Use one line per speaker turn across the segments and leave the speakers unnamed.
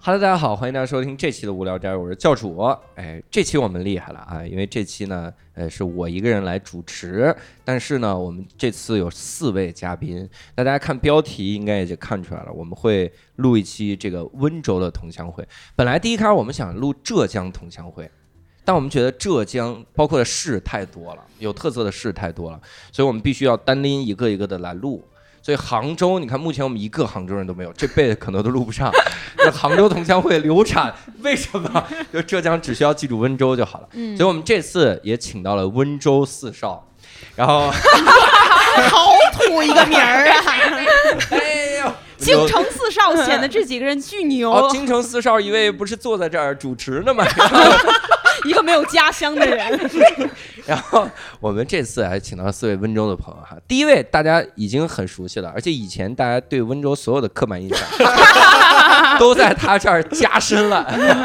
Hello，大家好，欢迎大家收听这期的无聊斋，我是教主。哎，这期我们厉害了啊，因为这期呢，呃，是我一个人来主持，但是呢，我们这次有四位嘉宾。那大家看标题应该也就看出来了，我们会录一期这个温州的同乡会。本来第一开始我们想录浙江同乡会，但我们觉得浙江包括的市太多了，有特色的市太多了，所以我们必须要单拎一个一个的来录。所以杭州，你看目前我们一个杭州人都没有，这辈子可能都录不上。那杭州同乡会流产，为什么？就浙江只需要记住温州就好了。
嗯
所以我们这次也请到了温州四少，然后
好土一个名儿 啊！
哎呦，
京城四少显得这几个人巨
哦，
牛，
京城四少一位不是坐在这儿主持呢吗？
一个没有家乡的人。
然后我们这次还请到四位温州的朋友哈，第一位大家已经很熟悉了，而且以前大家对温州所有的刻板印象都在他这儿加深了。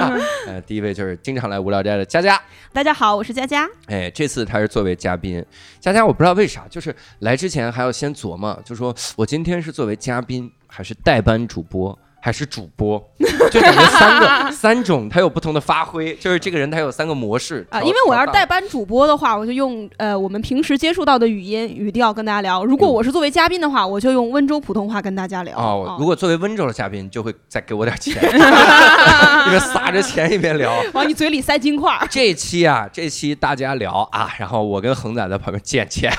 呃，第一位就是经常来无聊斋的佳佳，
大家好，我是佳佳。
哎，这次他是作为嘉宾，佳佳我不知道为啥，就是来之前还要先琢磨，就说我今天是作为嘉宾，还是代班主播，还是主播，就感觉三 个三种他有不同的发挥，就是这个人他有三个模式
啊，因为我要是代
带
班主播的话，我就用呃我们平时接触到的语音语调跟大家聊；如果我是作为嘉宾的话，我就用温州普通话跟大家聊。
哦，如
嗯哦，
果作为温州的嘉宾，就会再给我点 钱，一边撒着钱一边聊。
往你嘴里塞金块儿。
这期啊，这期大家聊啊，然后我跟恒仔在旁边捡钱，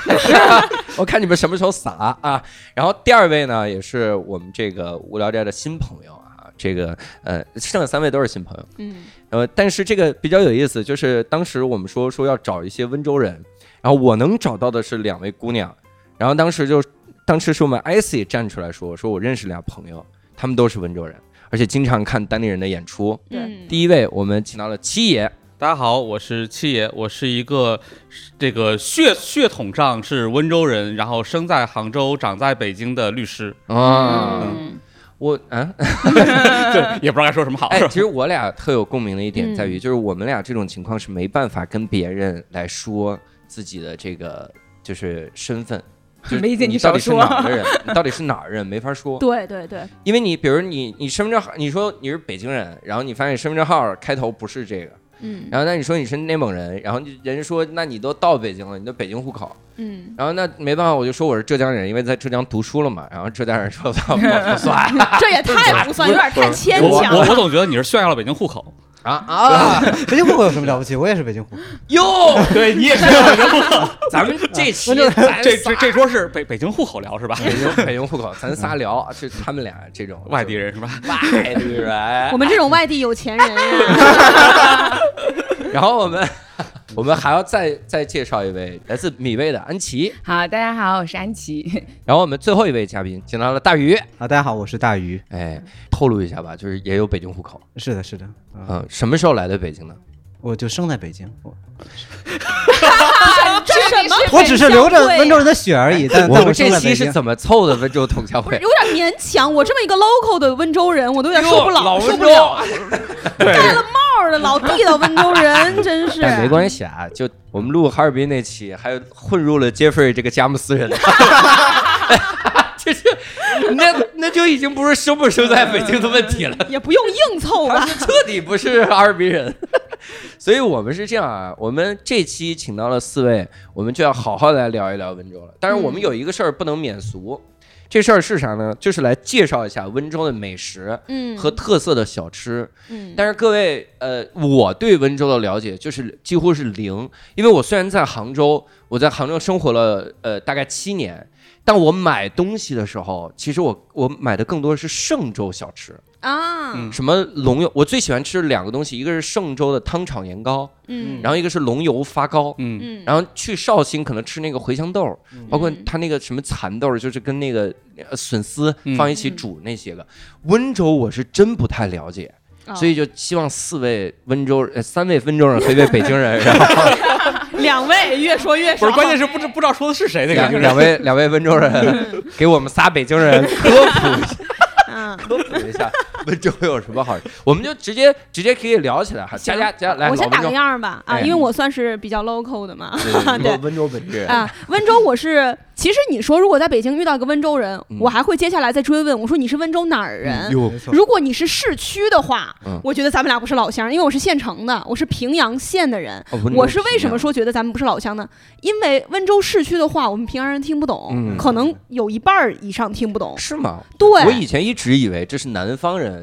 我看你们什么时候撒啊。然后第二位呢，也是我们这个无聊斋的新朋友啊，这个呃，剩下三位都是新朋友。
嗯，
呃，但是这个比较有意思，就是当时我们说说要找一些温州人，然后我能找到的是两位姑娘，然后当时就当时是我们 IC 站出来说，说我认识俩朋友，他们都是温州人，而且经常看当地人的演出。
对
嗯
第一位我们请到了七爷，
大家好，我是七爷，我是一个这个血血统上是温州人，然后生在杭州、长在北京的律师，
啊，
嗯
我啊，
对，也不知道该说什么好。
哎，
是吧
其实我俩特有共鸣的一点
嗯
在于，就是我们俩这种情况是没办法跟别人来说自己的这个就是身 份。就是
没意见
你
你
到
少
底是
说
哪儿的人？你到底是哪儿人？没法说，
对对对，
因为你比如你你身份证号，你说你是北京人，然后你发现身份证号开头不是这个，
嗯
然后那你说你是内蒙人，然后你人家说那你都到北京了，你都北京户口，
嗯，
然后那没办法，我就说我是浙江人，因为在浙江读书了嘛，然后浙江人说 不不算
这也太不算，有点太牵
我
强
我
了。
我总觉得你是炫耀了北京户口，
啊啊，
北京户口有什么了不起？我也是北京户口。
哟，
对你也炫耀了北京户口。
咱 们这期
哎
这这 这桌是北北京户口聊是吧？
北京北京户口，咱仨聊，是他们俩这种
外地，人是吧？
外地人。
我们这种外地有钱人呀，
然后我们我们还要再再介绍一位来自米味的安琪，
好，大家好，我是安琪。
然后我们最后一位嘉宾请到了大鱼，
啊，大家好，我是大鱼。
哎，透露一下吧，就是也有北京户口，
是的，是的，啊、
嗯，什么时候来的北京
嗯
呢？
我就生在北京，我
这什么？
我只是流着温州人的血而已。但
我
但
们
生
这
在
期
北京
是怎么凑的温州同乡
不是
会？
有点勉强，我这么一个 local 的温州人，我都有点受不
哟老
了，
温
受不
州哎
了。戴了帽儿的老地道温州人，真是。
但没关系啊，就我们录哈尔滨那期，还有混入了杰弗瑞这个佳木斯 人，就是那那就已经不是生不生在北京的问题了，
也不用硬凑吧。
彻底不是哈尔滨人。 所以我们是这样啊，我们这期请到了四位，我们就要好好来聊一聊温州了。但是我们
嗯
有一个事儿不能免俗，这事儿是啥呢？就是来介绍一下温州的美食
嗯
和特色的小吃。
嗯
但是各位，呃，我对温州的了解就是几乎是零，因为我虽然在杭州，我在杭州生活了呃大概七年，但我买东西的时候，其实我我买的更多是嵊州小吃，
啊，
嗯
什么龙油，我最喜欢吃两个东西，一个是嵊州的汤炒年糕，
嗯，
然后一个是龙油发糕。
嗯，
嗯，
然后去绍兴可能吃那个茴香豆儿，包括
嗯
它那个什么蚕豆儿，就是跟那个呃笋丝
嗯
放一起煮那些个。温州我是真不太了解，
哦
所以就希望四位温州呃三位温州人和一位北京人，然后
两位越说越
不
少
是，，关键是不知不知道说的是谁那
嗯
两
个
两位两位温州人给我们仨北京人科普
嗯，
科普一下温州有什么好？我们就直接直接可以聊起来哈。
行
加加加，来，
我
老
先打
温
个
州，
样儿吧，啊，
哎
因为我算是比较 local 的嘛，
对
对
温州本质，
啊，温州我是，其实你说如果在北京遇到一个温州人，
嗯
我还会接下来再追问，我说你是温州哪儿人？
哟，
没错
如果你是市区的话，
嗯
我觉得咱们俩不是老乡，因为我是县城的，我是平阳县的人。
哦温州
我是为什么
平
说觉得咱们不是老乡呢？因为温州市区的话，我们平阳人听不懂，
嗯
可能有一半儿以上听不懂
遥。是吗？
对，
我以前一直以为这是南方人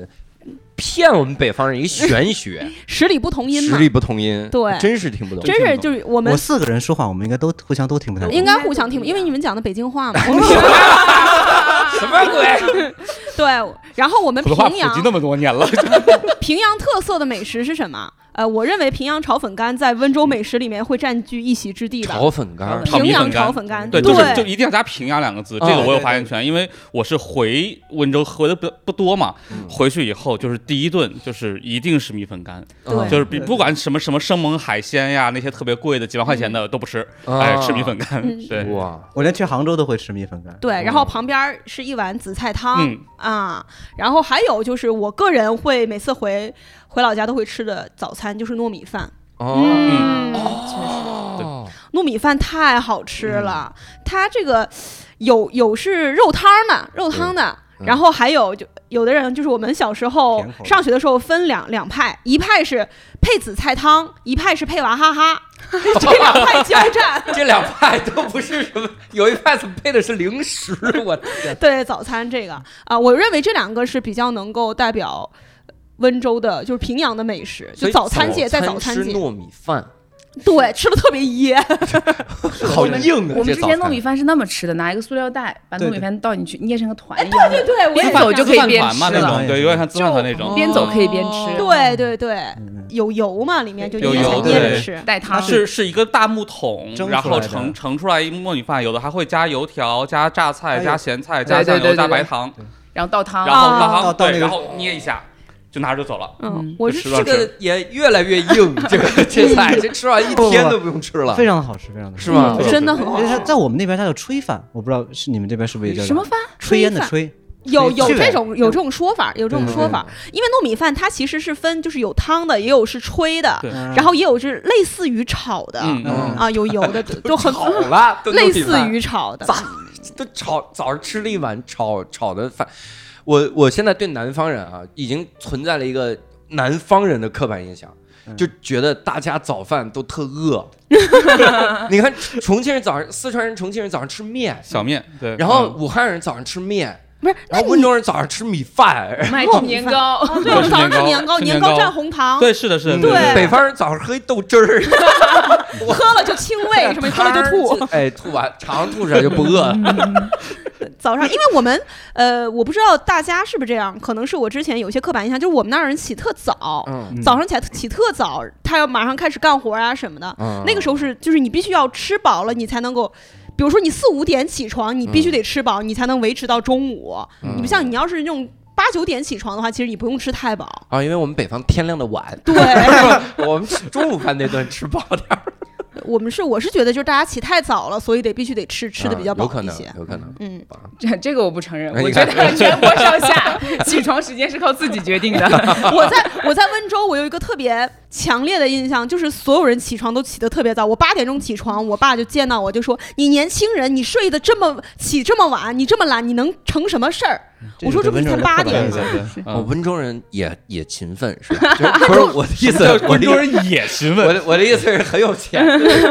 骗我们北方人一个玄学，
十里不同音
十
嘛
里，不同音，
对
真是听不懂。
真
听不
是
懂
就是我们
我四个人说话，我们应该都互相都听不太
应
懂。
该互相听不，因为你们讲的北京话 嘛。
什么鬼？
对，然后我们
普通话普
平阳
及那么多年了，
平阳特色的美食是什么？呃，我认为平阳炒粉干在温州美食里面会占据一席之地吧。
炒粉干儿，
炒
平
米
阳
粉干
炒粉干，
对，
对，
就是就一定要加平阳两个字，这
啊
个我有
对
发言权，因为我是回温州回的不不多嘛，
嗯
回去以后就是第一顿就是一定是米粉干，
对
嗯
就是比不管什么什么生猛海鲜呀，那些特别贵的几万块钱的都不吃，
啊
哎，吃米粉干
嗯，
对，
哇，
我连去杭州都会吃米粉干。
对，然后旁边儿是一碗紫菜汤、
嗯
啊，然后还有就是我个人会每次回回老家都会吃的早餐就是糯米饭，
哦
嗯，
哦，
糯米饭太好吃了，它这个有有是肉汤的，肉汤的。
嗯
然后还有就有的人就是我们小时候
甜口的
上学的时候分两两派，一派是配紫菜汤，一派是配娃哈哈，这两派交战。
这两派都不是什么，有一派怎么配的是零食？我天，
对早餐这个啊、我认为这两个是比较能够代表温州的，就是平阳的美食，就早餐界在早餐
吃
界，
糯米饭，
对吃的特别噎，
好硬啊！
我们之前糯米
饭
饭是那么吃的，拿一个塑料袋把
对
糯米饭倒进去，捏成个团一样的，
对我也
边走就可以
自
边
饭团嘛
吃
那
了，嗯
种，对，有点像自饭团那种，
边走可以边吃，
对对对，
嗯，
有油嘛，里面就
有
捏
油
起来捏着
对
吃，
带
它
汤
是是一个大木桶
蒸，出
然后
来的
盛盛出来一糯米饭，有的还会加油条、加榨菜、
哎
加
呦
咸菜、
对
加酱
对对
油、加
对对
白糖，
然后倒汤，
然后
啊
然后
到到那
对，
个
然后捏一下，就拿着就走了。
嗯
嗯，
我
就是吃
这
到
个也越来越 硬，这个这菜这吃完一天都不用吃了，
非常好吃，非常的
是吗？
嗯真的很好
因为它
吃。
在我们那边它叫炊饭，我不知道是你们这边是不是也叫
什么饭？
炊烟的炊？
有有
这个
这种有这种说法，有这种说法，因为糯米饭它其实是分就是有汤的，也有是吹的，
对
然后也有是类似于炒的
嗯
嗯
啊，有油的，就很
好了，都
类
糯米
似
饭
于炒的
咋，都炒早上吃了一碗炒炒的饭，我我现在对南方人啊，已经存在了一个南方人的刻板印象，
嗯
就觉得大家早饭都特 饿。你看重庆人早上，四川人、重庆人早上吃面，
小面，对，
然后
嗯
武汉人早上吃面，
不是？那
然后温州人早上吃米饭，
卖吃年糕，
对，我们早上吃年糕，
吃年
年
糕
糕蘸红糖，
对，是的，是的，
对
对
北方人早上喝一豆汁儿，
喝了就清 胃，什么喝了就吐。，
哎，吐完肠吐出来就不饿了。
早上，因为我们呃，我不知道大家是不是这样，可能是我之前有些刻板印象，就是我们那儿人起特早，
嗯，
早上起来起特早，他要马上开始干活啊什么的。
嗯
那个时候是，就是你必须要吃饱了，你才能够。比如说你四五点起床，你必须得吃饱，你才能维持到中午。
嗯
你不像你要是那种八九点起床的话，其实你不用吃太 饱。
啊，因为我们北方天亮的 晚，
对，
我们中午饭那顿吃饱点儿，
我们是我是觉得就是大家起太早了，所以得必须得吃吃的比较
嗯啊有
饱
可
一
能
些，。
有可能。
嗯，
这这个我不承认，
哎
我
你
觉
看
得全国上下 起床时间是靠自己决定的。
我在我在温州，我有一个特别强烈的印象，就是所有人起床都起得特别早。我八点钟起床，我爸就见到我就说：“你年轻人，你睡得这么起这么晚，你这么懒，你能成什么事儿我说这不是才八点吗
对对
哦，
嗯
温州人也也勤奋是 吧？就是不是我的意思，我
温
的
州
意
人也询
我
问，
的我的意思是很有钱，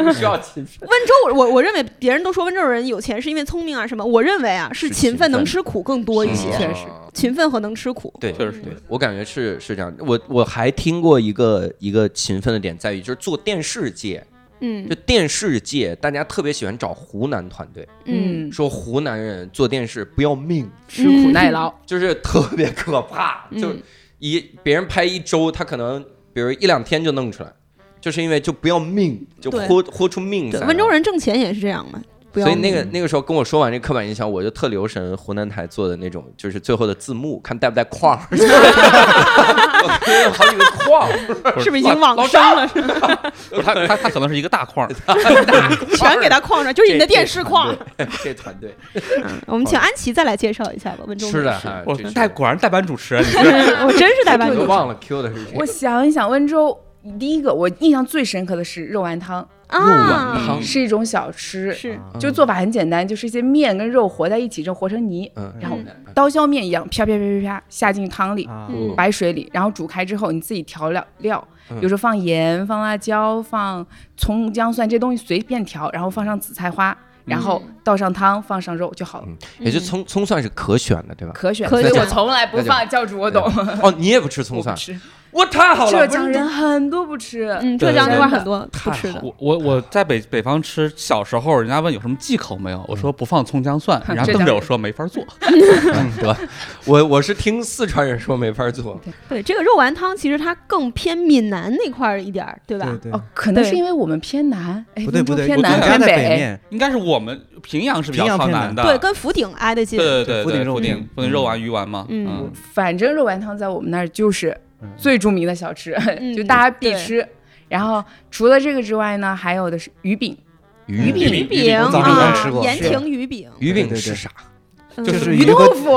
不需要 勤奋。？”
温州，我我认为别人都说温州人有钱是因为聪明啊什么，我认为啊是
是
勤
勤奋
奋能吃苦更多一些，
确实
勤奋和能吃苦。
啊对，
确实是对，
我感觉是是这样。我我还听过一个一个勤奋的点在于，就是做电视界，
嗯
就电视界大家特别喜欢找湖南团队，
嗯，
嗯，
说湖南人做电视不要命，
吃苦耐 劳，
就是特别可怕，
嗯
就一别人拍一周，他可能比如一两天就弄出来，就是因为就不要命，就
对
豁豁出命
对
在，了。
温州人挣钱也是这样嘛，不要
嗯所以那
命
个那个时候跟我说完这刻板印象，我就特留神湖南台做的那种，就是最后的字幕，看带不带框 儿。我看有好几个框儿，
是不是已经往
老
生了？是吧
不是他他他可能是一个大框儿，
全给它框上，就是你的
这
电视框。嗯
这这团队
我们请安琪再来介绍一下吧，温州
是的
美食
哈，
我
这是
带果然带班主持啊，你
真是 我真是代班
我
主
都
持
忘了 Q 的是谁
我。想一想，温州第一个我印象最深刻的是肉丸汤，
碗
啊，
汤
是一种小吃，
是
就做法很简单，就是一些面跟肉和在一起，之后和成泥，
嗯，
然
后
刀削面一样，啪啪啪啪啪下进汤里，
啊，
嗯
白水里，然后煮开之后你自己调料料，
嗯
比如说放盐、放辣椒、放葱、姜、蒜这些东西随便调，然后放上紫菜花，然后
嗯
倒上汤，放上肉就好了
嗯，也就葱葱蒜是可选的，对吧？
可选。
可选
所以我从来不
那就
放教主，我懂。
哦，你也不吃葱
我不
蒜，
吃，
我太好
浙
了，
江人很多不吃，
嗯，浙江那块
真的
很多不吃的，
我我我在北北方吃，小时候人家问有什么忌口没有，我说不放葱姜蒜，人家瞪着我说没法做。
嗯得，我我是听四川人说没法做，
对这个肉丸汤其实它更偏闽南那块儿一点儿，对吧？
对对，
哦，可能
对
是因为我们偏南，哎，
啊不对
温州
不对，
偏
我
南
们家
偏
在北
北，
面，
应该是我们平阳是比较
平阳
靠
偏
南的，
对，跟福鼎挨得近。
对对对，
福鼎肉
肉
饼
饼、福鼎肉丸、鱼丸嘛，
嗯
嗯，
反正肉丸汤在我们那儿就是
嗯
最著名的小吃，
嗯
就大家必
对
吃。然后除了这个之外呢，还有的是鱼饼，
鱼
饼
鱼
鱼
饼
饼
我早上刚吃
啊，
过
盐
是
亭鱼饼，
鱼饼
对对
是
对
啥？
嗯
就是
鱼
鱼
豆
和，
腐，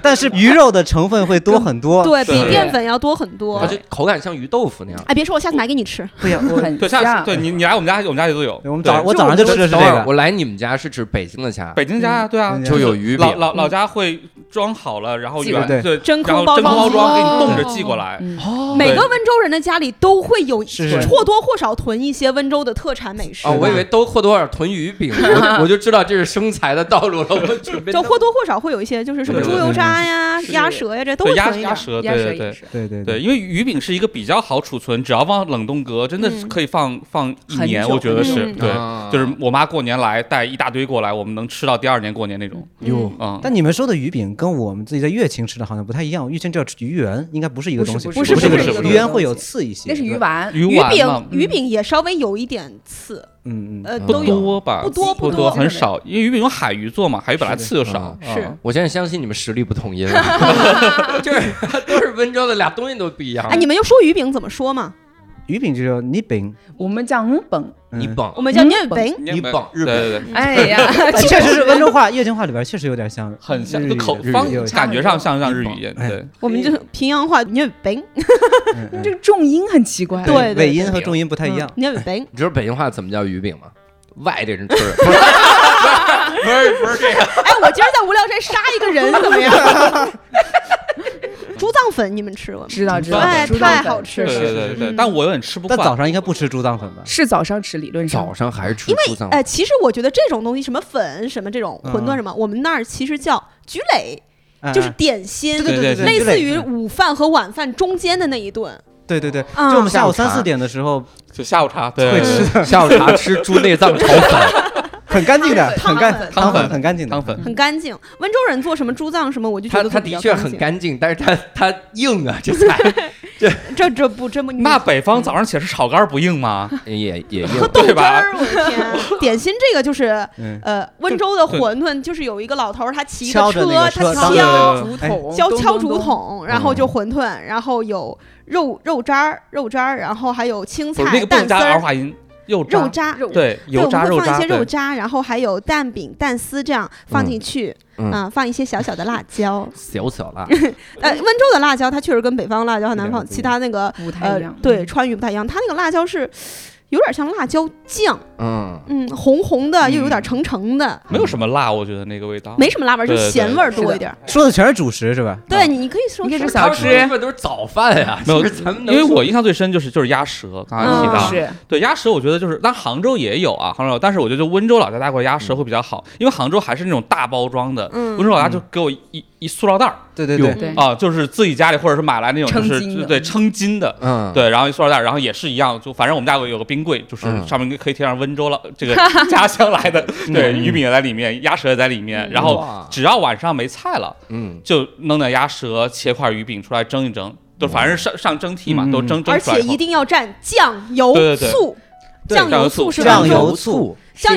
但是鱼肉的成分会多很多。
对比
对
淀粉要多很多
它。就口感像鱼豆腐那样。
哎，别说，我下次买给你吃。
不呀，我
很
对，下
像
次对你你来我们家，我们家里都有。
对我们
对
早哎我早上就吃的是这
等会儿
个
我，来你们家是指北京的家，
北京家对啊
嗯，
就有鱼饼
老老老家会装好了，然后
寄过
原
来
对
真空
然后
包
真空
装
包装给你冻着
哦
寄过来。
嗯
每
对
个温州人的家里都会有
是是
或多或少囤一些温州的特产美食
哦，
是，的
我以为都或多或少囤鱼饼，我我就知道这是生财的道路了。我准备
就或多或少会有一些，就是什么
对
猪
对
油
对
渣呀、
是
鸭舌呀，这都
对
会
鸭
囤一点
鸭
儿。
舌，
鸭舌
对对
也
对
是。
对对
对，，因为鱼饼是一个比较好储存，只要放冷冻格，真的是
嗯
可以放放一
很
年，
久
我觉得是
嗯
对。
啊
就是我妈过年来带一大堆过来，我们能吃到第二年过年那种。
哟
嗯。
嗯，
但你们说的鱼饼跟我们自己在乐清吃的好像不太一样，乐清叫鱼圆，应该不是一个东西，
不
是不
不
是
一个
不是
东西
不是
鱼圆会有刺一些，
那是鱼
对，
丸，
鱼
鱼
丸嘛
饼，
嗯
鱼饼也稍微有一点刺，
嗯嗯，
呃，
不
都有。
多吧？
不多
不
不多
很少，因为鱼饼用海鱼做嘛，海鱼本来
是的
刺就少嗯
啊。
是
我现在相信你们实力不统一了， 就是都是温州的，俩东西都不一样
哎，。你们又说鱼饼怎么说嘛？
鱼饼就叫泥饼，
我们叫嗯本。
嗯
你
我
棒，
们叫
嗯
面饼，
你绑日本
对对对，
哎呀，
哎确实是温州话、乐清话里边确实有点像，
很像
日
就
语
口
日语
方
有
感觉上像像日语音，
哎
对，
我们就是平阳话面饼，
嗯嗯
这个重音很奇怪。
对对对嗯
尾音和重音不太一样。
面饼。
你知道北京话怎么叫鱼饼吗？外地人 吃，不是不 是不是这样。
哎，我今儿在无聊斋杀一个 人怎么样？猪脏粉你们吃过吗？
知道知道，
哎
知道
太
的
好吃
对
确
了
实
对
是
对
是
对
嗯
对。但我有点吃不
但早
惯。
上应该不吃猪脏粉吧？
是早上吃，理论上
早上还是吃
因
猪脏
哎，其实我觉得这种东西，什么粉、什么这种
嗯
馄饨什么，我们那儿其实叫菊蕾，
哎
就是点心，
对对对
类似
菊
于
蕾
午饭和晚饭中间的那一顿。
对对对，
嗯
就我们下午
下午
三
茶
四点的时候
就下午茶对
会吃 的，
下午茶吃猪内脏炒粉，
很干净的，
汤
很
粉
干
汤粉
很干净的
汤。粉。
很干净，温州人做什么猪脏什么，我就觉
它
得
它
做
的
比较
确很干净，但是它它硬啊，这菜
净。这这不这不
那北方早上起来吃炒肝儿不 硬吗？
也也
喝
硬。
豆
对
汁
吧
儿，我的天！啊点心这个就是
嗯，
呃，温州的
对
馄饨就是有一个老头儿，他骑一
敲着那
车，他
个车
敲
当
着嗯
竹
哎
筒
敲
咚
敲
咚
竹
咚
筒，然后就馄饨，然后有肉肉渣儿、肉渣儿，然后还有青
不是那
菜、
个不能
蛋丝
加儿
儿、
化音，肉
肉
渣
渣。
肉
对
对，
油
我们
渣
会
肉
放
渣
一些肉
对。
渣，然后还有蛋饼、蛋丝这样放
嗯
进去，
嗯
啊，放一些小小的辣 椒。
小小辣，
呃，温州的辣椒它确实跟北方辣椒和南方
不一样不一
其他那个
不太
呃
一样。，嗯
对，川渝不太一样。它那个辣椒是有点像辣椒酱，
嗯，
嗯，红红的，又有点
嗯
橙橙的，
没有什么辣，我觉得那个味道。
没什么辣味儿，就是
对对
咸味儿
是
多
的
一点儿。
说的全是主食是吧？
对，你你可以说
你可以
是
说小
他
吃
们这都是早饭呀，
没有
其实咱们
因为我印象最深就是就是鸭舌，刚才
嗯
提到，
是
对鸭舌，我觉得就是，但杭州也有啊，杭州有，但是我觉得就温州老家带过来鸭舌会比较好，因为杭州还是那种大包装的，
嗯
温州老家就给我一一一塑料袋儿
对对
有
对，
对
啊，就是自己家里或者是买来那种就
称
是
斤的
对称斤的。
嗯，
对，然后一塑料袋儿，然后也是一样，就反正我们家有有个冰柜，就是
嗯
上面可以贴上温州了 这个家乡来的，对，鱼饼也在里面，鸭舌也在里面，然后
嗯哇
只要晚上没菜了，
嗯，
就弄点鸭舌，切块鱼饼出来蒸一蒸，就反正上上蒸屉嘛，
嗯
都蒸蒸
而
出来
且
以后。
一定要蘸酱油
对对对
醋，
对
酱
酱
油
油
醋
醋
是吧？
酱油醋，
酱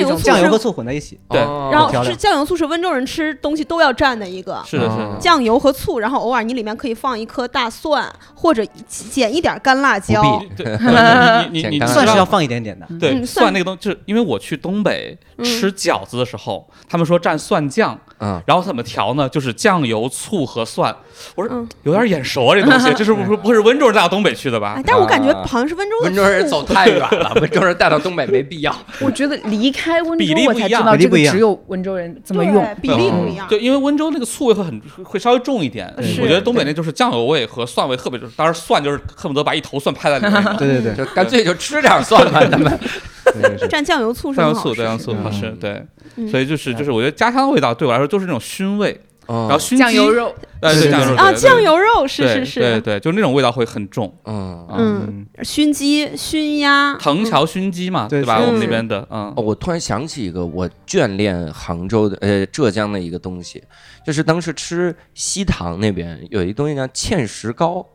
是
油
一种
醋
酱油和
是，
醋混在一起，
对
哦
然
调
后
料
是酱油醋是温州人吃东西都要蘸的一个。
是的，是
哦
的，
酱油和醋，然后偶尔你里面可以放一颗大蒜，或者剪一点干辣椒。
不必
对，对你你你你
哦简单
蒜
知
是
道
要放一点点的。
对
嗯
蒜
蒜
那个东西，就是因为我去东北
嗯
吃饺子的时候，他们说蘸蒜酱，
嗯，
然后怎么调呢？就是酱油、醋和蒜。我说
嗯
有点眼熟啊，这东西，这是不是不会是温州人带到东北去的吧
哎，？但是我感觉
啊
好像是温州的
温州人
醋
走太远了，温州人带到东北没必要。
我觉得离开温
比
州
例，不
我
一
才知
样
道
比例
这
不
个
一样
只有温州人怎么
对
用。
比例不
嗯
一样。
对，因为温州那个醋味会很会稍微重一点，
是
我觉得东北那就是酱油味和蒜味特别重，当然蒜就是恨不得把一头蒜拍在里面嘛。
对对
就干脆就吃点儿算了，咱们
对对对，
蘸酱油醋是
酱油
很好
醋，
吃
酱油醋
嗯
好吃，对，
嗯
所以就是就是，我觉得家乡的味道对我来说就是那种熏味，
然
然后熏
酱油
鸡，
肉，
呃，
是
对
是
酱油
是
肉
啊，
对
酱油肉是
对
是
对
是，
对，就那种味道会很重，
嗯。
啊
嗯，熏鸡、熏鸭，
藤桥熏鸡嘛，
对
对吧？
是
我们那
嗯
边的，嗯
哦，，我突然想起一个我眷恋杭州的呃浙江的一个东西，就是当时吃西塘那边有一东西叫芡实糕，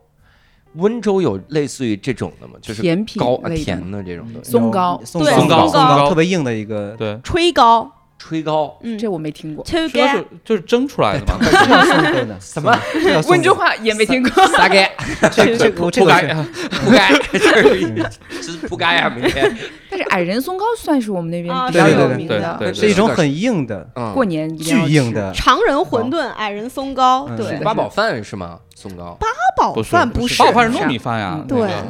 温州有类似于这种的吗？就是
甜品
糕啊
类的
甜的这种东西，
松糕
有
对
松
松
糕
糕，
松糕
特别硬的一个，
对，
吹糕，
吹糕。
嗯，
这我没听过。
吹
这都
糕
是就是蒸出来的嘛，
这叫松糕呢？什
么
温州话也没听过，
撒给
这这个我这
不
个
该
是。
铺盖，这是铺盖呀！明天
但是矮人松糕算是我们那边
啊
比较
对对
有
对
名
对
的，
对
是一种很硬的、
嗯
过年一定要
巨
吃
硬。的，
常人馄饨、矮人松糕，
嗯
对
是，的
八宝饭是吗？松糕。
哦
八宝
不是
饭
不
不是
八宝饭是糯米饭呀
嗯，
那个
对
哦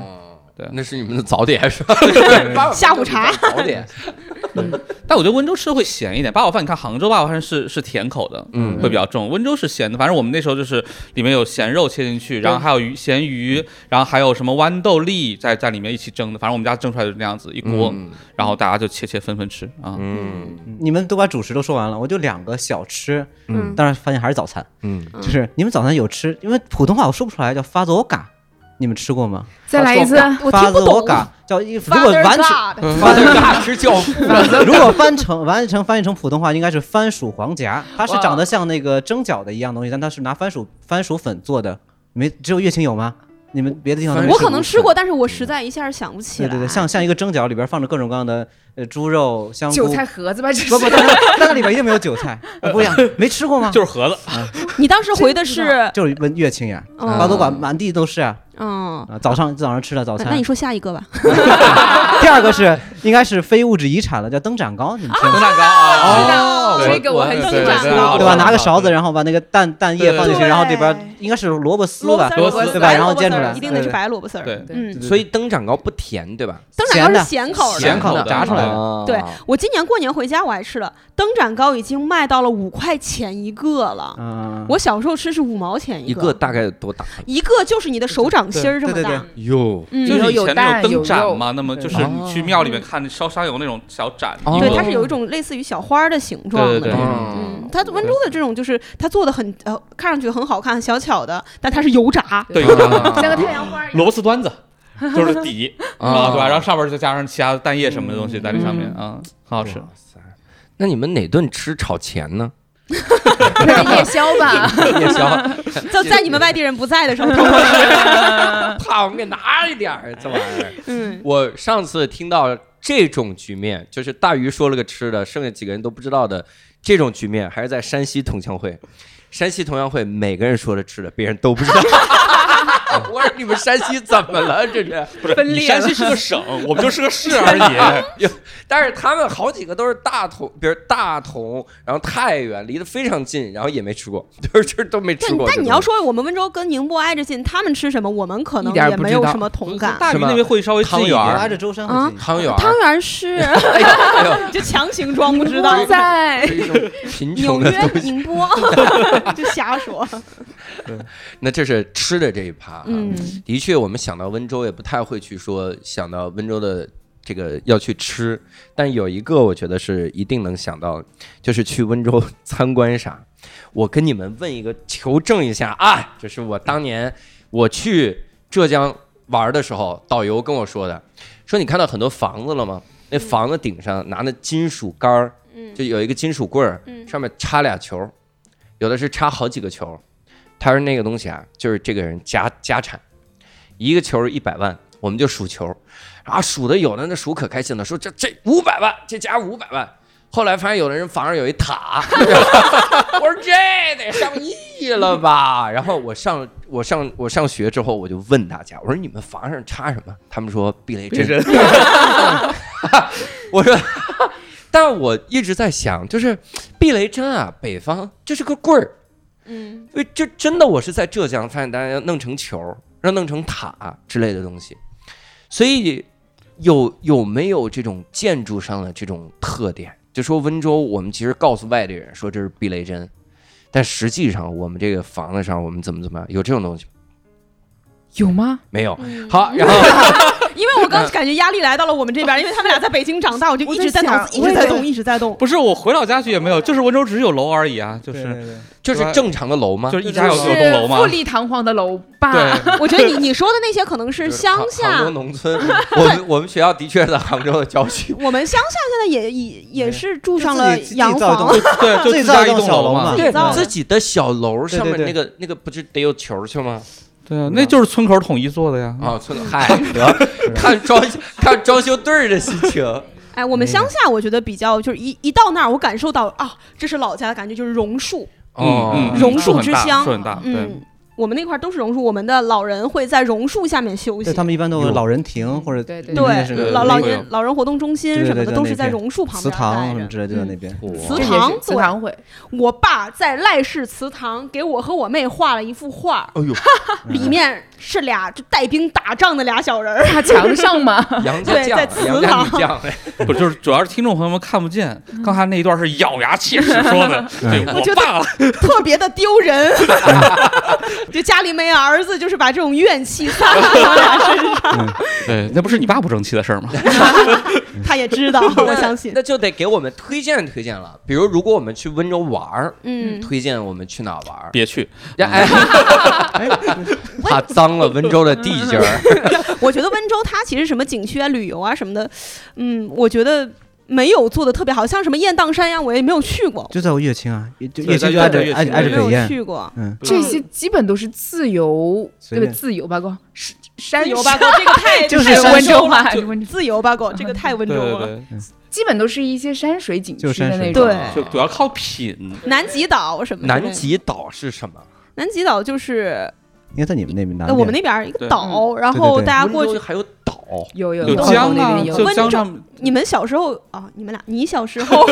对
那是你们的早点是吧？八宝饭
下午茶
就是早点。
但我觉得温州吃的会咸一点，八宝饭你看杭州八宝饭是是甜口的，
嗯
会比较重，温州是咸的，反正我们那时候就是里面有咸肉切进去，然后还有鱼咸鱼，然后还有什么豌豆粒在在里面一起蒸的，反正我们家蒸出来就是那样子一锅，
嗯
然后大家就切切分分吃啊。
嗯
你们都把主食都说完了，我就两个小吃，
嗯
当然发现还是早餐，
嗯，
就是你们早餐有吃，因为普通话我说不出来，叫发佐嘎，你们吃过吗？
再来一次，
我
发
听不
佐
懂。
嘎叫一，如果
Father
完全
God，
发的大师教父。
如果翻成完成翻译成普通话，应该是番薯黄夹，它是
哇
长得像那个蒸饺的一样东西，但它是拿番薯番薯粉做的，没只有乐清有吗？你们别的地方
番
没
薯
有
我可能吃过，但是我实在一下想不起
对
来。
对对，像像一个蒸饺，里边放着各种各样的呃猪肉、香菇，
韭菜盒子吧，这
不不，
是。
但它 但它里边一定没有韭菜，不一样，没吃过吗？
就是盒子，
你当时回的是，
就是问乐清呀，
嗯
八多馆满地都是啊！
嗯，
啊，早上早上吃的早
那
餐。
那你说下一个吧。
第二个是应该是非物质遗产了，叫灯盏糕，你们吃
蒸
吗？
蛋糕啊，
哦
这个我很喜
对
欢。
对
对吧？拿个勺子，，然后把那个蛋蛋
对
液
对
放进去，
对
然后里边应该是萝卜丝
萝卜
吧
丝，儿，
萝
萝
卜
卜
丝
丝儿，
对吧？然
白
后
萝卜丝
煎
儿
出来，
一定得是
对
白萝卜丝儿。
对，
对
嗯，
所以灯盏糕不甜，对吧？
灯盏糕是
咸
咸口
咸
的。
口
的炸出来的
啊
对我今年过年回家我还吃了，灯盏糕已经卖到了五块钱一个了。
嗯，
我小时候吃是五毛钱
一个
个，
大概有多大？
一个就是你的手掌心儿这么
对对
大
对。
哟，
嗯，
就是以
有
前那
蛋
种灯
有
盏
肉
嘛，那么就是
对
你去庙里面看烧香有那种小盏，
哦
一
对，
个
它是有一种类似于小花儿的形状的
对
这
对
种。
嗯
嗯，，它温州的这种就是它做的很呃，看上去很好看，小巧的，但它是油炸。
对有个
啊
像个太阳花一样。
萝卜丝端子，就是底，
嗯
啊，对吧？然后上面再加上其他的蛋液什么的东西在这上面
嗯
啊，很好吃。
哇塞那你们哪顿吃炒钱 呢？
夜宵吧，
夜宵，
就在你们 外地人不在的时候，
怕我们给拿一点儿，这玩意儿。
嗯，
我上次听到这种局面，就是大鱼说了个吃的，剩下几个人都不知道的这种局面，还是在山西同乡会。山西同乡会每个人说的吃的，别人都不知道。 我说你们山西怎么了？这是。
不是，
分
你
裂
山
了
西是个省，我们就是个市而已。
但是他们好几个都是大同，比如大同，然后太原，离得非常近，然后也没吃过，就是这都没
对
吃过。。
但你要说我们温州跟宁波挨着近，他们吃什么，我们可
一
能
点儿
也
不
没
知
有
道嗯
什么同感。
大鱼那边会稍微近一
汤圆
点
儿
挨着舟山
啊
很近。
汤圆儿，
汤圆是
哎呦哎呦，
就强行 装不知道，
不在
是一种贫
纽
穷的
约、宁 波就瞎说。
那这是吃的这一趴、啊。
嗯，
的确，我们想到温州也不太会去说想到温州的这个要去吃，但有一个我觉得是一定能想到，就是去温州 参观啥。我跟你们问一个，求证一下啊，这是我当年我去浙江玩的时候，导游跟我说的，说你看到很多房子了吗？那房子顶上拿那金属杆儿，
嗯
就有一个金属棍儿，
嗯
上面插俩球儿，有的是插好几个球儿。他说那个东西啊，就是这个人家家产，一个球一百万，我们就数球，啊，数的有的那数可开心了，说这这五百万，这家五百万。后来发现有的人房上有一塔，我说这得上亿了吧？然后我上我上我上学之后，我就问大家，我说你们房上插什么？他们说避雷针。 我说，但我一直在想，就是避雷针啊，北方这是个棍儿，
嗯，
因为这真的我是在浙江发现大家要弄成球儿，要弄成塔之类的东西，所以有有没有这种建筑上的这种特点？就说温州，我们其实告诉外地人说这是避雷针，但实际上我们这个房子上我们怎么怎么样，有这种东西吗
有吗？
没有？
嗯
哎好，然后
因为我刚感觉压力来到了我们这边，因为他们俩在北京长大，我就一直在脑子一
我
直
在想
在动，一直在动。
不是我回老家去也没有，就是温州只有楼而已啊，就
对
是
对对
就是正常的楼吗？
就是一家有
是
有栋楼嘛
富，丽堂皇的楼吧？
对，
我觉得你你说的那些可能是
就是
乡
杭杭州
下，
农村，我们我们学校的确在杭州的郊 区。
我们乡下现在也也也是住上
就
了
自己自己
洋
造一
房
栋，
对，就
自己
自
造
家
一
一
栋
栋
小
楼
楼
嘛
嘛，
对造的
自己的小楼上面
对
那
对对
个那个不是得有球去吗？
对啊，那就是村口统一做的呀。
啊，村长，嗨，得 看装看装修队儿的心情。
哎，
嗯
我们乡下我觉得比较就是一一到那儿，我感受到啊，这是老家的感觉，就是榕树。
嗯，嗯
榕树
很
之
大
乡
树很大，对，
嗯，我们那块儿都是榕树，我们的老人会在榕树下面休息
对，他。们一般都有
有
老人亭或者嗯
对对
那边
对
是
对
个
老
对
老
对
年老人活动中心
对
什么
对
的
对
都
那
是在
片
榕树旁
祠
边
堂
待
什么
着。
之类的
嗯
那边。
祠
这也是
堂
祠堂会，
我爸在赖氏祠堂给我和我妹画了一幅画儿，
哎呦，
里面是俩就带兵打仗的俩小人儿。
大墙上嘛，
杨家
对
将
在，祠
杨家女
堂
将，
不就是主要是听众朋友们看不见，刚才那一段是咬牙切齿说 的，对
嗯我觉得
我爸
特别的丢人， 就家里没儿子，就是把这种怨气 撒到他俩身上，
对，那不是你爸不争气的事儿吗？
他也知道，我相信。
那就得给我们推荐推荐了。比如，如果我们去温州玩儿，
嗯，
推荐我们去哪儿玩儿？
别去，嗯
呀哎，
哎
怕脏了温州的地 界儿。
嗯我觉得温州它其实什么景区啊、旅游啊什么的，嗯，我觉得没有做的特别好，像什么雁荡山呀，我也没有去过，
就在我乐清啊，也就
对
乐
在
清就挨
在
着
乐
挨
清
挨
没
着
对
北
有
宴，
去过。
嗯，
这些基本都是自由，
随
对吧？
便
自由吧，哥，是山
自由 吧，狗这个太
就是
太
山
温
温
州
州
嘛
了，，
还是温州
自由吧，狗这个太温州
对对
了。
对，
基本都是一些山水景区
就是山
的那
水
种。
对
就主要靠品。
南极岛什么的？
南极岛是什么？
南极岛就是
应该在你们那边拿
呃。我们那边儿一个
对
岛，然
对对
后
对
大家
温
过
州
去。
还有岛，
有有
有
东
江
湖那
啊，
边有哦
就
温
江
州
上
你们小时候啊，你们俩，你小时 候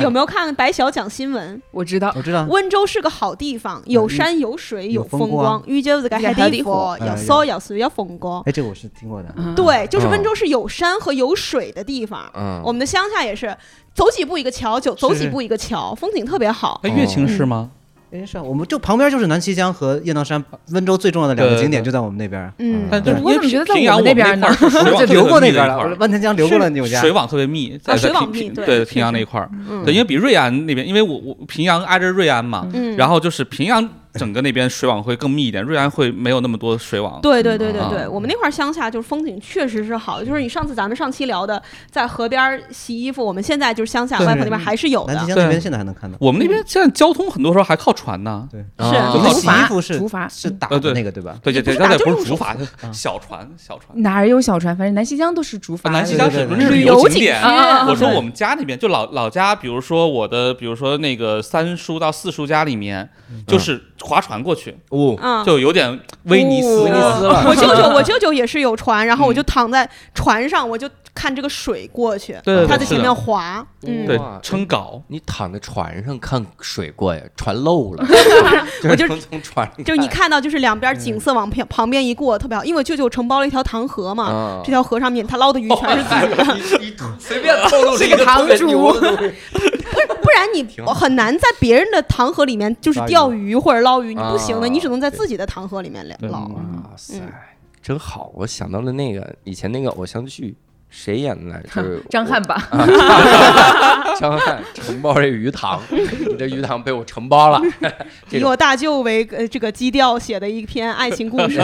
有没有看白小讲新闻？
我知道，
我知道，
温州是个好地方，有山有水
啊有
风
风光
光，遇见这个
有
海
海
地
地
方，
方
有
哎
山有水有风光。
哎，这个我是听过的。
嗯，
对，就是
嗯
温州是有山和有水的地方。
嗯，
我们的乡下也是，走几步一个桥，走走几步一个桥，风景特别好。
哎，乐清是吗？
哎，是啊，我们就旁边就是南溪江和雁荡山，温州最重要的两
对
个
对
景点
对
就在我们那边儿。
嗯，
但
对
就是
我
因
怎么
为
觉得在
平
我
阳
们那边
块儿
呢
是水
就
网
流
特别
过那
密
边
的
了，
一
我
块
说
儿
万田江流过了你们家
水。网特别密，在
水
在
网
平
密
平
对
对
是
平阳
是
那一块儿，
嗯
对，因为比瑞安那边，因为我我平阳挨着瑞安嘛，
嗯，
然后就是平阳整个那边水网会更密一点，瑞安会没有那么多水网。
对对对对
啊
对，我们那块儿乡下就是风景确实是好，就是你上次咱们上期聊的，在河边儿洗衣服，我们现在就是乡下
对
外婆那边还是有
南
的
溪。江
对
那边现在还能看到。
我们那边现在交通很多时候还靠船呢，
是
我
啊
们
竹
洗
筏
衣服是
竹筏
是
嗯
打
呃对
的那个 对吧？
对对
不
对，
是
那
打
不
就是是
竹
手
筏，
啊
小船小船。
哪儿有小船？反正南溪江都是竹筏
啊
的，
南溪江是
对对对
那是
旅
游
游
景
景
点
区，
啊
我说
对
我们家那边就老老家，比如说我的，比如说那个三叔到四叔家里面，就是划船过去，
哦，
嗯，
就有点威尼斯
哦
啊嗯
威尼斯了
我舅舅，我舅舅也是有船，然后我就躺在船上，我就看这个水过去，
对对对
他在前
是的
面划，嗯，
对
哇
撑篙，
你躺在船上看水过呀，船漏 了，
我就
能从船上
就是你看到就是两边
嗯
景色往旁旁边一过，特别好，因为我舅舅承包了一条塘河嘛，
啊
这条河上面他捞的鱼全 是自己的，
哎你你随便透露了一个
堂
特别
主
牛的东西，
不然你
挺好
很难在别人的塘河里面就是
捞鱼
钓鱼或者捞鱼，你不行的，
啊
你只能在自己的塘河里面
对
捞。
哇塞
嗯，
真好！我想到了那个以前那个偶像剧，谁演的来着？就是
张翰吧，
我，张翰承包这鱼塘，你这鱼塘被我承包了。这
以
种
我大舅为呃这个基调写的一篇爱情故 事，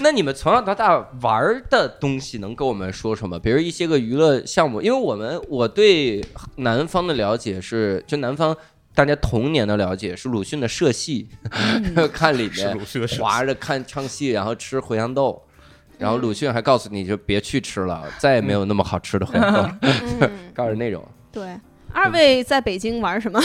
那你们从小到大玩的东西能跟我们说说吗？比如一些个娱乐项目，因为我们我对南方的了解是，就南方大家童年的了解是鲁迅的 社戏，看里面
迅的
划着看唱戏，然后吃茴香豆。然后鲁迅还告诉你就别去吃了，再也没有那么好吃的河粉，
嗯，
告诉那种。
对。二位在北京玩什么？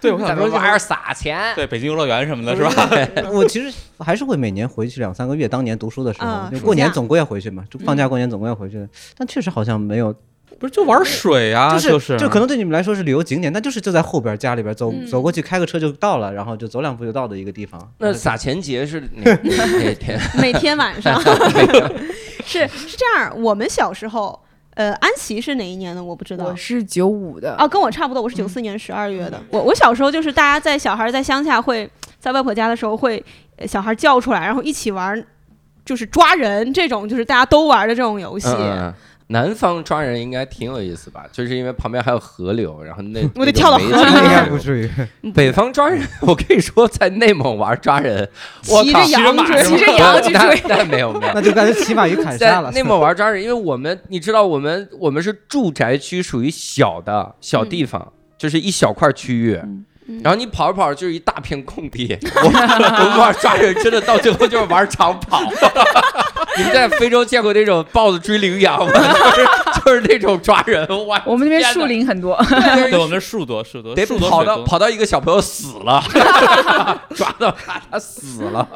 对，我想
咱们
说就是
玩儿撒钱，
对北京游乐园什么的，是吧？
我其实还是会每年回去两三个月，当年读书的时候
啊，
就
暑
过年
假
总归要回去嘛，就放假过年总归要回去的。但确实好像没有，
不是就玩水啊，
就是就可能对你们来说是旅游景点，但就是就在后边家里边走
嗯
走过去开个车就到了，然后就走两步就到的一个地方。嗯
那撒钱节是哪哪天？
每天晚 上是是这样。我们小时候，呃，安琪是哪一年的？我不知道
我。是嗯九五的
哦，，跟我差不多，我是九四年十二月的。我我小时候就是大家在小孩在乡下会在外婆家的时候会呃小孩叫出来，然后一起玩，就是抓人这种，就是大家都玩的这种游戏。
嗯嗯嗯南方抓人应该挺有意思吧？就是因为旁边还有河流，然后那
我得跳到河 里
那种没劲
应该不至于，
嗯
嗯
北方抓人，我可以说在内蒙玩抓人，我
骑着
靠
羊追
是吗
骑着羊去追
那那没有没有。
那就感觉骑马与砍 杀
在
了。
内蒙玩抓人，因为我们你知道，我们我们是住宅区，属于小的小地方，就是一小块区域。
嗯
然后你跑着跑着就是一大片空地， 我我们玩抓人真的到最后就是玩长跑。 你们在非洲见过那种豹子追羚羊吗？ 就是就是那种抓人， 哇！
我们那边
啊
天哪
树林很多，
对
对，我们这树多树多，
得
树多
跑
水
到
多
跑到一个小朋友死 了，抓到他他死了，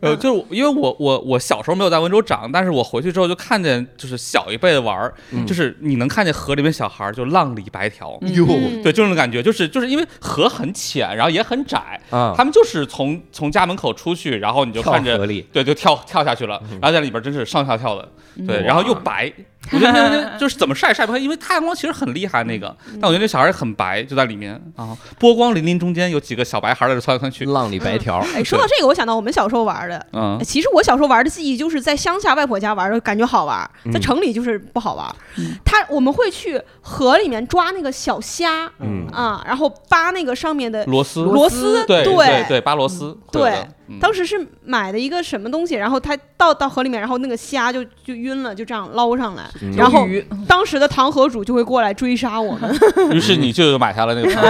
呃，就是我因为我我我小时候没有在温州长，但是我回去之后就看见，就是小一辈的玩儿，
嗯
就是你能看见河里面小孩儿就浪里白条，
哟
嗯
对，就那种感觉，就是就是因为河很浅，然后也很窄，
嗯
啊！
他们就是从从家门口出去，然后你就看
跳河
着。
里，
对，就跳跳下去了，然后在里边真是上下跳的，对，
嗯
然后又
哇
白，我觉得那那就是怎么晒晒不开，因为太阳光其实很厉害那个，
嗯
但我觉得那小孩儿很白，就在里面啊，波光粼粼中间有几个小白孩儿在这窜来窜去，
浪里白条，
哎，说到这个，我想到我们小时候玩的。
嗯，
其实我小时候玩的记忆就是在乡下外婆家玩的，感觉好玩
嗯，
在城里就是不好玩。
嗯
他我们会去河里面抓那个小虾
嗯
啊，然后扒那个上面的
螺丝
螺丝。
对
对
对，巴罗斯，
对
会有的，嗯
当时是买的一个什么东西，然后它到到河里面，然后那个虾就就晕了，就这样捞上来。
嗯
然后
鱿鱼
当时的唐河主就会过来追杀我 们。
于是你就买下了那个船，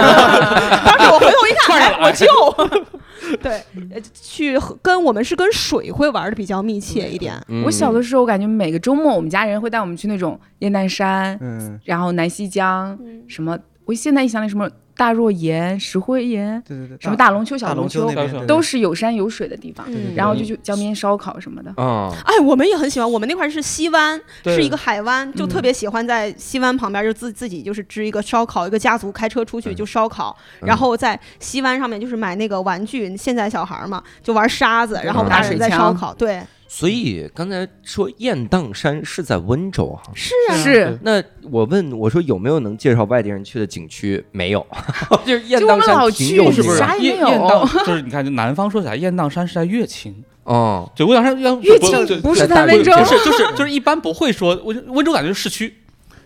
当时我回头一 看，
串上
哎，
了
我就 对，呃去和跟我们是跟水会玩的比较密切一点。
嗯
我小的时候，我感觉每个周末，我们家人会带我们去那种雁荡山，
嗯，
然后南溪江，
嗯
什么，我现在一想那什么大若岩、石灰岩，
对对对，
什么大龙丘、小
啊大龙
丘
丘那，边
都
对
都是有山有水的地方。
嗯
然后就去江边烧烤什么的，
嗯，
哎，我们也很喜欢，我们那块儿是西湾，
对
是一个海湾，就特别喜欢在西湾旁边，就自自己就是支一个烧烤，一个家族开车出去
嗯
就烧烤，
嗯
然后在西湾上面就是买那个玩具，现在小孩儿嘛就玩沙子，然后
嗯
大
打水
人在
枪
烧烤，对，
所以刚才说雁荡山是在温州哈、
是啊，
是，
那我问我说有没有能介绍外地人去的景区？没有， 就是雁
就我
荡
们
山
老
挺
去
有
不
名
是
是
的
不是
啥也
雁
没有
雁荡哎就是你看，就南方说起来，雁荡山是在乐清，
哦，
对，雁荡山要
乐
不
清
对
不
在
是
大
在
陆
温州
就，
是就是就是一般不会说温温州感觉是市区。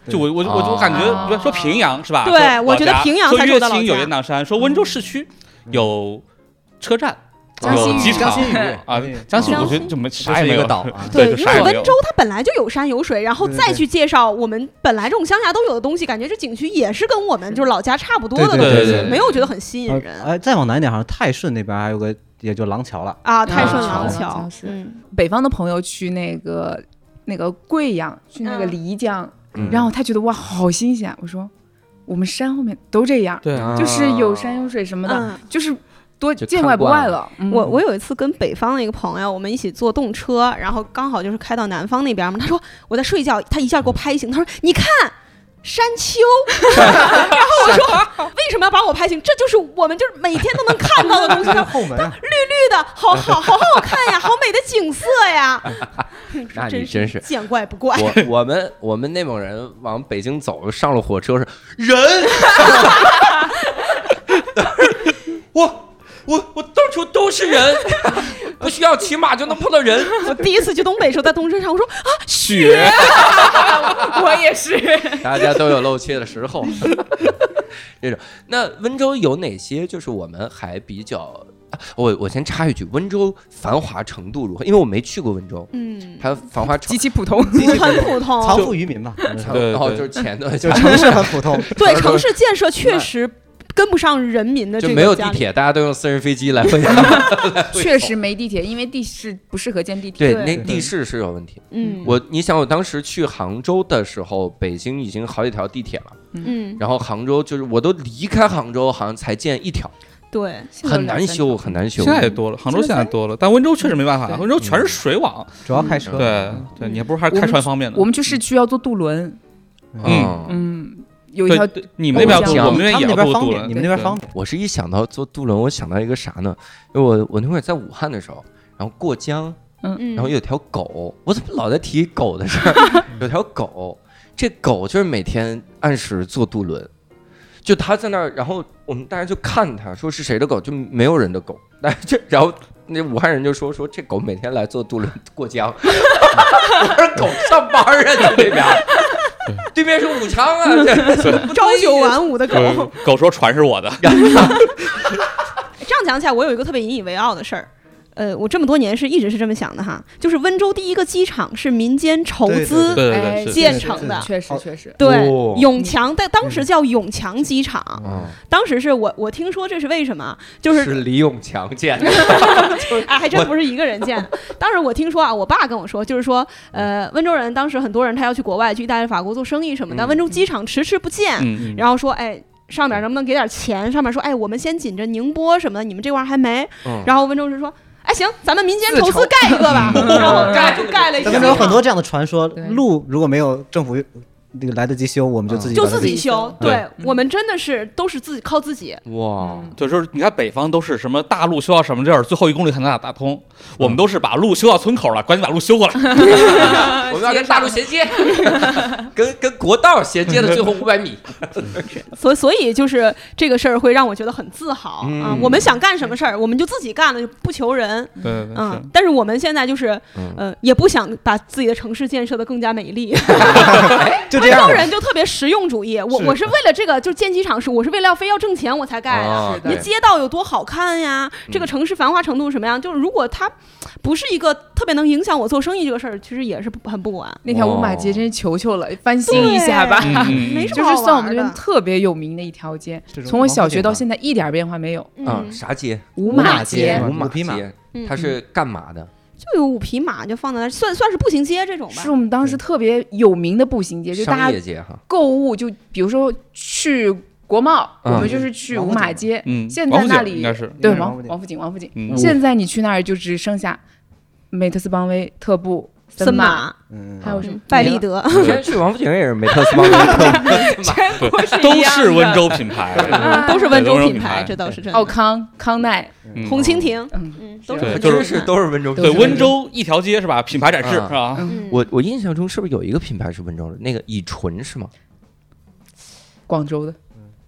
就我我就我就
哦
感觉，比如说平阳是吧？
对
说
我觉得
老家
平阳
说
才是
乐
我的老
清有
家
雁荡山，说温州市区有车站，
江
有
西
哦
机
屿
场
江西屿
啊
对，
江西屿
江
我觉
西
得就没
就
啥也
是
没
一
有
个岛，啊。
对就
因
啥也
为
没
温
有
州它本来就有山有水，然后
对对
再
对
去介绍我们本来这种乡下都有的东西，感觉这景区也是跟我们就是老家差不多的
对
东
对
西，
对对对
没有觉得很吸引人
呃哎，再往南一点，好像泰顺那边还有个也就廊桥了。
啊。泰
嗯
啊
顺
廊
廊
桥
桥，
是
嗯，
北方的朋友去那个那个贵阳，去那个
嗯
漓江，
嗯
然后他觉得哇好新鲜，我说我们山后面都这样，
对
啊
就是有山有水什么的，
嗯
就是多
就
见
看
怪不
惯
怪
了
了。嗯
我我有一次跟北方的一个朋友，我们一起坐动车，然后刚好就是开到南方那边嘛。他说我在睡觉，他一下给我拍醒，他说你看。山 丘，然后我说为什么要把我拍醒？这就是我们就是每天都能看到的 东西，绿
后门啊，
的，好好好好看呀，好美的景色 呀。
那你真
真
是
见怪不怪。
我我们我们内蒙人往北京走，上了火车是人， 我我我到处都是人，不需要骑马就能碰到人，
我第一次去东北的时候，在东车上，我说啊，
雪，
我也是，
大家都有露怯的时候。 这种，那温州有哪些就是我们还比较？啊我我先插一句，温州繁华程度如何？因为我没去过温州，
嗯，
它繁华程
极其普通。
很普
藏
通。
富于民吧，可能是
度，
对
然后
对
就是前段
就城市很普通。
对城市建设确实跟不上人民的这
就
个
没有地
家里，
铁，大家都用私人飞机来分享。
确实没地铁，因为地市不适合建地铁。
对，
对
那地势是有问题。
嗯，
我，你想，我当时去杭州的时候，北京已经好几条地铁了，
嗯，
然后杭州就是我都离开杭州，好像才建一条，
对，
现在有
很
两
难
三
修，
条
很难修
现。在也多了，杭州现在多了，但温州确实没办法，温州全是水网，
主要开 车。
对对，你还不如还是开船方便呢
我。们去市区要坐渡轮，
嗯，
嗯，有一条
对，对你们那边要
江
渡，我们那
他
边
们
也要
那边
渡
方
渡
便，
了
你。们那边方便。
我是一想到坐渡轮，我想到一个啥呢？因为我我那会儿在武汉的时候，然后过江，
嗯，
然后有条狗，我怎么老在提狗的事 儿？有条狗，这狗就是每天按时坐渡轮，就它在那儿，然后我们大家就看它，说是谁的狗，就没有人的狗， 那这然后那武汉人就说说这狗每天来坐渡轮过江， 我说狗上班啊，你这边儿。对面是武昌 啊，这
朝九晚五的狗。
狗 狗说船是我的，
这样讲起来，我有一个特别引以为傲的事儿。呃，我这么多年是一直是这么想的哈，就是温州第一个机场是民间筹资
对对
哎
对嗯是，
建成的，
确实确实，
对
哦
永强，但当时叫永强机场，
嗯，
哦
当时是我我听说这是为什么，就是
李永强建的，
哎，还真不是一个人 建的。当时我听说啊，我爸跟我说，就是说，呃，温州人当时很多人他要去国外去意大利、法国做生意什么的，
嗯
温州机场迟迟不建，
嗯，
然后说，哎。上面能不能给点钱？上面说，哎，我们先紧着宁波什么的，你们这块儿还没。
嗯
然后温州人说，哎，行，咱们民间
自
筹
筹
资盖一个吧。然后盖就盖了一个
咱们
机
有很
场
多这样的传说，
对
路如果没有政府那个来得及修，我们就自
嗯
己嗯
就
把它
自己修。
对
对我们真的是都是自己靠自己。
哇，
嗯
对，就是你看北方都是什么大路修到什么地儿，最后一公里才能打打通，我们都是把路修到村口了，赶紧把路修过来。
呃
我们要跟大陆衔接，跟跟国道衔接的最后五百 米。
所所以就是这个事儿会让我觉得很自豪、啊！
嗯
我们想干什么事儿，我们就自己干了，就不求人。
对对对，是
嗯，但是我们现在就是
嗯，
呃，也不想把自己的城市建设的更加美丽。
就
温
这
州
样吧。
人就特别实用主义，我
是
我是为了这个，就是建机场是我是为了要非要挣钱我才盖的。
啊
是的
你
对
的街道有多好看呀？这个城市繁华程度什么样？就是如果它不是一个特别能影响我做生意这个事儿，其实也是不很不管。
那条
哇
五马街真是求求了，翻新一下吧。
对
嗯嗯
没
嗯
什
就
么好
是算我
玩
们这边
的
特别有名的一条街，
这种
从我小学到
王府
现在一点变化没有。
嗯，
啊，啥街？
五
马
马
街
街
嗯
五马
五匹马
街，
嗯
它是干嘛的？
就有五匹马就放在那儿，算算是步行街这种吧
是。我们当时特别有名的步行街，就
商
大
业
家
街哈。
购物就比如说去国贸，
嗯
我们就是去五马街。
嗯，
现在
王府
那
井
里
应该是
对
嗯王
王
府井
哦
王府井，王府井。
嗯
现在你去那儿就只剩下美特斯邦威、特步、
森
马，
马、
嗯，
还有什么
拜利？德，
以前去王府井也是美特斯邦威 特
对都是温州品 牌，
啊
都是温州品
牌
牌，这倒是真
奥
的。
康、康奈，
嗯
红哦蜻蜓，
嗯，
嗯，都
对
是
就是
真是都是温州。
对
都是
温州一条街是吧？品牌展示
啊
是吧？
嗯
我我印象中是不是有一个品牌是温州的？那个乙醇是吗？
广州的。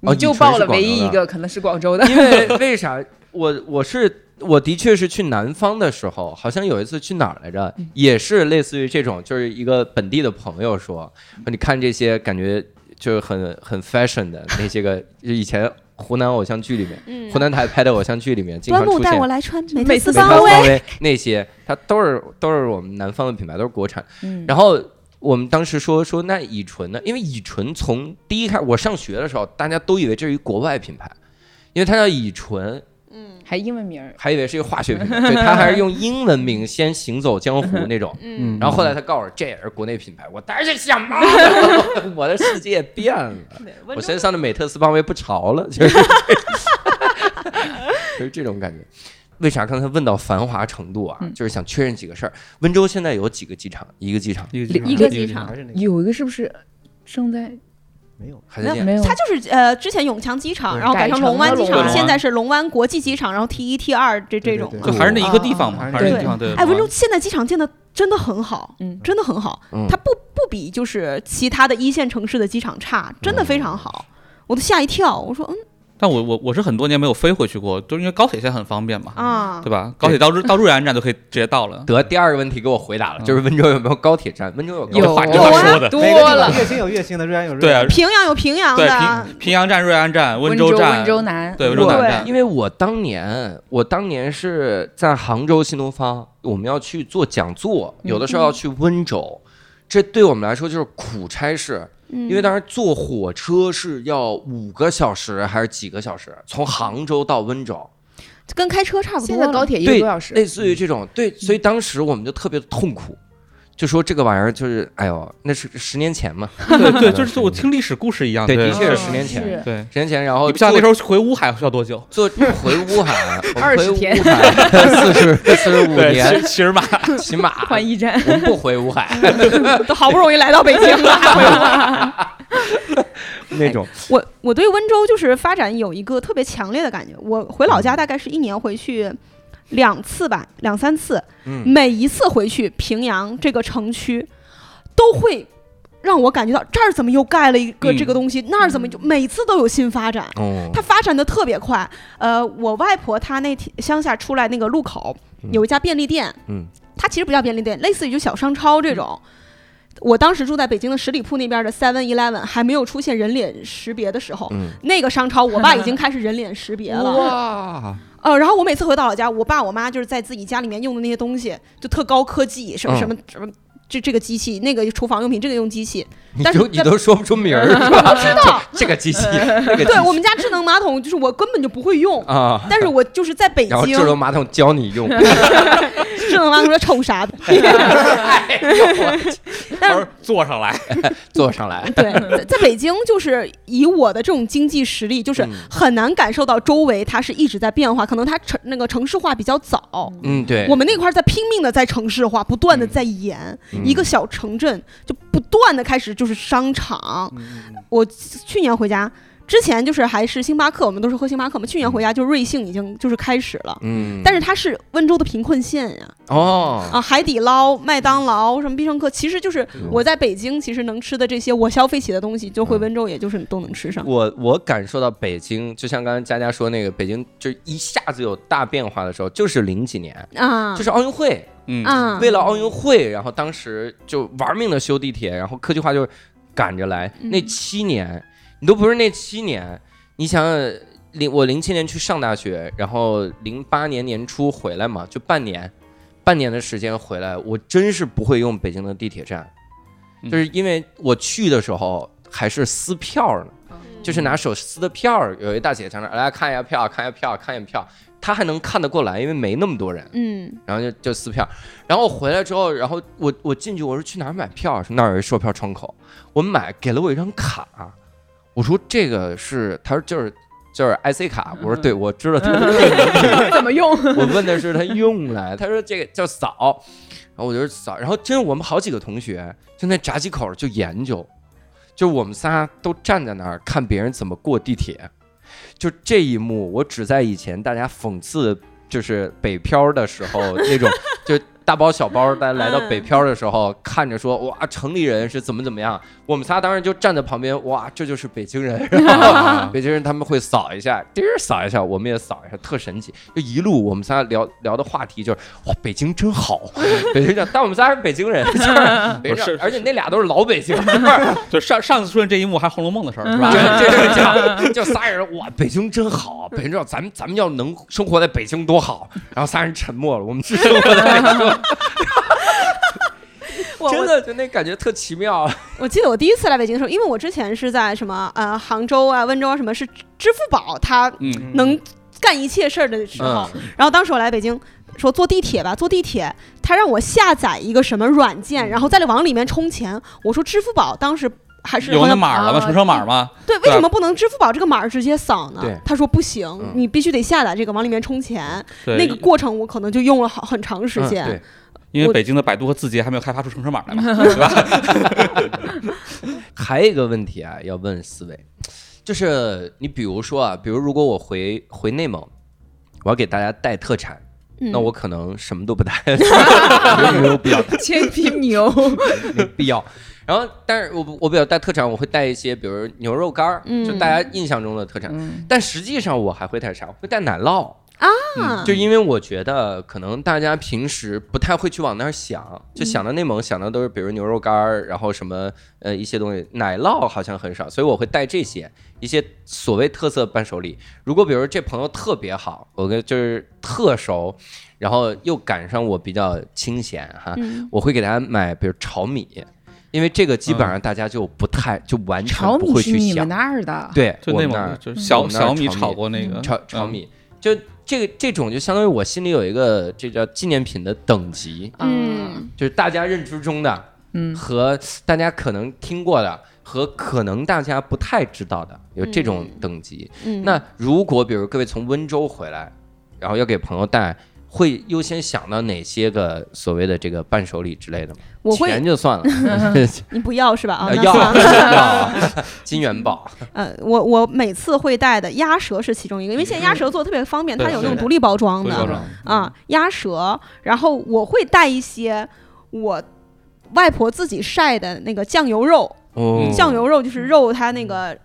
哦
你就报了唯
你纯是
一
广州的
一个可能是广州的，
因为为啥？我我是我的确是去南方的时候，好像有一次去哪儿来着，也是类似于这种，就是一个本地的朋友说，说你看这些感觉就是很很 fashion 的那些个，就以前湖南偶像剧里面，
嗯
湖南台拍的偶像剧里面经
端
常
木
出
带我
现。
来穿美
美
特斯
特斯
邦威，
威那些，它都是都是我们南方的品牌，都是国产。
嗯
然后我们当时说说那乙醇呢，因为乙醇从第一开我上学的时候，大家都以为这是一国外品牌，因为它叫乙醇，
嗯
还英文名儿，
还以为是一个化学品牌，对，它还是用英文名先行走江湖那种。
嗯
然后后来他告诉我这也是国内品牌，我当时就想妈的， 我的世界变了，我身上的美特斯邦威不潮了，就是就是这种感觉。为啥刚才问到繁华程度啊？
嗯
就是想确认几个事儿。温州现在有几个机场？一个机场，
一
一个机
还
场
是那个
有一个是不是正在
没有
还在建
没有？
它就是呃，之前永强机场，
对
然后改成龙湾机
改成
场，
了
现在是龙湾国际机场，然后 T 一 T 二这这种
对对
就
了。
还是那一个地方
啊
嘛，
哦
还是那地方。对，
哎，温州现在机场建的真的很好，
嗯
真的很好，
嗯
它不不比就是其他的一线城市的机场差，真的非常好，我都吓一跳，我说嗯
但我我我是很多年没有飞回去过，就是因为高铁现在很方便嘛，
啊
对，吧？高铁到日到日安站就可以直接到了。
得第二个问题给我回答了，就是温州有没有高铁站？温州有高铁
有
话这
有
话
啊
说的
多
每个地方
了，
乐清有乐清的，瑞安有瑞
对啊
安的。
平阳有平阳
对，
的，
平平阳站、瑞安站、温
温州
站
温，州南，
对温
我
州南站，
因为我当年，我当年是在杭州新东方，我们要去做讲座，有的时候要去温州，这对我们来说就是苦差事。
因
因为当时坐火车是要五个小时还是几个小时，从杭州到温州，
跟开车差不多。
哦现在高铁一个
对，
多小时，
类似于这种，对，所以当时我们就特别痛苦，就说这个玩意儿就是，哎呦，那是十年前嘛，
对对，就是我听历史故事一样，
对，
对，
的确是
嗯
十年
哦
前，
是
对。
十年前，然后
你不像那时
候
候回乌海需要多久？
坐回乌海，我们
20
回
天
乌海四十四十五
对，
年
骑骑 着马，
起码，
换驿站。
我们不回乌海
都好不容易来到北京了，还回我
那种，
我我对温州就是发展有一个特别强烈的感觉。我回老家大概是一年回去两次吧，两三次，
嗯，
每一次回去平阳这个城区都会。让我感觉到这儿怎么又盖了一个
嗯
这个东西，那儿怎么就每次都有新发展，
哦
它，发展的特别快。呃，我外婆她那天乡下出来那个路口
嗯
有一家便利店，
嗯，
它其实不叫便利店，类似于就小商超这种。我当时住在北京的十里铺那边的 Seven Eleven 还没有出现人脸识别的时候，
嗯，
那个商超我爸已经开始人脸识别了。
哇，
呃，然后我每次回到老家，我爸我妈就是在自己家里面用的那些东西就特高科技，什
嗯
么什么什么。这这个机器，那个厨房用品，这个用机器，
你
但是
都你都说不出 名儿，是
我
吧？。
知道呃
这个机器，这个机
对
器
我们家智能马桶，就是我根本就不会用，
啊，
但是我就是在北京，
然后智能马桶教你 用，
智能马桶说臭傻逼，但是
坐上来，
坐上来，
对，在在北京就是以我的这种经济实力，就是
嗯
很难感受到周围它是一直在变化，可能它城那个城市化比较早。
嗯，对，
我们那块儿在拼命的在城市化，不断的在延、
嗯
一个小城镇，就不断的开始就是商场。
嗯
我去年回家之前就是还是星巴克，我们都是喝星巴克嘛。去年回家就瑞幸已经就是开始了，
嗯，
但是它是温州的贫困县呀、
哦，
啊，海底捞、麦当劳、什么必胜客，其实就是
嗯
我在北京，其实能吃的这些我消费起的东西，就回温州也就是都能吃上。
我我感受到北京，就像刚才佳佳说那个，北京就一下子有大变化的时候，就是零几年，
啊
就是奥运会，
嗯，
啊，
为了奥运会，然后当时就玩命的修地铁，然后科技化就是赶着来。
嗯
那七年，你都不是那七年，你想想。零我零七年去上大学，然后零八年年初回来嘛，就半年，半年的时间回来，我真是不会用北京的地铁站，
嗯
就是因为我去的时候还是撕票
嗯
呢，就是拿手撕的票儿，有一大姐在那儿来看一下票，看一下票，看一下票，她还能看得过来，因为没那么多人，
嗯
然后就就撕票，然后回来之后，然后我我进去，我说去哪儿买票啊？说那儿有一售票窗口，我买给了我一张卡，我说这个是，他说就是就是 IC 卡，我说 对，我知道他
怎么用？
我问的是他用来，他说这个叫扫，然后我就扫，然后真是我们好几个同学就在闸机口就研究，就我们仨都站在那儿看别人怎么过地铁，就这一幕，我只在以前大家讽刺就是北漂的时候那种，就大包小包大家来到北漂的时候，看着说哇城里人是怎么怎么样，我们仨当时就站在旁边，哇这就是北京人，然后北京人他们会扫一下，滴儿扫一下，我们也扫一下，特神奇，就一路我们仨聊聊的话题就是哇北京真 好，北京人，但我们仨是北 京人，就是北京
不是
人，而且那俩都是老北 京人。
就上上次出现这一幕还是《红楼梦》的事
嗯
儿，是吧？
这这就是讲，就仨人哇，北京真好，北京知道咱们咱们要能生活在北京多好。然后仨人沉默了，我们是生活在 北京，
我
真
我
的就那感觉特奇妙。
我记得我第一次来北京的时候，因为我之前是在什么呃杭州啊、温州啊什么，是支付宝它
嗯，
能干一切事儿的时候。
嗯
然后当时我来北京，说坐地铁吧，坐地铁，他让我下载一个什么软件，然后再往里面充钱。我说支付宝当时还是
有
好
那
像
码儿了吗？
啊
什么时候码儿吗？
对，为什么不能支付宝这个码儿直接扫呢
对？
他说不行，
嗯
你必须得下载这个往里面充钱。
对，
那个过程我可能就用了好很长时间。
嗯对，
因为
我嗯
北京的百度和字节还没有开发出乘车码来嘛，对吧？
还有一个问题啊，要问四位，就是你比如说啊，比如如果我回回内蒙，我要给大家带特产，
嗯、
那我可能什么都不带，
千匹牛，
没必要。然后，但是我不我比较带特产，我会带一些，比如牛肉干儿，
嗯
就大家印象中的特产。
嗯
但实际上我还会带啥？我会带奶酪。
啊
就因为我觉得可能大家平时不太会去往那儿想，就想到内蒙想到都是比如牛肉干儿，然后什么呃一些东西，奶酪好像很少，所以我会带这些一些所谓特色伴手礼。如果比如这朋友特别好，我跟就是特熟，然后又赶上我比较清闲哈，
嗯
我会给大家买比如炒米。因为这个基本上大家就不太就完全
炒
不
米
会
是
去
你
想
们。那儿的，
对，
就
我
内
们
蒙
那
的，
儿
嗯
就是
我
小
们那儿
小米
炒
炒
米
过那个
炒炒米，就这个这种就相当于我心里有一个这叫纪念品的等级，
啊
嗯
就是大家认知中的
嗯，
和大家可能听过的和可能大家不太知道的有这种等级。
嗯，
那如果比如各位从温州回来，然后要给朋友带，会优先想到哪些个所谓的这个伴手礼之类的吗？
我
钱
会
就 算了，
你不要是吧？啊，
呃
那
要
算了
要金元宝，
呃，我我每次会带的鸭舌是其中一个，因为现在鸭舌做的特别方便，
对
它有那种
是
独立包装
不包
的
装。
啊，鸭舌。然后我会带一些我外婆自己晒的那个酱油肉，
哦
酱油肉就是肉它那个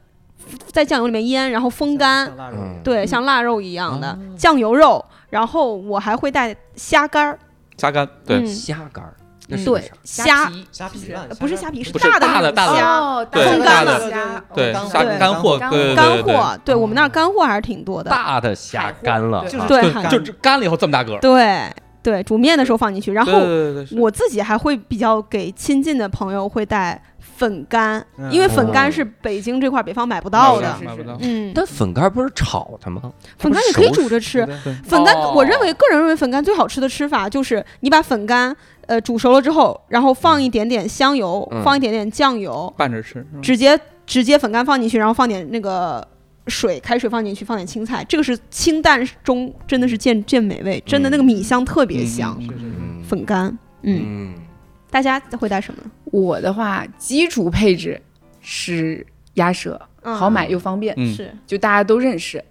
在酱油里面腌，然后风干，
像腊肉一样
嗯，
对，像腊肉一样的
哦
酱油肉。然后我还会带虾干儿，
加干对。
嗯
虾干儿，那是
对
啥
虾。
皮
虾皮吧
呃不是虾皮，是
不是
的
大
那
的
种
大的
虾，
哦，
对
风
大
的
的
虾
哦
对，
干
虾
货
干货，
干货
对对
干
对
货。对我们那儿干货还是挺多的。
大的虾干了，啊
就是
对
对，
海
就就干了以后这么大个儿。
对对，煮面的时候放进去，然
对
后
对对对是
我自己还会比较给亲近的朋友会带粉干，
嗯
因为
哦
粉干是北京这块儿北方买不到
买
的
不。买不到。
嗯，
但粉干不是炒的吗？
粉干也可以
熟
煮着吃。
对
粉干，
哦
我认为个人认为粉干最好吃的吃法就是你把粉干呃煮熟了之后，然后放一点点香油，
嗯
放一点点酱油，
拌着吃，是吧
直接直接粉干放进去，然后放点那个。水开水放进去，放点青菜，这个是清淡中真的是见见美味，真的
嗯
那个米香特别
嗯
香。
嗯嗯
嗯
粉干，嗯，
嗯，
大家会带什么？
我的话，基础配置是鸭舌，
嗯
好买又方便，
嗯
是
就大家都认识。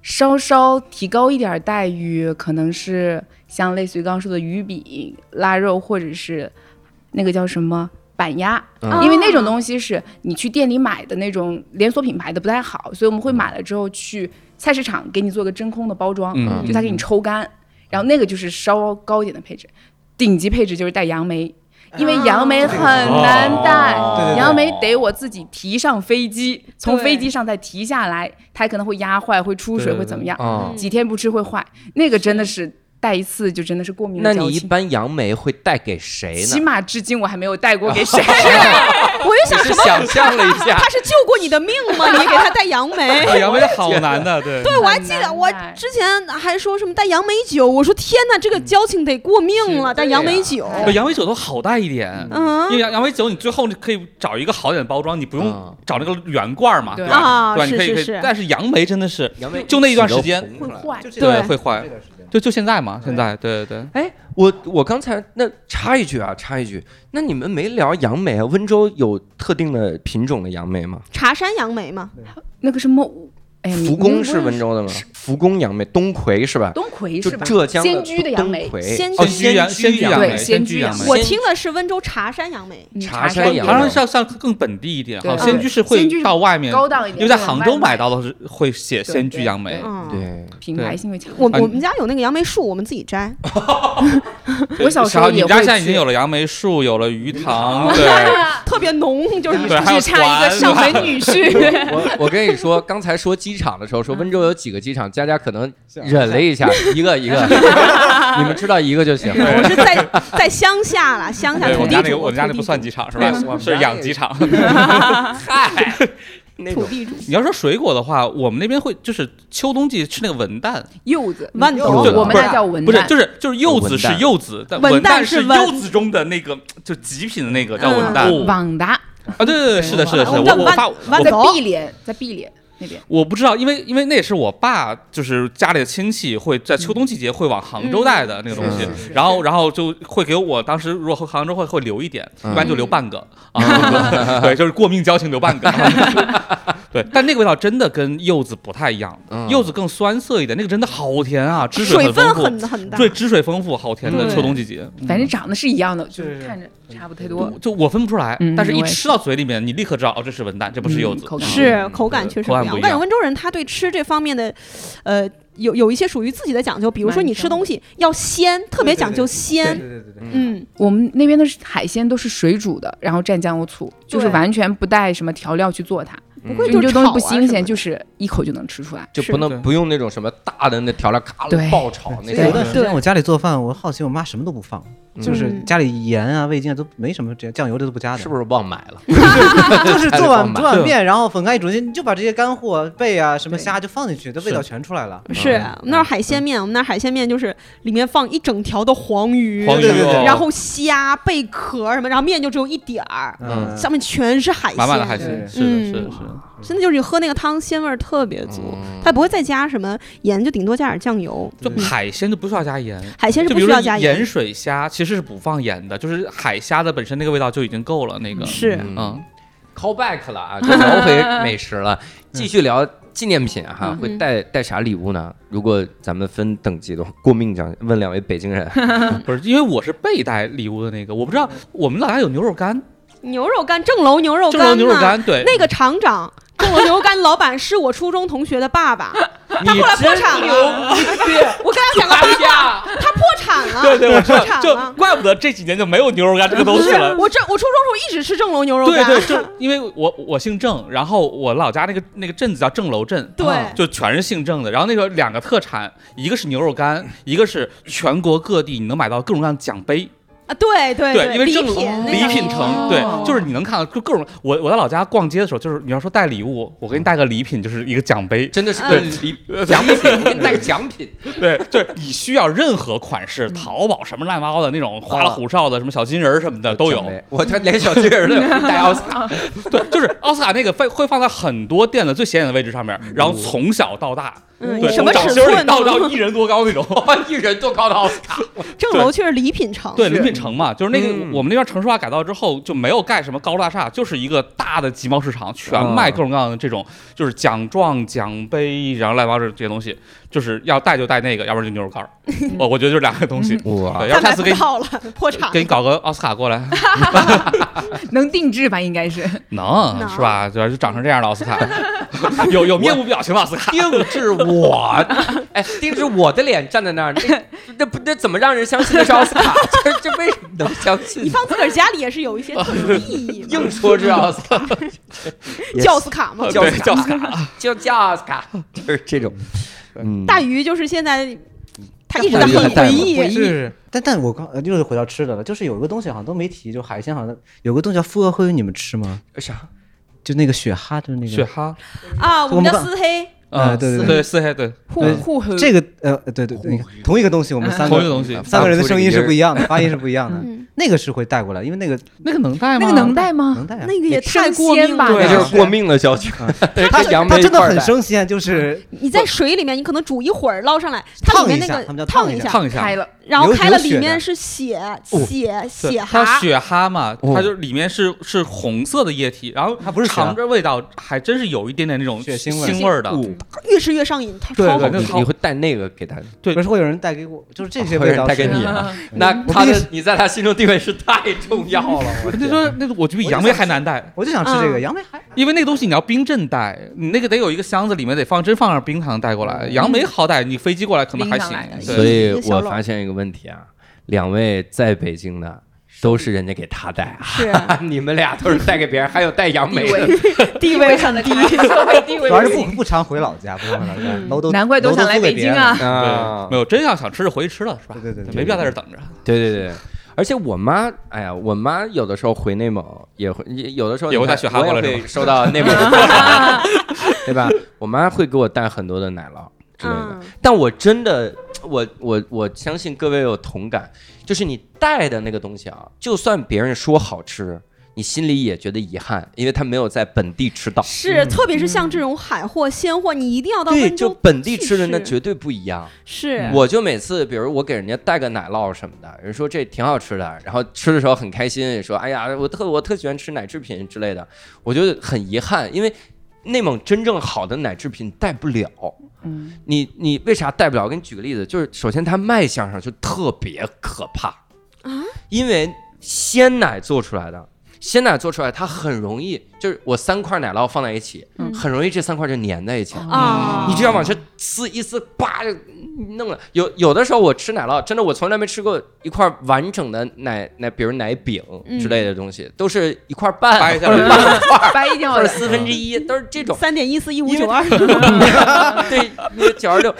稍稍提高一点儿待遇，可能是像类似于刚刚说的鱼饼、腊肉，或者是那个叫什么板鸭，
啊
嗯
因为那种东西是你去店里买的那种连锁品牌的不太好，所以我们会买了之后去菜市场给你做个真空的包装，
嗯
就它给你抽干，然后那个就是稍高一点的配置，顶级配置就是带杨梅。因为杨梅很
哦
难带，
对对
杨梅得我自己提上飞机，从飞机上再提下来，它可能会压坏、会出水、
对对哦
会怎么样？
啊，
几天不吃会坏，那个真的是带一次就真的是过敏
那
的交
你一
情。
般杨梅会带给谁
起
呢？
码至今我还没有带
哦
过 给谁。
我又想
你
什
是
么？
想象了一下，
他是救过你的命吗？你给他带杨 梅？
哎杨梅好难的，对，
哎对，我还记得
很
我
难带
之前还说什么带杨梅酒，我说天哪，这个交情得过命了，
是
带杨梅酒。
嗯
对
对杨梅酒都好带一点。因为
嗯
杨杨梅酒，你最后你可以找一个好点的包装，你不
嗯
用找那个圆罐儿嘛，
对
对吧？
啊，
对吧，你
是
可以
是
可以。
是，
但是杨梅真的是，
杨梅
就那一段时间
起都红出来了
坏
就这
对
段
会坏
这段时间
就就现在嘛，现
对
在，对对
哎，我我刚才那插一句啊，插一句，那你们没聊杨梅啊？温州有特定的品种的杨梅吗？
茶山杨梅嘛，
那个什么，哎，你
福
你
工
不
是温州的吗？福工杨梅，东葵是吧？
东葵
就是
吧？
浙江
仙居的杨梅
东，葵
仙
对，
哦
居
居杨
仙
仙
居
居
杨
杨
梅
梅，
对
仙
仙
居
居
杨
杨
梅
梅，
我听的是温州茶山杨梅。
嗯
茶山
山
杨梅
当然是要像更本地一点，好
对
像仙居是
仙
会
居是
到外面，
高档一
因
点，
为在杭州买
到
到的是会写
对
仙居
对
杨梅
对，
嗯，
对，
品牌性会强。
我
啊
我们家有那个杨梅树，我们自己 摘。
我小时候
你
也
们家
会
现在已
去
经有了杨梅树，有了鱼塘，对
特别浓，就是
对，还有
只差一个
船
上门 女婿。
我我跟你说，刚才说机场的时候，说温州有几个机场，佳佳可能忍了一下，一个一个，你们知道一个就行。
我是在在乡下啦，乡下
对，我
土
们
地
家那个
主，
我们家那
土地
不算机场是
对我
吧？
们家
是
那
养
个
鸡场。
嗨，那
土
种
地主。
你要说水果的话，我们那边会就是秋冬季吃那个文旦，
柚子，嗯
豌豆
柚子
我们
不
那
是
叫文
不是
旦，
就是就是柚子
文
是
旦
柚子，但
文
文
旦是
是
文
柚子中的那个就极品的那个叫文旦
嗯
网达
啊，对对对，是的是的是
我
的，
们叫
我我
豌
发
豌
在
豆
碧莲，在碧莲那边。
我不知道，因为因为那也是我爸，就是家里的亲戚会在秋冬季节会往杭州带的那个东西
嗯，
然后然后就会给我当时如果回杭州会会留一点，
嗯
一般就留半个 啊，对，就是过命交情留半个。对，但那个味道真的跟柚子不太一样
嗯，
柚子更酸涩一点，那个真的好甜啊，汁
水
丰
分
富，
很很大，
对，汁水丰富，好甜的
对
秋冬季节。
反正长得是一样的，
嗯
就是是看着差不太多。
就我分不出来
嗯，
但是一
我也是
吃到嘴里面，你立刻知道哦，这是文旦，这不是柚子
嗯口。感
是
嗯
口感确实
口
不一
感
样。
不
我
一
感觉
样
温州人他对吃这方面的，呃，有有一些属于自己的讲究，比如说
蛮
你
香
吃东
的
西要鲜，特别
对对
讲究
对对
鲜。
对对对对，
嗯，
我们那边的海鲜都是水煮的，然后蘸酱油醋，就是
对
完全不带什么调料去做它，
不会
就你
就
这
是
个东西
炒
不
啊什
新鲜，
么的
就是一口就能吃出来。
嗯就不能不用那种什么大的那调料，咔
对
爆炒
所
那
以有
种
段。时间我家里做饭，我好奇我妈什么都不放，就是
嗯
家里盐啊、味精啊都没什么，这酱油这都不加的，
是不是忘买了？
就是
家
做
里放
碗
满
做碗面，然后粉干一煮进，你就把这些干货贝啊、什么虾就放进去，这味道全出来了。
是
啊
我
嗯
们那儿海鲜面，我们那儿海鲜面就是里面放一整条的黄鱼，
黄鱼
对对对
肉
然后虾、贝壳什么，然后面就只有一点儿，
嗯
上面全是海鲜，
满满的海鲜，
对
是的，是的，
嗯
是的。
真的就是你喝那个汤鲜味儿特别足，
嗯
它不会再加什么盐，就顶多加点酱油。嗯
就海鲜就不需要加盐，
海鲜是
就
不
比
需
如
要
说
加
盐水虾其实是不放盐的，就是海虾的本身那个味道就已经够了。那个，
是
嗯，
call back 了啊，就聊回美食了，继续聊纪念品哈，
嗯
会带带啥礼物呢？如果咱们分等级的话，过命讲问两位北京人，
不是因为我是被带礼物的那个，我不
嗯
知道我们老家有牛肉干，
牛肉干，正楼牛肉
郑
哦干嘛
州牛肉干，对，
那个厂长，正楼牛肉干老板是我初中同学的爸爸，
你
后来破
真
产了。啊我跟他讲个八卦，他破产了，
对对，我知
破
道，
产
就
了。
怪不得这几年就没有牛肉干这个东
不
西
是
了。
我这我初中时候一直吃正楼牛肉
对
干，
对，就因为我我姓郑，然后我老家那个那个镇子叫郑楼镇，
对
啊就全是姓郑的。然后那个两个特产，一个是牛肉干，一个是全国各地你能买到各种各样的奖杯，
啊对对
对，因为
礼
郑
品
礼
那哦
品
种
城，对，就是你能看到就各种。我我在老家逛街的时候，就是你要说带礼物，我给你带个礼品，就是一个奖 杯，
真的是个
对
礼奖品，给你带个奖品，
对，就是你需要任何款
嗯
式，淘宝什么乱七八糟的那种花里胡哨的，什么小金人儿什么的都有
奖。杯。我他连小金人都有带奥斯卡，
对，就是奥斯卡那个会会放在很多店的最显眼的位置上面，然后从小到大，
嗯
对，
什么
从
尺
掌心儿
寸
里到到
呢？
一人多高那种。
一人多高的奥斯卡，
正楼却是礼品
啊
城，
对，林品城嘛，就是那个
嗯
我们那边城市化改造之后就没有盖什么高楼大厦，就是一个大的集贸市场，全
嗯
卖各种各样的这种，就是奖状、奖杯，然后乱七八糟这些东西，就是要带就带那个，要不然就牛肉干 儿。我我觉得就是两个东
嗯
西。
哇
对，
他
要不下
买
次
不
给你
到了，破产
给你搞个奥斯卡过来，
能定制吧？应该是
能
能
是吧？主要是长成这样的奥斯卡，有有面部表情的奥斯卡。
定制我， 哎，定制我的脸站在那儿，那那不那怎么让人相信那是奥斯卡？ 这这为什么能相
你
信？
放自个儿家里也是有一些特殊意义嘛，
硬说这奥斯卡，
教斯卡嘛。
叫
对
叫卡，就叫奥斯卡，就是这种。嗯，
大鱼就是现在他一直
这
在
还
回
带吗
回忆，
是
但但我刚呃又回到吃的了，就是有一个东西好像都没提，就海鲜好像有个东西叫复合灰，你们吃吗？
啥？
就那个雪蛤，就是那个
雪蛤，
啊，我
我
们
们
叫
刚
四黑，
啊
嗯
对
四
对对
对，四黑对，
互
对
互合
这个呃对对对，同一个东西，我们三
同一个
个嗯
东西，
三个人的声音是不一
样。
样的，发音是不一样的
嗯。
那个是会带过来，因为那个
那个能带
那个能带吗？
能带啊。
那个也
吃
太
得过
鲜
命
吧
了
那
对
就是过命了，小姐。啊对，
它
跟杨梅
它真
一
的
块儿
很
带
生鲜，就是
你在水里面，你可能煮一会儿捞上来，它
烫
里面
一
那
下
个
他们叫
烫
烫一下
烫一下
开。了，
然后
流
开了
流血
里面
的
是血血
对
血
它
蛤，
雪蛤嘛，
哦
它就里面是是红色的液体，然后
哦它不是血啊
尝着味道还真是有一点点那种
血腥味
腥味儿的。
越吃越上瘾，它
对
超
对
好
那
你
好
你会带那个给他，
对
不是会有人带给我，就是这些
会有
味
人
道
带
是
给你啊。那
我
他
跟
的你在他心中地位是太重要 了。我
那说那个我觉得比杨梅还难带，
我就想吃这个
嗯
杨梅还
因为那个东西你要冰镇带，你那个得有一个箱子，里面得放真放上冰糖带过来。杨梅好歹你飞机过来可能还行
嗯冰上来的，
对
所以
一个
我
小笼
发现一个问题啊，两位在北京的都是人家给他带啊，
是
你们俩都是带给别人，还有带杨梅
地
的，
地位上的低，社会地位
主要是
不
不
行
不常回老家，不常回老家，楼都
难怪都
楼
想来
租给
北
别
京
人
啊
了。
啊
对，没，有真要想吃就回去吃了是吧？
对对对对
没必要在这儿等着。
对对对。而且我妈，哎呀，我妈有的时候回内蒙也会，也有的时候
也会
你看
带雪蛤
我也
过来是
会
吧
收到内蒙 的过来，对吧？我妈会给我带很多的奶酪之类的
嗯，
但我真的，我我我相信各位有同感，就是你带的那个东西啊，就算别人说好吃，你心里也觉得遗憾，因为他没有在本地吃到。
是，特别是像这种海货、鲜货，你一定要到
对，
温
就
州
本地吃的那
去吃
绝对不一样。
是
我就每次，比如我给人家带个奶酪什么的，人说这挺好吃的，然后吃的时候很开心，也说哎呀，我特我特喜欢吃奶制品之类的，我就很遗憾，因为内蒙真正好的奶制品带不了。
嗯，
你你为啥带不了？我给你举个例子，就是首先它卖相上就特别可怕
啊，
因为鲜奶做出来的。鲜奶做出来，它很容易，就是我三块奶酪放在一起，
嗯
很容易这三块就粘在一起。
啊，
嗯你就要往这撕一撕，叭就弄了。有有的时候我吃奶酪，真的我从来没吃过一块完整的奶奶，比如奶饼之类的东西，都是一块半
掰
或
下来
者半
掰掉
或者
了，
四分之一，都是这种。
三点一四一五
因为
九二，
对，那个九二六，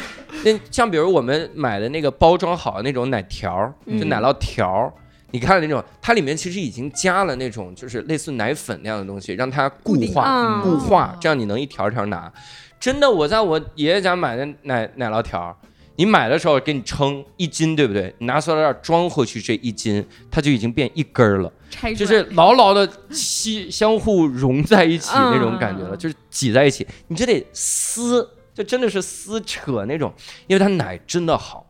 那像比如我们买的那个包装好的那种奶条儿，就
嗯
奶酪条儿，你看那种，它里面其实已经加了那种就是类似奶粉那样的东西，让它固
固定
化、
嗯
固化，这样你能一条一条拿。真的，我在我爷爷家买的奶奶酪条，你买的时候给你称一斤，对不对？你拿塑料袋装回去这一斤，它就已经变一根儿了，
拆
就
出来
是牢牢的吸相互融在一起那种感觉了，
嗯
就是挤在一起，你就得撕，就真的是撕扯那种，因为它奶真的好。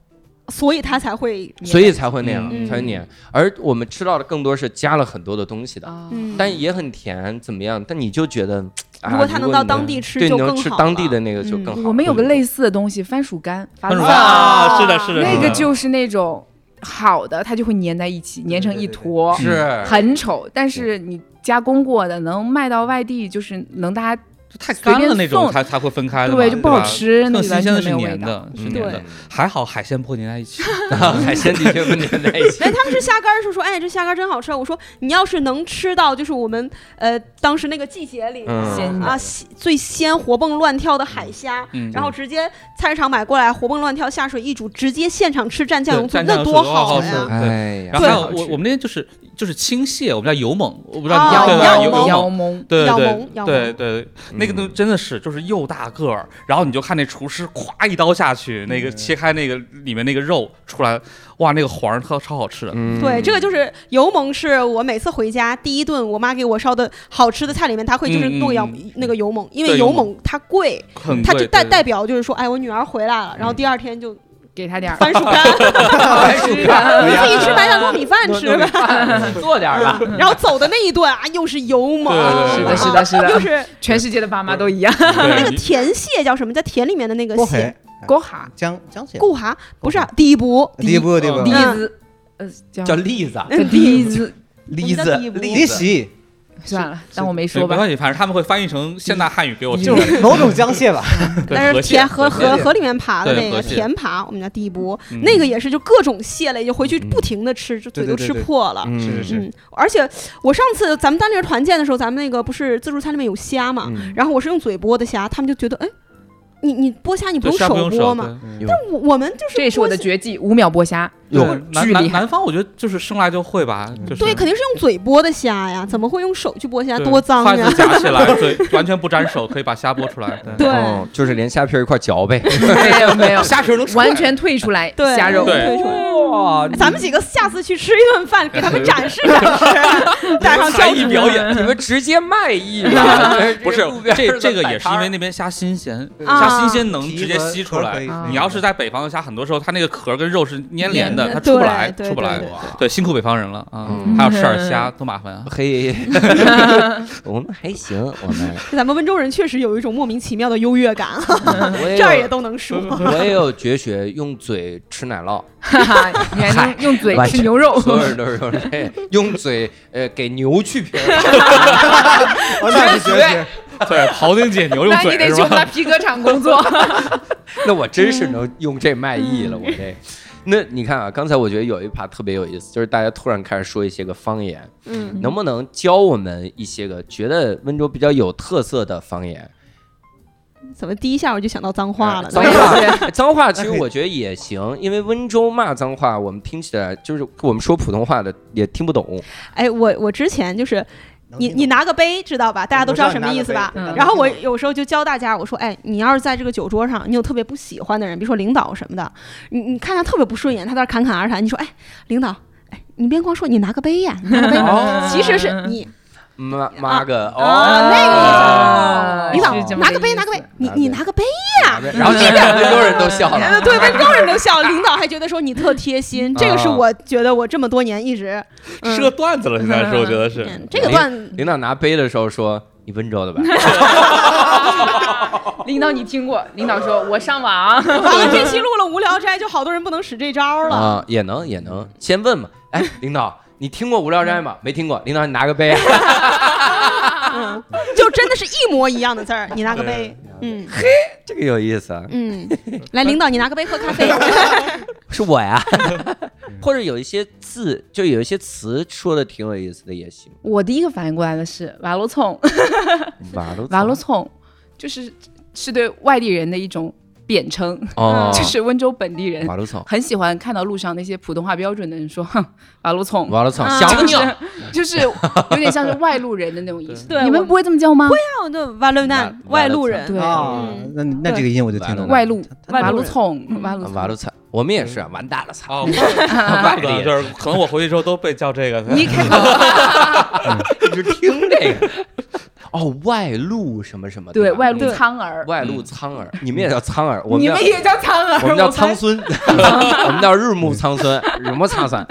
所以它才会
所以才会那样，
嗯
才会黏。而我们吃到的更多是加了很多的东西的，
啊，
嗯，
但也很甜，怎么样？但你就觉得，啊、
如果它能到
你
当地吃
对，你
就
能
更
吃
好
当地
了嗯
的那个就更好。
我们有个
对
类似的东西，番薯干，番
番薯
哇
干啊，是的，是的，
那
是
个
的
就是那种好的，它就会粘在一起，粘成一坨，
是
嗯
很丑。但是你加工过的，能卖到外地，就是能大家
太干了那
随便
种
送
才才会分开的嘛，
对就不好
吧。
吃，那
更
里
新
完
鲜的
全
是
没有味
粘
道。
的，是
对
粘的。还好海鲜不会粘在一 起。
海鲜的确不粘在 一起。
哎，他们吃虾干儿是说，哎，这虾干儿真好吃啊。我说，你要是能吃到，就是我们呃当时那个季节里、
嗯
鲜
啊西最鲜活蹦乱跳的海虾，
嗯，
然后直接菜市场买过来，活蹦乱跳，下水一煮，直接现场吃蘸酱油
对
醋
蘸，
那
酱
多
油醋多好
呀！
吃
哎呀，
然后还有
太好吃
我我们那天就是就是青蟹，我们叫油猛，我不知
哦
道你对吧？
腰
油
猛
油
妖
猛，
蒙，
对
腰
对
猛腰
对
猛
对，那个东
嗯
西真的是就是又大个儿，然后你就看那厨师咵一刀下去，那
嗯
个切开那个里面那个肉出来，哇，那个黄儿特超好吃的。
嗯
对，这个就是油蒙，是我每次回家第一顿我妈给我烧的好吃的菜里面，她会就是弄要
嗯嗯
那个油蒙，因
对
为
油
油
蒙
蒙它贵，
很
它
贵
就代
对嗯
代表就是说，哎，我女儿回来了，然后第二天就
给他点儿。
番薯 干，
番薯干
自己吃白菜糯米饭吃呗。
做点吧。
然后走的那一顿啊，又是油猛，
嗯对对对
啊
是的是的是的
又是
全世界的爸妈都一样。
对
那个甜蟹叫什么？在田里面的那个
锅
蟹
海，
锅哈
江江蟹，
固蛤不是啊第一步，
第一步第一步
栗
嗯
子，呃，叫
叫栗子，
叫栗子，
栗
我们叫
子
地，补
离席，
算了，当我没
对
说
没
吧。
关系，反正他们会翻译成现代汉语给我听。
就是某种江蟹吧，
嗯
对
但是
河蟹
田河
河蟹
河河里面爬的
对
那
河
个
蟹
田爬，我们叫地波，
嗯
那个也是就各种蟹类，就回去不停的吃，就嘴
对
都
对
吃
对对
破了。
嗯
是是是，
嗯，而且我上次咱们单人团建的时候，咱们那个不是自助餐里面有虾嘛，
嗯
然后我是用嘴剥的虾，他们就觉得，哎，你你剥虾你不用
对虾
手
不用
剥
手
吗？
对
我我们就是
这也是我的
剥
绝技，五秒剥虾。
对
有
南
距
南
离
南方，我觉得就是生来就会吧，就
嗯
是
对，肯定是用嘴剥的虾呀，怎么会用手去剥虾？
对
多脏
筷
呀
子！夹 起来，对，完全不沾手，可以把虾剥出 来。对
对
哦，就是连虾皮儿一块儿嚼呗。
没有没有，
虾皮儿能出来
完全退出来
对，
虾肉。
对
退出来
哇
哎咱们几个下次去吃一顿饭，给他们展示展示，带上
才
教
艺
主
表演。
你们直接卖 艺吧？
不是
路边儿
哎这
的
这个
摆
也是
摊
因
儿
为那边虾新鲜，
啊
虾新鲜能
皮
直接
和
吸出
壳
来
可。以
啊
你要是在北方的虾，很多时候它那个壳跟肉是粘连的，
粘的
它出不来，
对
出不来
对对。
对，辛苦北方人了啊
嗯！
还有吃点虾，多麻烦啊！
嘿， 我们还行，我们
咱们温州人确实有一种莫名其妙的优越感，啊
我
这儿
有
也都能说。
我也有绝学，用嘴吃奶酪，
哈哈，你还能用嘴吃牛肉，
所有人都是 用这用嘴呃给牛去评，
哦那是绝学，
对，庖丁解牛用
那你
嘴
得去
是
我们
吧
那？皮革厂工作。
那我真是能用这卖艺了，我这。那你看啊，刚才我觉得有一趴特别有意思，就是大家突然开始说一些个方言，
嗯，
能不能教我们一些个觉得温州比较有特色的方言？
怎么第一下我就想到脏话了
哎脏
呢？
话，脏话，其实我觉得也行，因为温州骂脏话，我们听起来就是我们说普通话的也听不懂。
哎，我我之前就是
能
你
听
你
懂
拿个杯，知道吧？大家都知道什么意思吧
我知
嗯
道你拿？个杯
然后我有时候就教大家，我说，哎，你要是在这个酒桌上，你有特别不喜欢的人，比如说领导什么的，你你看他特别不顺眼，他在那侃侃而谈，你说，哎，领导，哎，你别光说你拿个杯呀，你拿个杯吧，其实是你
妈妈个哎哦，
啊，那
啊
个意思，
是这
领导
么
拿个杯，
个意思
拿个杯，你
拿个
你拿个杯呀。
然后这两温州人都笑 了。
对，温州人都笑，领导还觉得说你特贴心，这个是我觉得我这么多年一直，嗯
是个段子了，现在是我觉得是。
嗯这个段
领导拿杯的时候说：“你温州的吧
领导，你听过？领导说，我上网。
完了，这期录了《无聊斋》，就好多人不能使这招？”了。
啊，也能也能，先问嘛。哎，领导，你听过《无聊斋》吗？没听过，领导你拿个杯。
嗯，就真的是一模一样的字儿，你拿个杯，嗯
这个有意思啊，
嗯，来，领导，你拿个杯喝咖啡，
是我呀。 或者有一些字，就有一些词说的挺有意思的也行。
我第一个反应过来的是瓦罗葱，
瓦罗
瓦罗葱就是是对外地人的一种贬称，
哦，
就是温州本地人
瓦路草，
很喜欢看到路上那些普通话标准的人说哼瓦路葱，
瓦路草，
啊
想
就
你了
是就是有点像是外路人的那种意 思。
对
你
我啊
们不会这么叫吗？
那我就外路难
外
外路
路
人，
对，
啊
嗯，
那那这个音我就听懂了。
外路
外路
瓦路
人
葱，瓦路
瓦啊路
葱。
草，我们也是啊完蛋了，操，
哦，
外
怪不得
地
就是可能我回去之后都被叫这个。
你开头
一直听这个，哦，外路什么什么，
对
吧
外路
嗯
苍耳，
外路苍耳，你们也叫苍耳，我们
你
叫
们也叫苍耳，
我们叫
才
苍孙， 我们叫日暮苍孙，日暮苍孙，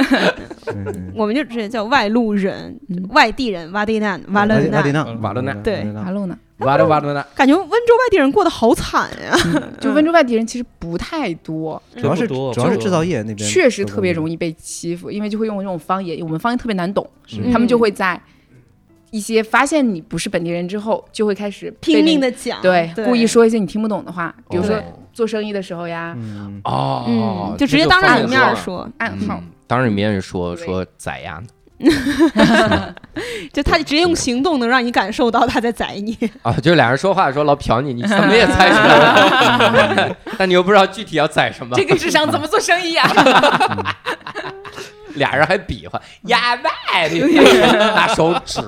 嗯
我们就直接叫外路人
嗯、
外地人、瓦地难、瓦勒
瓦迪
难。
纳，
瓦勒纳
对
马路呢？
瓦鲁瓦鲁纳，
感觉温州外地人过得好惨呀！嗯
就温州外地人其实不太多，
主
主要是主要是制造业那边
确实特别容
易。
易被欺负，因为就会用这种方言，我们方言特别难懂，
嗯
他们就会在一些发现你不是本地人之后，就会开始
拼命
的
的
啊
讲，
对
对
故意说一些你听不懂的话，比如说
哦
做生意的时候呀，
嗯，
哦
嗯，，就直接当着你面
儿
儿，说，
暗号
嗯，当着你面儿说
对
说宰呀，
就他直接用行动能让你感受到他在宰你。
啊，就是俩人说话的时候老瞟你，你怎么也猜出来了， 但你又不知道具体要宰什么，
这个智商怎么做生 意啊？
俩人还比划
嗯
呀外 地，拿手指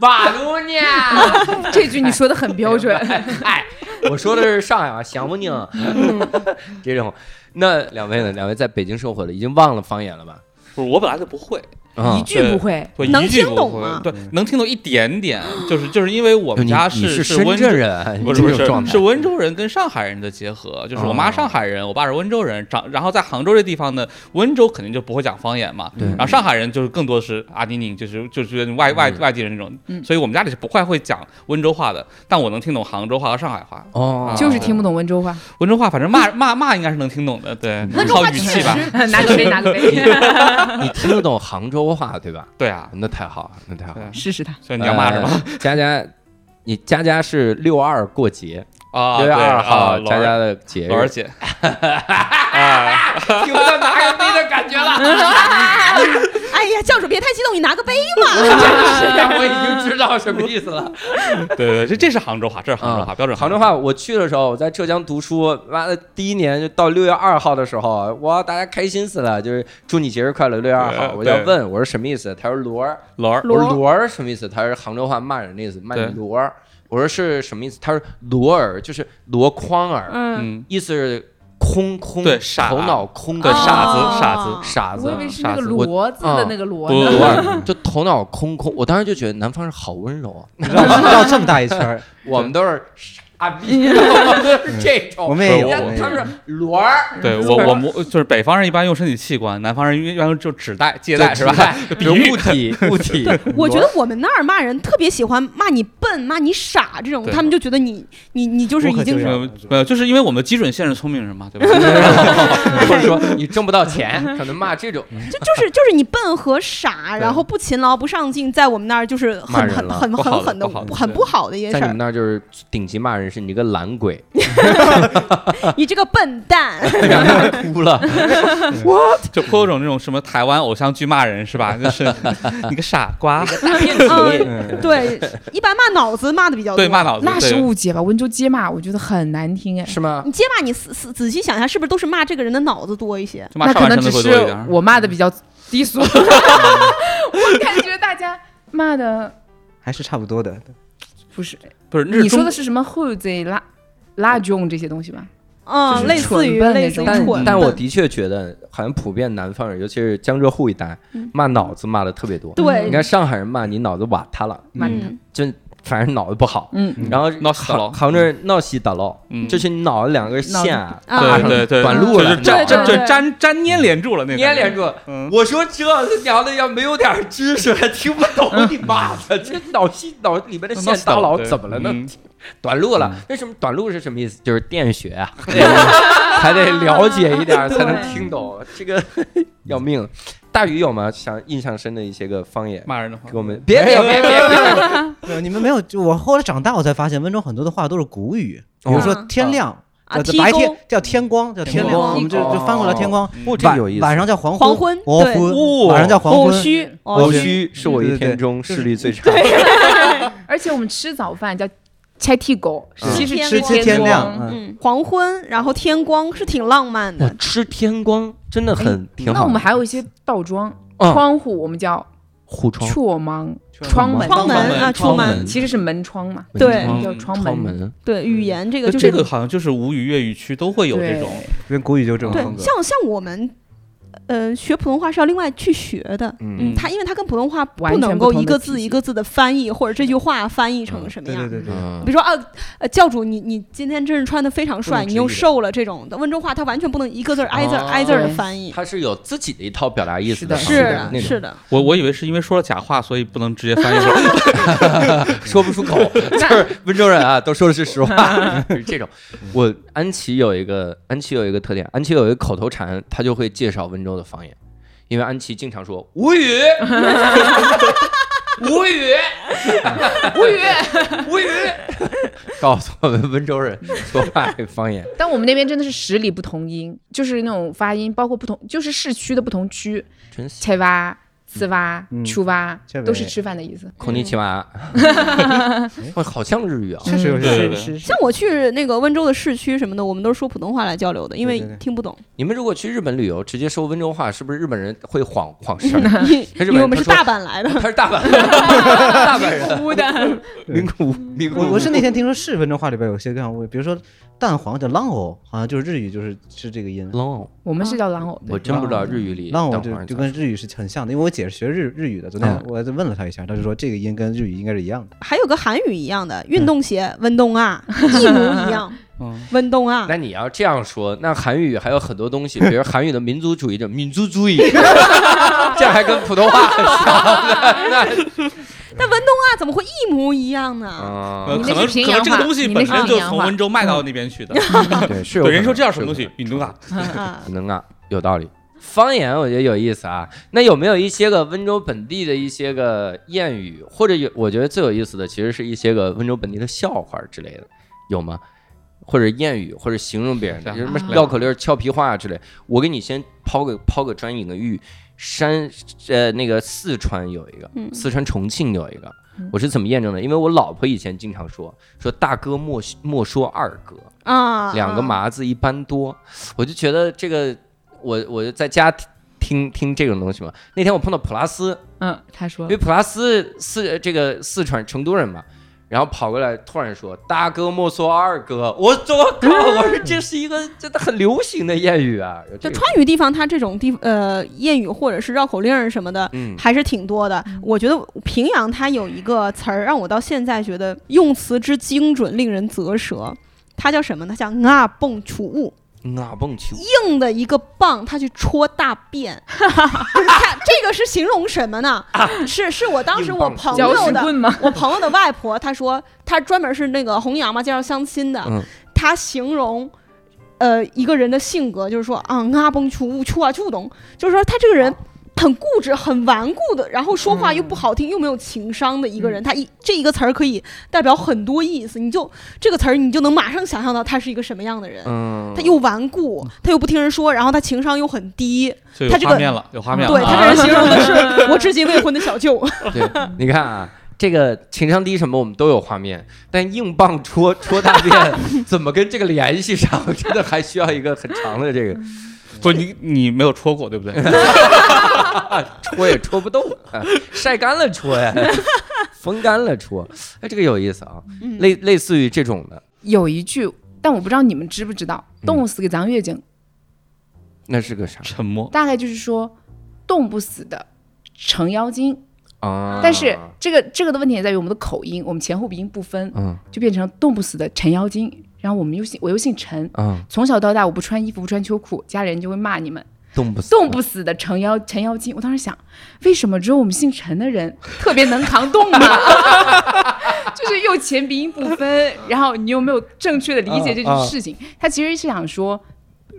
瓦鲁纳，
这句你说的很 标准，
哎，我说的是上海话，想不宁，
嗯
这种。那两位呢？两位在北京生活了，已经忘了方言了吧？
不是我本来就不会，
啊
一，句不会。
我
能
一句
听
不
懂
会
吗
对，能听懂一点点，就是就是因为我们
你
家
你是
是
深
温州
圳。人，
不是不
你这种
是
状态哦
是温州人跟上海人的结合，就是我妈上海人，我爸是温州人，长然后在杭州这地方呢，温州肯定就不会讲方言嘛，
对
然后上海人就是更多是阿宁宁，就是就是外外
嗯
外地人那种，
嗯
所以我们家里是不太会讲温州话的，但我能听懂杭州话和上海话，
哦，
就是听不懂温州话，
温州话反正骂骂骂应该是能听懂的，对，
嗯温州
靠
话
语气
确
吧，
实，
拿个杯，拿个杯，
你听得懂杭州话对吧？
对啊，
那太好了，那太好
对
了。
啊，
试试他。
所以你要骂什 么
呃？佳佳，你佳佳是六二过节，
啊？
六
对
月二
啊
号
老
佳佳的节
老二
日，
姐，啊，
听到拿个杯的感觉了，
哎呀，教主别太激动，你拿个杯
真
嘛。
是我已经知道什么意思了。
对对，这这是杭州话，这是杭州话，标 准
杭州
话。
话，我去的时候，我在浙江读书，妈的，第一年就到六月二号的时候，哇，大家开心死了，就是祝你节日快乐，六月二号。
对
我要
对
问我说什么意思，他说罗儿，
老二，
我说罗儿什么意思？他说杭州话骂人的意思，骂你
对
罗儿。我说是什么意思？他说罗儿就是箩筐儿，
嗯，
嗯，
意思是空空，
对傻
头脑空
对，
的
傻子，
哦
傻子，
傻
我
子
以。为是
傻
那个
子啊
骡子的那个骡
不
呢。
罗儿就头脑空空，我当时就觉得南方人好温柔啊，
绕绕这么大一圈儿，
我们都是傻逼， 我们都是这种
我。们也有，
不是
我
人家
们也
他们
有。
是罗儿，
对我我模就是北方人一般用身体器官，南方人一般用就指代借
对
代是吧？？ 比
比
喻
物体物体，
我觉得我们那儿骂人特别喜欢骂你笨、骂你傻这种，
对
他们就觉得你你你就是
我可
已经
就
没
是
有没有，就是因为我们基准线是聪明人嘛，对吧？
或者 说你挣不到钱，可能骂这种。
就就是就是你笨和傻，
对
然后不勤劳、不上进，在我们那儿就是
骂
很
人
很
了
很
不好
很
的
狠的
不好的
很不好的一些
在
事
你们
儿。
那儿就是顶级骂人是你个懒鬼，
你这个笨蛋，
然后还哭了。
就颇有种那种什么台湾偶像剧骂人是吧？就是你个傻瓜，
嗯，
嗯
对，一般骂脑子骂的比较多。
对骂脑子，
那是
对
误解吧？温州街骂，我觉得很难听哎。
是吗？
你接骂你仔仔仔细想一下，是不是都是骂这个人的脑子多一些？
就骂
那
上
可
半
能
身的
只
会
是
多一点。
我骂的比较 低俗，我感觉大家骂的
还是差不多 的。
不是。
不是，那是
你说
中
的是什么后贼辣辣卷这些东西吧？
嗯
就，是
类似于
蠢笨
类似于
那
但
种
嗯
蠢
但我
笨。嗯
的确觉得，好像普遍南方人，尤其是江浙沪一带
嗯，
骂脑子骂的特别多。
对
嗯
你看上海人骂你脑子瓦塌了，
骂你
嗯，
就反正脑子不好。
嗯，
然后
闹死
杭
了
杭州人闹西打喽，
嗯
就是你脑子两根线啊
脑子
搭上
对对对，
短路
就
了啊
是，粘
对
就
对
就
对
粘粘粘连住了那个
粘连。住。
嗯，
我说这娘的要没有点知识还听不懂你妈的，这脑细脑里面的线大佬怎么了呢？
嗯
短路了，为什么短路是什么意思？就是电学啊，还得了解一点儿才能听懂，这个 要命。大宇有吗？想印象深的一些个方言，
骂人的话
给我们别别别别别，
没有你们没有，就我后来长大我才发现，温州很多的话都是古语，比如说
哦
天亮，
啊，
叫
踢
呃白
钩
天叫天光，叫天
天
亮，
光
我们就就翻过来天光，
哦这
晚
有意思。
晚上叫黄
黄
昏
昏，
哦
对
昏，晚上叫黄
偶
昏，
虚，
偶
虚，
虚是我一天中视力最差，
而且我们吃早饭叫拆屉狗，
嗯
其实
天
吃
光
吃天亮，
光
嗯，
嗯，黄昏，然后天光是挺浪 漫
我
的。
吃天光真的很挺好的。
那我们还有一些倒装，
嗯
窗户我们叫
护窗、
错盲，
窗
门
窗门啊，
窗
出
门
门，
其实是门窗嘛，
门
对
窗
叫窗
窗
门。
门，
对语言这个
那
就是
呃这个好像就是吴语、粤语区都会有这 种，
跟古语就这种
对
风，格。
像像我们，呃，学普通话是要另外去学的。
嗯
嗯
它因为它跟普通话
完
不
全
能
不
够
同
一
的
个
体
字
系
一个字的翻译，或者这句话翻译成什么
对
样
对。对对，
嗯
比如说啊，呃，教主你你今天真是穿的非常帅，
不能
你又
直译的哦
瘦了这种的温州话，它完全不能一个字儿挨字儿挨字儿的
对
翻译。
他是有自己的一套表达意思
是的
方
是
式
的，
那种
是的，
我我以为是因为说了假话，所以不能直接翻译出来。
说不出 口，就是温州人啊，都说的是实话，就是这种。我安琪有一个安琪有一个特点，安琪有一个口头禅，他就会介绍温州的方言，因为安琪经常说吴语， 吴语，
无语。
吴语，告诉我们温州人说话的方言。
但我们那边真的是十里不同音，就是那种发音，包括不同，就是市区的不同区，
真是
切哇、刺哇
嗯、
出哇
切，
都是
呗
吃饭的意思。
孔尼奇 娃，哇，好像日语啊，
确实有
对对
是
对
是是
像。我去那个温州的市区什么的，我们都是说普通话来交流的，因为
对对对
听不懂，
你们如果去日本旅游，直接说温州话，是不是日本人会晃晃神儿？日本人
因为我们是
他说
大阪来 的。
他是大阪人，大阪人，
乌的，
名古屋，名古
我
屋
我是那天听说是温州话里边有些更好味，比如说蛋黄叫浪藕，好像就是日语就是是这个音。
龙偶，
我们是叫狼偶的。
我真不知道日语里
浪
蛋
藕
黄
就是就
咋
跟
说
日语是很像的，因为我姐是学日日语的，昨天
嗯
我问了她一下，她就说这个音跟日语应该是一样的。
还有个韩语一样的
嗯
运动鞋，温东 啊，一模一样，
嗯，
温东啊。
那你要这样说，那韩语还有很多东西，比如韩语的民族主义者，民族主义，这还跟普通话很像。
那温东啊，怎么会一模一样
那
呢？
啊，
呃
你那
可能
是平
可能
阳
这个
话
东西本
你那是
身
平
就
阳
从
话
温州卖到那边去的。
对，是有
对，人
可
说
能
这叫什么东？
是有
西
可？
运动啊，
啊
能啊，有道理。方言我觉得有意思啊。那有没有一些个温州本地的一些个谚语，或者有我觉得最有意思的其实是一些个温州本地的笑话之类的，有吗？或者谚语，或者形容别人的，
啊
就是什么绕口令、俏皮话之类。我给你先抛个抛个砖引个玉，山呃那个四川有一个，
嗯
四川重庆有一个
嗯。
我是怎么验证的？因为我老婆以前经常说说大哥莫莫说二哥，
啊！
两个麻子一般多，我就觉得这个，我我就在家听听听这种东西嘛。那天我碰到普拉斯，
嗯，他说
因为普拉斯四这个四川成都人嘛，然后跑过来突然说：“大哥莫说二哥。”我说我靠！我说这是一个真的很流行的谚语啊，有这
就
个
川渝地方，它这种地呃谚语或者是绕口令儿什么的，
嗯
还是挺多的。我觉得平阳它有一个词儿，让我到现在觉得用词之精准令人啧舌。它叫什么呢？它叫啊蹦出物，
啊蹦球，
硬的一个棒，它去戳大便。 就是它这个是形容什么呢？是是我当时
啊硬
我
棒
朋
搅屎
友的
棍吗？
我朋友的外婆，她说她专门是那个红娘嘛，介绍相亲的，
嗯
她形容。呃，一个人的性格就是说啊，阿崩出出啊出懂，就是说他这个人很固执、很顽固的，然后说话又不好听，又没有情商的一个人。他一这一个词儿可以代表很多意思，你就这个词儿你就能马上想象到他是一个什么样的人。
嗯，
他又顽固，他又不听人说，然后他情商又很低，
就
他
有
这
画
个
面了，有
嗯
画面了。
对他
啊
这人形容的 是我至今未婚的小舅。
对，你看啊，这个情商低什么我们都有画面，但硬棒戳戳大便 怎么跟这个联系上， 真的还需要一个很长的这个。
不，你你没有戳过，对不对？
戳也戳不动，哎晒干了戳呀， 风干了戳。哎，这个有意思啊，
嗯
类类似于这种的，
有一句，但我不知道你们知不知道，冻死个张月景，
那是个啥
沉 默。
大概就是说冻不死的程妖精。
啊？
但是这个这个的问题也在于我们的口音，我们前后鼻音不分，
嗯
就变成冻不死的陈妖精。然后我们又姓我又姓陈，
嗯，
从小到大我不穿衣服不穿秋裤，家里人就会骂你们
冻不死，
冻不死的程妖陈妖精。我当时想，为什么只有我们姓陈的人 特别能扛冻呢？ 就是又前鼻音不分，然后你又没有正确的理
啊
解这件事情。他其实是想说，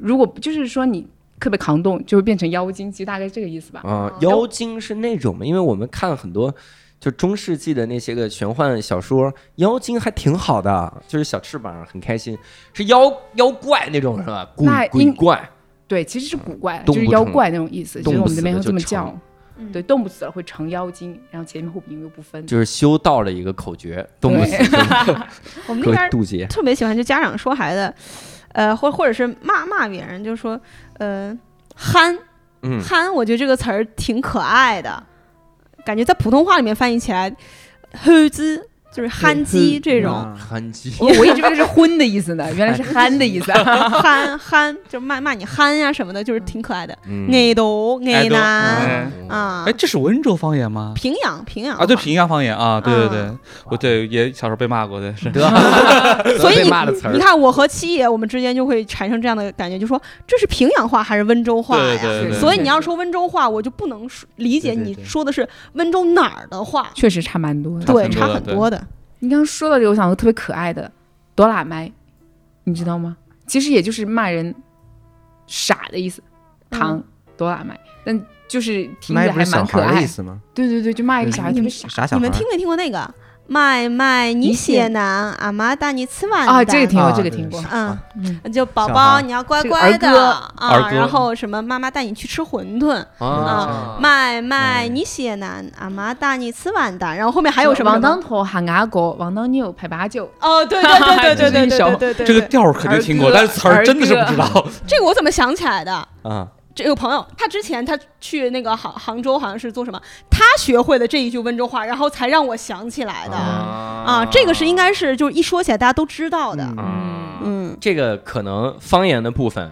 如果就是说你特别扛冻，就会变成妖精，其实大概是这个意思吧。
啊，妖精是那种吗？因为我们看很多。就中世纪的那些个玄幻小说，妖精还挺好的，就是小翅膀很开心，是妖妖怪那种是吧？古
那
鬼
应
怪，
对，其实是古怪，
冻
就
不
是妖怪那种意思，
冻
就是我
不死
们这边
的
会
就
这么
成
叫。
嗯
对，冻不死了会成妖精，然后前面后鼻音又不分。
就是修道的一个口诀，冻不死
对
冻 不死
我们
各
那边
位
儿
渡劫。
特别喜欢就家长说孩子，呃，或或者是骂骂别人，就说呃憨
嗯，
憨，我觉得这个词儿挺可爱的，感觉在普通话里面翻译起来，憨鸡就是憨鸡这种
啊
憨鸡
哦我我一直以为是昏的意思呢，原来
哎
是憨的意思啊。
憨憨，就骂骂你憨呀、什么的，就是挺可爱的。
嗯
爱豆爱
爱豆
男
哎
啊
哎，，这是温州方言吗？
平阳平阳
啊，对，
话
平阳方言啊，对对对
嗯，
我对也小时候被骂过，对是。
所以
被
你
骂的词儿
你看我和七爷我们之间就会产生这样的感觉，就说这是平阳话还是温州话
对
呀？
对对，
所以你要说温州话，我就不能说理解
对对
你
对
说的是温州哪儿的话，
确实差蛮多的。
对，
差
差
很
很
多的
多的。
你刚刚说到这个，我想到特别可爱的哆啦麦，你知道吗？其实也就是骂人傻的意思，
嗯
唐哆啦麦，但就是听
麦
着
不是
还
小
蛮可
孩儿的
爱
意。思吗？
对对对，就骂一个小孩特别傻。
傻小
你们
孩儿。
听没听过那个麦麦你
你
写
写
难，阿妈带你吃完
啊，这个听过，
啊
这个
对
听过。
嗯
啊，
嗯，
就宝
小
宝
孩
你要乖
这个
乖
儿
的
歌
儿
啊，
歌
然后什么妈妈带你去吃馄饨，
啊，
麦麦
嗯
你写难，阿妈带你吃完的，然后后面还有什么？
王当头喊牙狗，王当牛排八九。
哦，对对对对对对对对对对，
这个调儿肯定听过，
儿歌
但是词儿真的是不知道。
这个我怎么想起来的？
啊，
这个朋友，他之前他去那个杭杭州，好像是做什么，他学会了这一句温州话，然后才让我想起来的啊这个是应该是就是一说起来大家都知道的，
啊，
嗯，
这个可能方言的部分，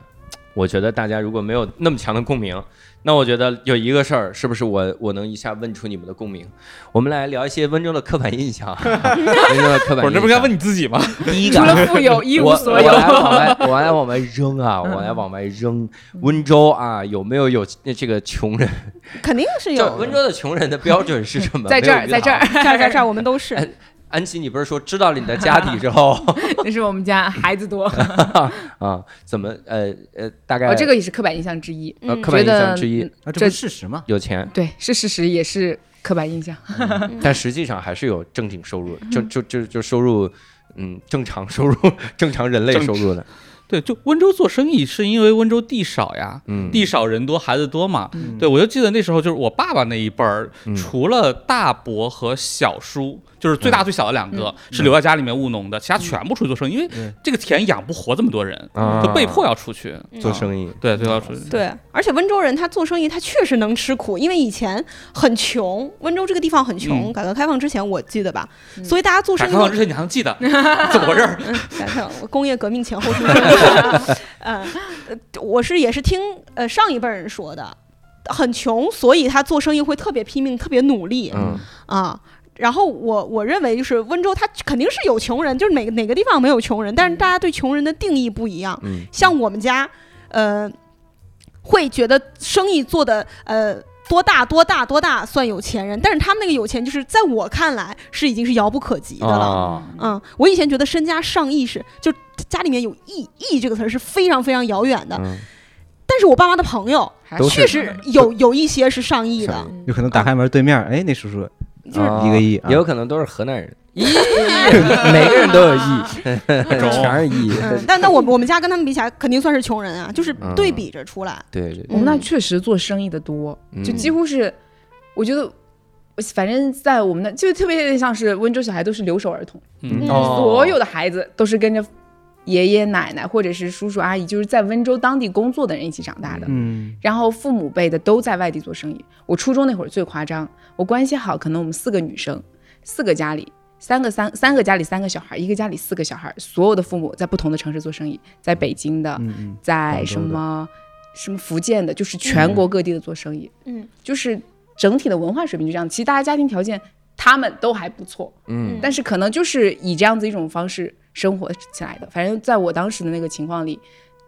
我觉得大家如果没有那么强的共鸣，那我觉得有一个事儿，是不是我我能一下问出你们的共鸣？我们来聊一些温州的刻板印象，啊温州的刻板印象。
不是，这不应该问你自己吗？
第一个
除
啊，
了富有一无
我
所
我
有。
来往外，我来往外扔啊，我来往外扔。温州啊，有没有有这个穷人？
肯定是
就
有
温州的穷人的标准是什么？
在这
没有
儿，
鱼
在这儿
塘。，
这儿这儿这儿，我们都是
哎安琪，你不是说知道了你的家底之 后
那是我们家孩子多。
啊？怎么呃呃，大概
哦，这个也是刻板印象之一。
呃
嗯
刻板印
觉得
象之一，
啊，这
这
不是事实吗？
有钱，
对，是事实，也是刻板印象。
但实际上还是有正经收入，
嗯
就就就就收入。嗯，正常收入， 正常人类
正
收入的，
对，就温州做生意是因为温州地少呀，
嗯，
地少人多，孩子多嘛。
嗯
对，我就记得那时候就是我爸爸那一辈儿，
嗯
除了大伯和小叔，就是最大最小的两个是留在家里面务农的，其他全部出去做生意，因为
嗯
这个田养不活这么多人，
啊
就被迫要出去
嗯
做
意。
生意，
对，对，要出去。
嗯对，而且温州人他做生意，他确实能吃苦，因为以前很穷，温州这个地方很穷，
嗯
改革开放之前我记得吧，
嗯
所以大家做
改
生
革
意
开放之前你还能记得怎么回事儿？
嗯，改革开放工业革命前后出生的，嗯，呃我是也是听呃上一辈人说的，很穷，所以他做生意会特别拼命，特别努力
嗯，
啊。然后我我认为就是温州，它肯定是有穷人，就是哪个哪个地方没有穷人，但是大家对穷人的定义不一样。
嗯
像我们家，呃，会觉得生意做的呃。多大多大多大算有钱人，但是他们那个有钱，就是在我看来是已经是遥不可及的了。
啊，
嗯，我以前觉得身家上亿是，就家里面有亿亿这个词儿是非常非常遥远的。
嗯
但是我爸妈的朋友
还
都
是
是
确实有有一些是上亿的，
有可能打开门对面，哎，那叔叔
就是
啊
一个亿啊
也有可能都是河南 人，亿， 每个人都有亿， 全是亿，
嗯，但那我们我们家跟他们比起来，肯定算是穷人啊，就是
嗯
对比着出来。
对对，嗯
我们那确实做生意的多，
嗯
就几乎是，我觉得。我反正，在我们那就特别像是温州小孩都是留守儿童，
嗯，
哦
所有的孩子都是跟着爷爷奶奶或者是叔叔阿姨，就是在温州当地工作的人一起长大的。
嗯，
然后父母辈的都在外地做生意。我初中那会儿最夸张，我关系好，可能我们四个女生，四个家里，三个三三个家里三个小孩，一个家里四个小孩，所有的父母在不同的城市做生意，在北京的，
嗯嗯
在
广州的
什么什么福建的，就是全国各地的做生意，
嗯，
就是整体的文化水平就这样。其实大家家庭条件他们都还不错，
嗯
但是可能就是以这样子一种方式生活起来的。反正在我当时的那个情况里，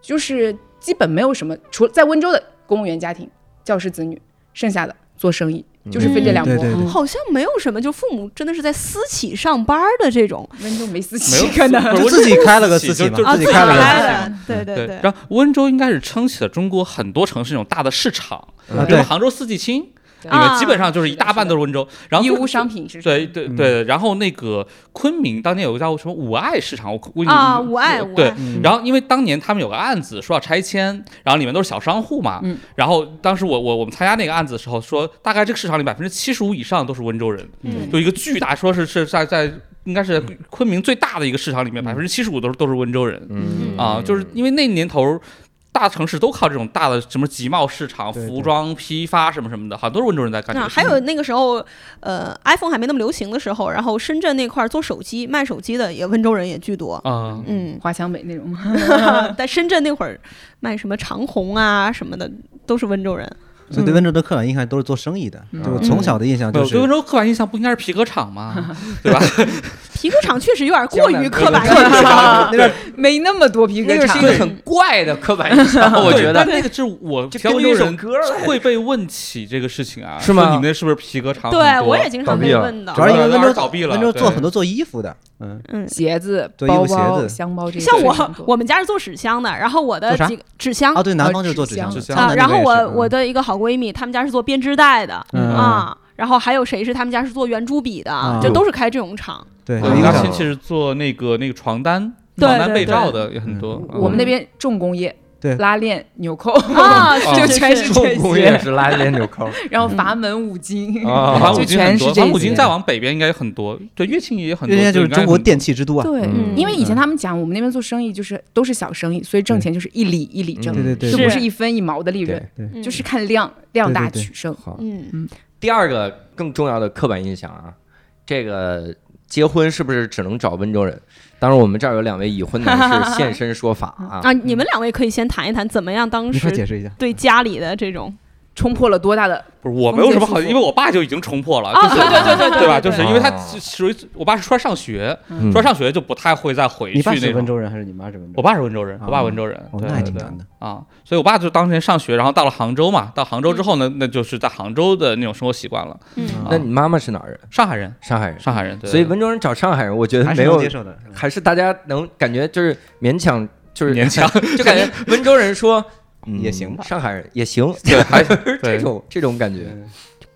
就是基本没有什么，除了在温州的公务员家庭、教师子女，剩下的做生意，就是分这两拨。
嗯对对对
嗯好像没有什么，就父母真的是在私企上班的这种
温州没私
没
企
有，
可能
不是
就
我
自己开了个
就
私企
就
嘛
就
啊，
自
自己
己开了个
开
私
的，嗯对对
对，然后温州应该是撑起了中国很多城市那种大的市场，
啊
比如
对
杭州四季青，
对
里面基本上就是一大半都是温州，然后
啊义
就
乌商品是
对对
嗯
对，然后那个昆明当年有个叫什么五爱市场，我我
啊五爱五
对
爱，
嗯
然后因为当年他们有个案子说要拆迁，然后里面都是小商户嘛，
嗯
然后当时我我我们参加那个案子的时候说，大概这个市场里百分之七十五以上都是温州人，
嗯
就一个巨大，说是是在在应该是昆明最大的一个市场
嗯
里面，百分之七十五都是都是温州人。
嗯
啊，就是因为那年头儿，大城市都靠这种大的什么集贸市场、
对对
服装批发什么什么的，好像都是温州人在干这
啊，
个事
还
情。
有那个时候，呃，iPhone 还没那么流行的时候，然后深圳那块儿做手机卖手机的也温州人也巨多，
啊，
嗯，
华强北那种吗？
在深圳那会儿卖什么长虹啊什么的都是温州人，
所以对温州的刻板印象都是做生意的，
嗯
就我从小的印象
没
就
有
是
对温州刻板印象不应该是皮革厂 吗？对吧？
皮革厂确实有点过于刻板印
江南
象。
那 边
没那么多皮
那个是一个很怪的刻板印象，我
对
觉
但
得
那个是我
这
漂
跟
州
一首
人
歌来着
会被问起这个事情啊，
是吗
说你们那是不是皮革厂很多？
对，我也经常
倒闭
被
了
问到
主。要是因为温州
倒闭了
温州做
对
很多做衣服的，嗯，
嗯，
鞋子、
对
包
衣服
包、
鞋子
箱包这些
像
非常
我
多。
我们家是做纸箱的，然后我的
做啥
几个纸箱
啊，对，南
呃
方就是做
纸
纸箱
箱
的，
纸箱
苍
啊，
南
然
那
后
边也是
我我的一个好闺蜜，她们家是做编织袋的
嗯
啊，然后还有谁是她们家是做圆珠笔的
啊，
就都是开这种厂。
嗯对，
我
有
们
影
家
嗯
亲
响，
戚是做那个那个床单、
对
床单
对嗯
被
对
罩的也很多。嗯
我们那边重工业，
对
拉链、纽扣，
哦
啊，
就全是这
重工业
些，
是拉链纽扣
然后阀门、五金，
啊
反
就
五金
全
很
是
多，
这
反五金
些。
再往北边应该有很多，对，乐器也很多，
人家就是
应该
中国
很多
电器之都 啊，
对，
嗯
因为以前他们讲我们那边做生意就是都是小生意，所以挣钱就是一厘一厘挣，
嗯
对对
就
对
不是一分一毛的利润，
嗯
就是看量量大取胜。
好。
嗯，
第二个更重要的刻板印象啊，这个结婚是不是只能找温州人？当然，我们这儿有两位已婚男士现身说法啊。
啊，你们两位可以先谈一谈怎么样当
你快解
时
释一下，
对家里的这种
冲破了多大的
不是我没有什么好，
封建束缚
因为我爸就已经冲破了，
啊，
就
对
是
对对对
对吧？就是因为他
啊
哦
属于我爸是出来上学，
嗯
出来上学就不太会再回
你
去
爸是
那
温
种。
州人还是你妈是温州人？
我爸是温州人，我爸
啊
温州人，
哦，
对
那还
对
挺
对
难的，
啊，所以我爸就当年上学，然后到了杭州嘛，到
嗯
杭州之后呢，那就是在杭州的那种生活习惯了。啊
嗯
那你妈妈是哪儿人？
上海人，
上海人。
上海人，对
所以温州人找上海人，我觉得
还
没
是
有
能接，受的。
还是大家能感觉就是勉强，就是
勉 强，
就感觉温州人说、嗯
也行吧
上海人也行，
对，还
这
对
种这种感觉。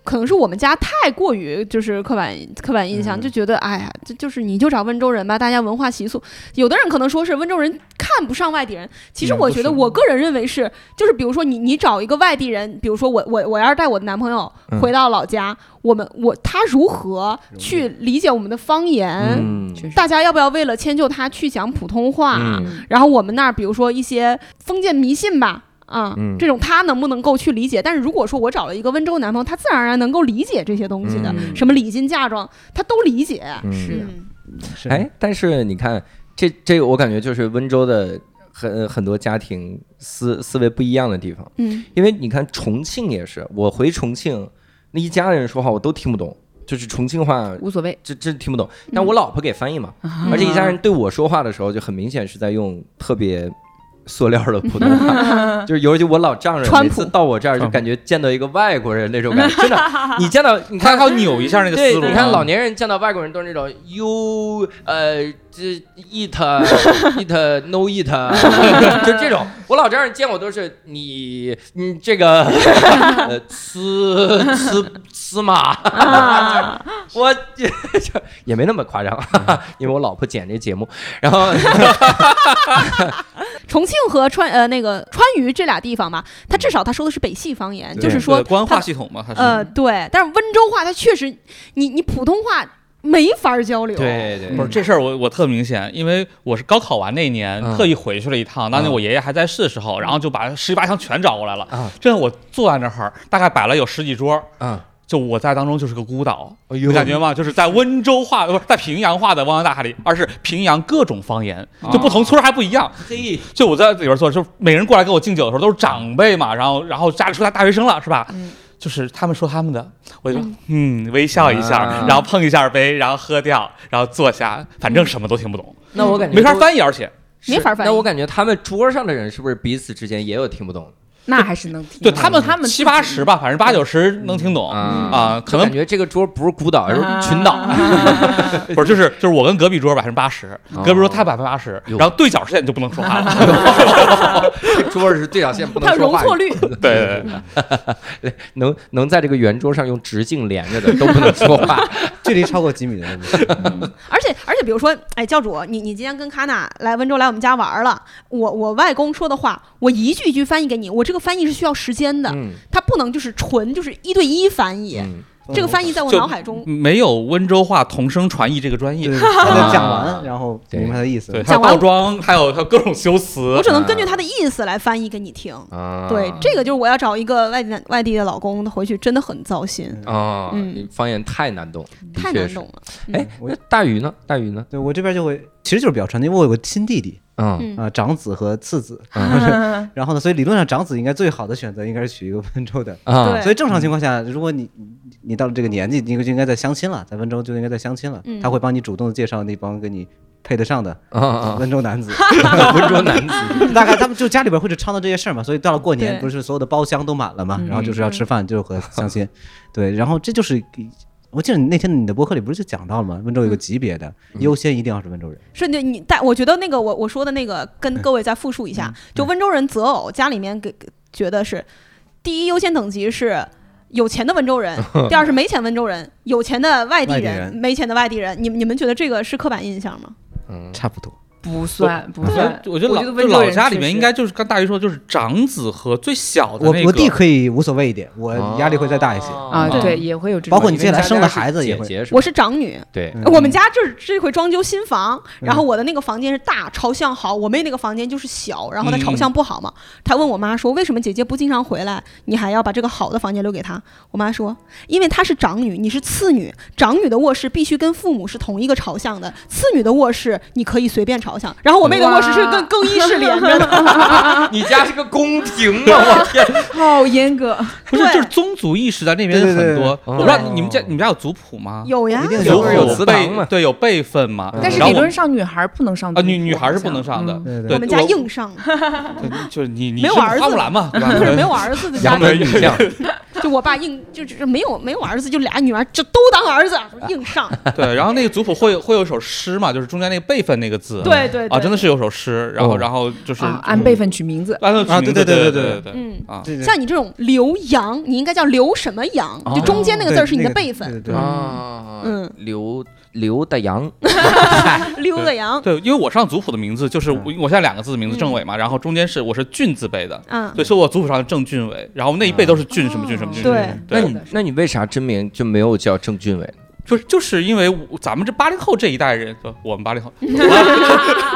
可能是我们家太过于就是刻板刻板印
嗯
象，就觉得哎呀，这就是你就找温州人吧，大家文化习俗。有的人可能说是温州人看不上外地人，其实
嗯
我
不
觉得，
是
我个人认为是，就是比如说你你找一个外地人，比如说我我我要是带我的男朋友
嗯
回到老家，我们我他如何去理解我们的方言？
嗯，
确实
大家要不要为了迁就他去讲普通话？
嗯
然后我们那儿比如说一些封建迷信吧，啊、
嗯
这种他能不能够去理解？但是如果说我找了一个温州男朋友，他自然而然能够理解这些东西的，
嗯
什么礼金嫁妆，他都理解。
嗯
是的
嗯
是
哎，但是你看，这这个我感觉就是温州的很很多家庭思思维不一样的地方，
嗯，
因为你看重庆也是，我回重庆那一家人说话我都听不懂，就是重庆话
无所谓，
这这听不懂，
嗯
但我老婆给翻译嘛，嗯而且一 家人对我说话的时候就很明显是在用特别。塑料的普通话， 就是尤其我老丈人
川
每
普
次到我这儿就
川普
感觉见到一个外国人那种感觉，真的， 你见到你看
他要扭一下那个
对，
思路。啊
你看老年人见到外国人都是那种 you 呃这 eat eat no eat，就 这种。我老丈人见我都是你你这个呃吃吃吃嘛，
啊，
我这也没那么夸张， 因为我老婆剪这节目，然后
重庆和川呃那个川渝这俩地方吧，他至少他说的是北系方言，
对
就是
对
说
官
他
话系统嘛，他是
呃对，但是温州话它确实，你你普通话没法儿交流。
对对
不是这事儿，我我特明显，因为我是高考完那一年、
嗯
特意回去了一趟，当年
嗯
我爷爷还在世的时候，然后就把十八香全找过来了。
啊
真的，我坐在那儿，大概摆了有十几桌，
啊，
就我在当中就是个孤岛，
哎
你
呦
感觉吗？就是在温州话，不是在平阳话的汪洋大海里，而是平阳各种方言，就不同村儿还不一样。
嘿，
就我在里边坐，就每人过来给我敬酒的时候都是长辈嘛，然后然后家里出来大学生了是吧？
嗯
就是他们说他们的，我就嗯微笑一下，
啊
然后碰一下杯，然后喝掉，然后坐下，反正什么都听不懂，
那
嗯
我感觉
没法
都
翻译，而且
是
没法翻译
那我感觉他们桌上的人是不是彼此之间也有听不懂的？
那还是能听
对
懂。
他们
他们
七八
自己
十吧，反正八九十能听懂
啊
啊，可
就
能
感觉这个桌不是孤岛，而是群岛。
啊
不是，就是就是我跟隔壁桌百分之八十，
哦
隔壁桌他百分之八十，
哟
然后对角线就不能说话了。
这桌是对角线不
它
能
有
说
容
话，
错率，
对对对，
能能在这个圆桌上用直径连着的都不能说 话。
距离超过几米的那不行。
而且而且，比如说，哎，教主，你你今天跟卡纳来温州来我们家玩了，我我外公说的话，我一句一句翻译给你，我这个翻译是需要时间的，
嗯
它不能就是纯就是一对一翻译，
嗯，
这个翻译在我
就
脑海中
没有温州话同声传译这个专业
对，，把它讲
啊
完，然后
对
明白他的意思
对，。还有
讲完
倒装，还有还有各种修
我
辞，
只能
嗯
根据他的意思来翻译给你听。
啊，
对，这个就是我要找一个外地外地的老公，他回去真的很糟心，
啊，
嗯
方言太难懂，的
太
确
难
是
懂。了。嗯
哎，那大宇呢？大宇呢？
对我这边就会，其实就是比较传统，因为我有个亲弟弟
嗯，
嗯
啊、长子和 次子，啊
嗯
然后呢，所以理论上长子应该最好的选择应该是娶一个温州的。
啊
对，
所以正常情况下，如果你你你到了这个年纪，你就应该在相亲了，在温州就应该在相亲了，
嗯
他会帮你主动的介绍那帮跟你配得上的
啊啊
温州 男子。
啊，温州男子，
大概他们就家里边会去倡导这些事儿嘛，所以到了过年，
对
不是所有的包厢都满了嘛，
嗯
然后就是要吃饭，就是和相 亲，对，然后这就是。我记得你那天你的博客里不是就讲到了吗？温州有个级别的、
嗯
优先一定要是温州人，
是你你带，我觉得那个我我说的那个，跟各位再复述一
嗯
下，就温州人择偶，家里面给给觉得是第一优先等级是。有钱的温州 人，第二是没钱温州人，有钱的外地
外
人，
地人
没钱的外地人。你们你们觉得这个是刻板印象吗？
嗯，
差不多。
不算不
我觉
算
得，我觉得老
温
就
州
老
人
家
确
里面
实
应该就是跟大鱼说，就是长子和最小的
我
哦那个。
我
哦
弟可以无所谓一点，我压力会再大一些。
啊，
对
对，也会有这
包
种
括你接下来生的孩子也
姐
会，
姐是吧
我是长女，
对，
嗯
我们家这这回装修新房，
嗯
然后我的那个房间是大朝向好，我妹那个房间就是小，然后她朝向不好嘛。
嗯
她问我妈说，为什么姐姐不经常回来，你还要把这个好的房间留给她？我妈说，因为她是长女，你是次女，长女的卧室必须跟父母是同一个朝向的，次女的卧室你可以随便朝向。然后我妹的卧室是
哇
跟更衣室连着 的，啊
你家是个宫廷啊！ 我天，
好严格，
不是
对
就是宗族意识在那边
对对对
很多。
对
我不知道
哦
你们家你们家有族谱吗？
有呀
一，定
有
的
有啊
有
祠
辈
堂嘛
对有辈分嘛。
嗯
但是
然后
理
我
论上女孩不能上
啊
族
女
谱
女孩
好
是不
像
能上的
嗯
对对
对
我们家硬上，
对就是你你
没有
是
儿子
花木 兰嘛，对吧
不是没有儿子的家
杨
庭，
门女 将，
就我爸硬就就是没有没有儿子，就俩女儿就都当儿子硬 上，
对，然后那个族谱会有会有一首诗嘛，就是中间那个辈分那个字。
对对对
啊，真的是有首诗，然后
哦
然后就是嗯
啊，按辈分取名字，
按照
啊
取名
对
字
对
对
对
对
对
对
嗯。
啊，
对对
像你这种留洋，你应该叫留什么洋？
哦
就中间那个字儿是你的辈分，
对对对
啊，
嗯
刘刘大洋，
溜个洋。
对，因为我上族谱的名字就是我
嗯
我现在两个字的名字
嗯
政委嘛，然后中间是我是俊字辈的，
嗯，
对，所以我族谱上是郑俊伟，然后那一辈都是俊什么俊什么俊。
哦对，
那
对
你那你为啥真名就没有叫郑俊伟？
就是就是因为我咱们这八零后这一代人，不我们八零后，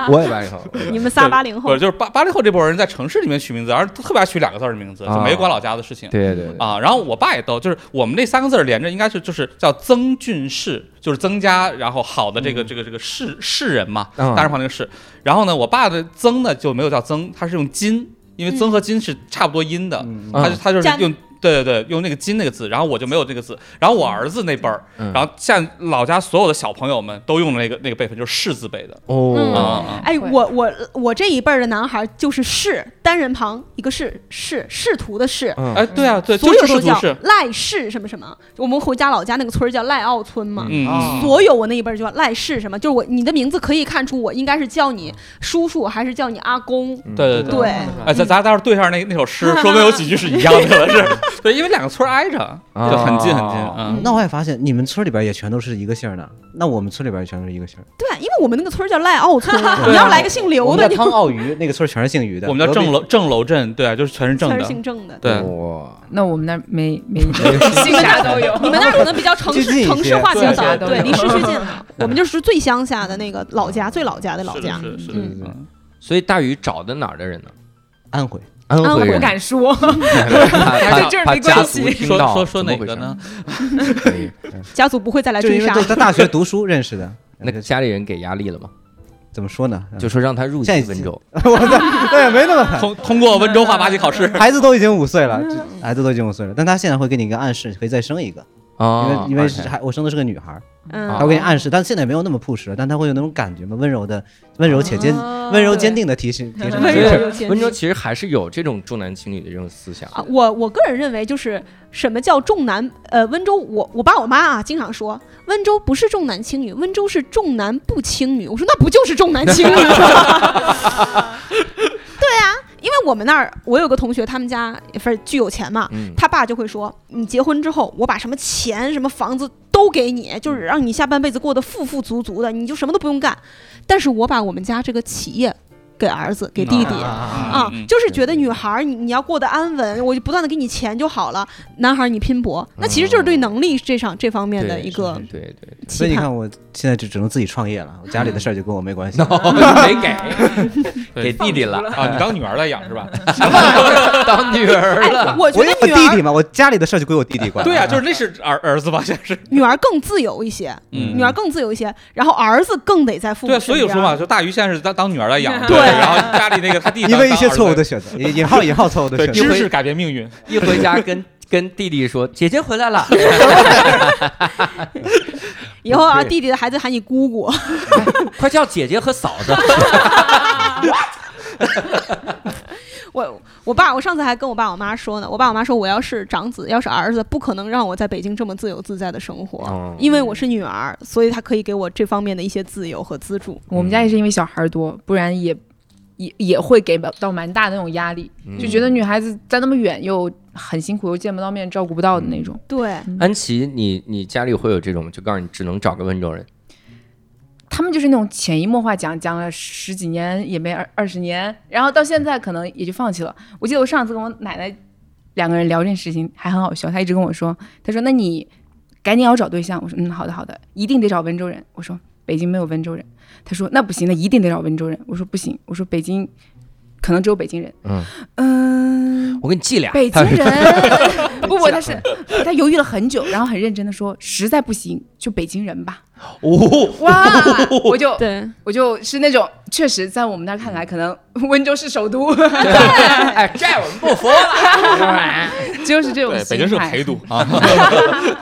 我也八零后，
你们仨
对
八零
不
后
是，就是八八零后这波人在城市里面取名字，而特别爱取两个字儿的名字，就没管老家的事情。
对对对，
啊，然后我爸也逗，就是我们那三个字儿连着，应该是就是叫增俊士，就是增加，然后好的这个、这个这个士士人嘛，
嗯
单人旁那个士。然后呢，我爸的增呢就没有叫增，他是用金，因为
嗯
增和金是差不多音的，
嗯
他就他就是
加
用。对对对，用那个“金”那个字，然后我就没有这个字，然后我儿子那辈儿，
嗯
然后像老家所有的小朋友们都用那个那个辈分，就是“士”字辈的。
嗯
啊
哦，
啊
哎，
会
我我我这一辈儿的男孩就是仕，单人旁一个仕，仕仕途的仕，
啊
嗯
哎，对啊，对，
所
就
有
是
都
士族
叫
士，
赖氏什么什么。我们回家老家那个村儿叫赖澳村嘛，
嗯，嗯
所有我那一辈儿就叫赖氏什么，就是我你的名字可以看出我应该是叫你叔叔还是叫你阿公。
嗯
对对
对，
哎，咱咱待会儿对上那那 首诗，说明有几句是一样的了，是 对，因为两个村儿挨着，
啊
就很近很近，嗯，
那我也发现你们村里边也全都是一个姓儿的，那我们村里边也全都是一个姓儿。
对，因为我们那个村儿叫赖澳村，啊 你
啊
要来个姓
我
刘
们
的，
叫
你
汤澳鱼，那个村儿全是姓
嗯
于的。
我们叫
隔壁
郑楼郑楼镇，对，就是全是郑
全是
的，
姓郑的。
对，
哇，
那我们那儿没 没姓啥都有，
你们那儿可能比较城
接近一
市
些
城市化比较早，
对
对，
对
离市区近。我们就是最乡下的那个老家，最老家的老
是的
家。
是的是的
嗯
是的，嗯
所以大宇找的哪儿的人呢？
安徽，
安
徽
人
啊 不 敢说，
怕
这
怕
儿
怕
没
家
关
族
系
听
说
到
说说哪
怎么回
个
事
呢？
可以
家族不会再来
就
追
因为
杀
在。在大学读书认识 的。嗯
那个家里人给压力了吗？
怎么说呢？嗯
就说让他入籍
现在
温州，
我的对没那么
嗯
狠，，
通通过温州话八级考试
孩子都已经五岁了，
嗯
就孩子都已经五岁了，但他现在会给你一个暗示，可以再生一个，因
啊
为，因为是
OK 哦
还我生的是个女孩儿，
嗯啊哦
他，会给你暗示，但现在没有那么 push 了，但他会有那种感觉嘛，温柔的温柔且坚温柔坚定的提醒，提
对
醒
温柔
你
所以
又坚
温州
定
其实还是有这种重男轻女的这种思想
啊，我我个人认为，就是什么叫重男？呃，温州，我我爸我妈啊，经常说温州不是重男轻女，温州是重男不轻女。我说那不就是重男轻女吗？对 啊，因为我们那儿我有个同学，他们家不是巨有钱嘛，
嗯，
他爸就会说，你结婚之后，我把什么钱、什么房子都给你，就是让你下半辈子过得富富足足的，你就什么都不用干。但是我把我们家这个企业给儿子、给弟弟。啊
嗯，
就是觉得女孩儿你你要过得安稳，我就不断的给你钱就好了。男孩儿你拼搏，那其实就是对
哦
能力这上这方面的
对
一个
对对 对，
所
期
以你
盼。
看，我现在就只能自己创业了，我家里的事儿就跟我没关系。
哦没给
对
给弟弟了，
嗯
啊
啊，你当女儿来养 是吧？
当女儿了。
哎，我觉
我有
得
我
女
弟
儿
弟嘛，我家里的事儿就归我弟弟管。
对
啊
呀，就是那是儿儿子吧，现在是。
女儿更自由一些，
嗯
女儿更自由一些，然后儿子更得在父母
对，啊所以
身
说
边
嘛，就大鱼现在是当当女儿来 养，
对
然后家里那个他 弟弟
因为一些
当儿子
错误的选择，引引号引号错误的
对
选择。
知识改变命运，
一回家跟跟弟弟说：“姐姐回来了。
以后啊，
对
弟弟的孩子喊你姑姑，
快叫姐姐和嫂 子。
我我爸，我上次还跟我爸我妈说呢，我爸我妈说我要是长子，要是儿子，不可能让我在北京这么自由自在的生活，
哦
因为我是女儿，所以他可以给我这方面的一些自由和资助。
我们家也是因为小孩儿多，不然也也也会给到蛮大的那种压力，
嗯
就觉
嗯
得女孩子在那么远又很辛苦，又见不到面，照顾不到的那种。
对，
安琪，你你家里会有这种吗？就告诉你只能找个温州人。
他们就是那种潜移默化讲讲了十几年也没二二十年，然后到现在可能也就放弃了。我记得我上次跟我奶奶两个人聊这件事情还很好笑，她一直跟我说，她说那你赶紧要找对象。我说嗯好的好的，一定得找温州人。我说北京没有温州人。她说那不行，那一定得找温州人。我说不行，我说北京可能只有北京人。
嗯
嗯
我给你寄俩。
北京 人，不不，他是他犹豫了很久，然后很认真的说，实在不行就北京人吧。
哦，
哇，我就
对，
我就是那种，确实在我们那儿看来，可能温州是首都，
嗯哎，这我们不服了。
就是这种
对，
心态
北京是个陪。 都啊，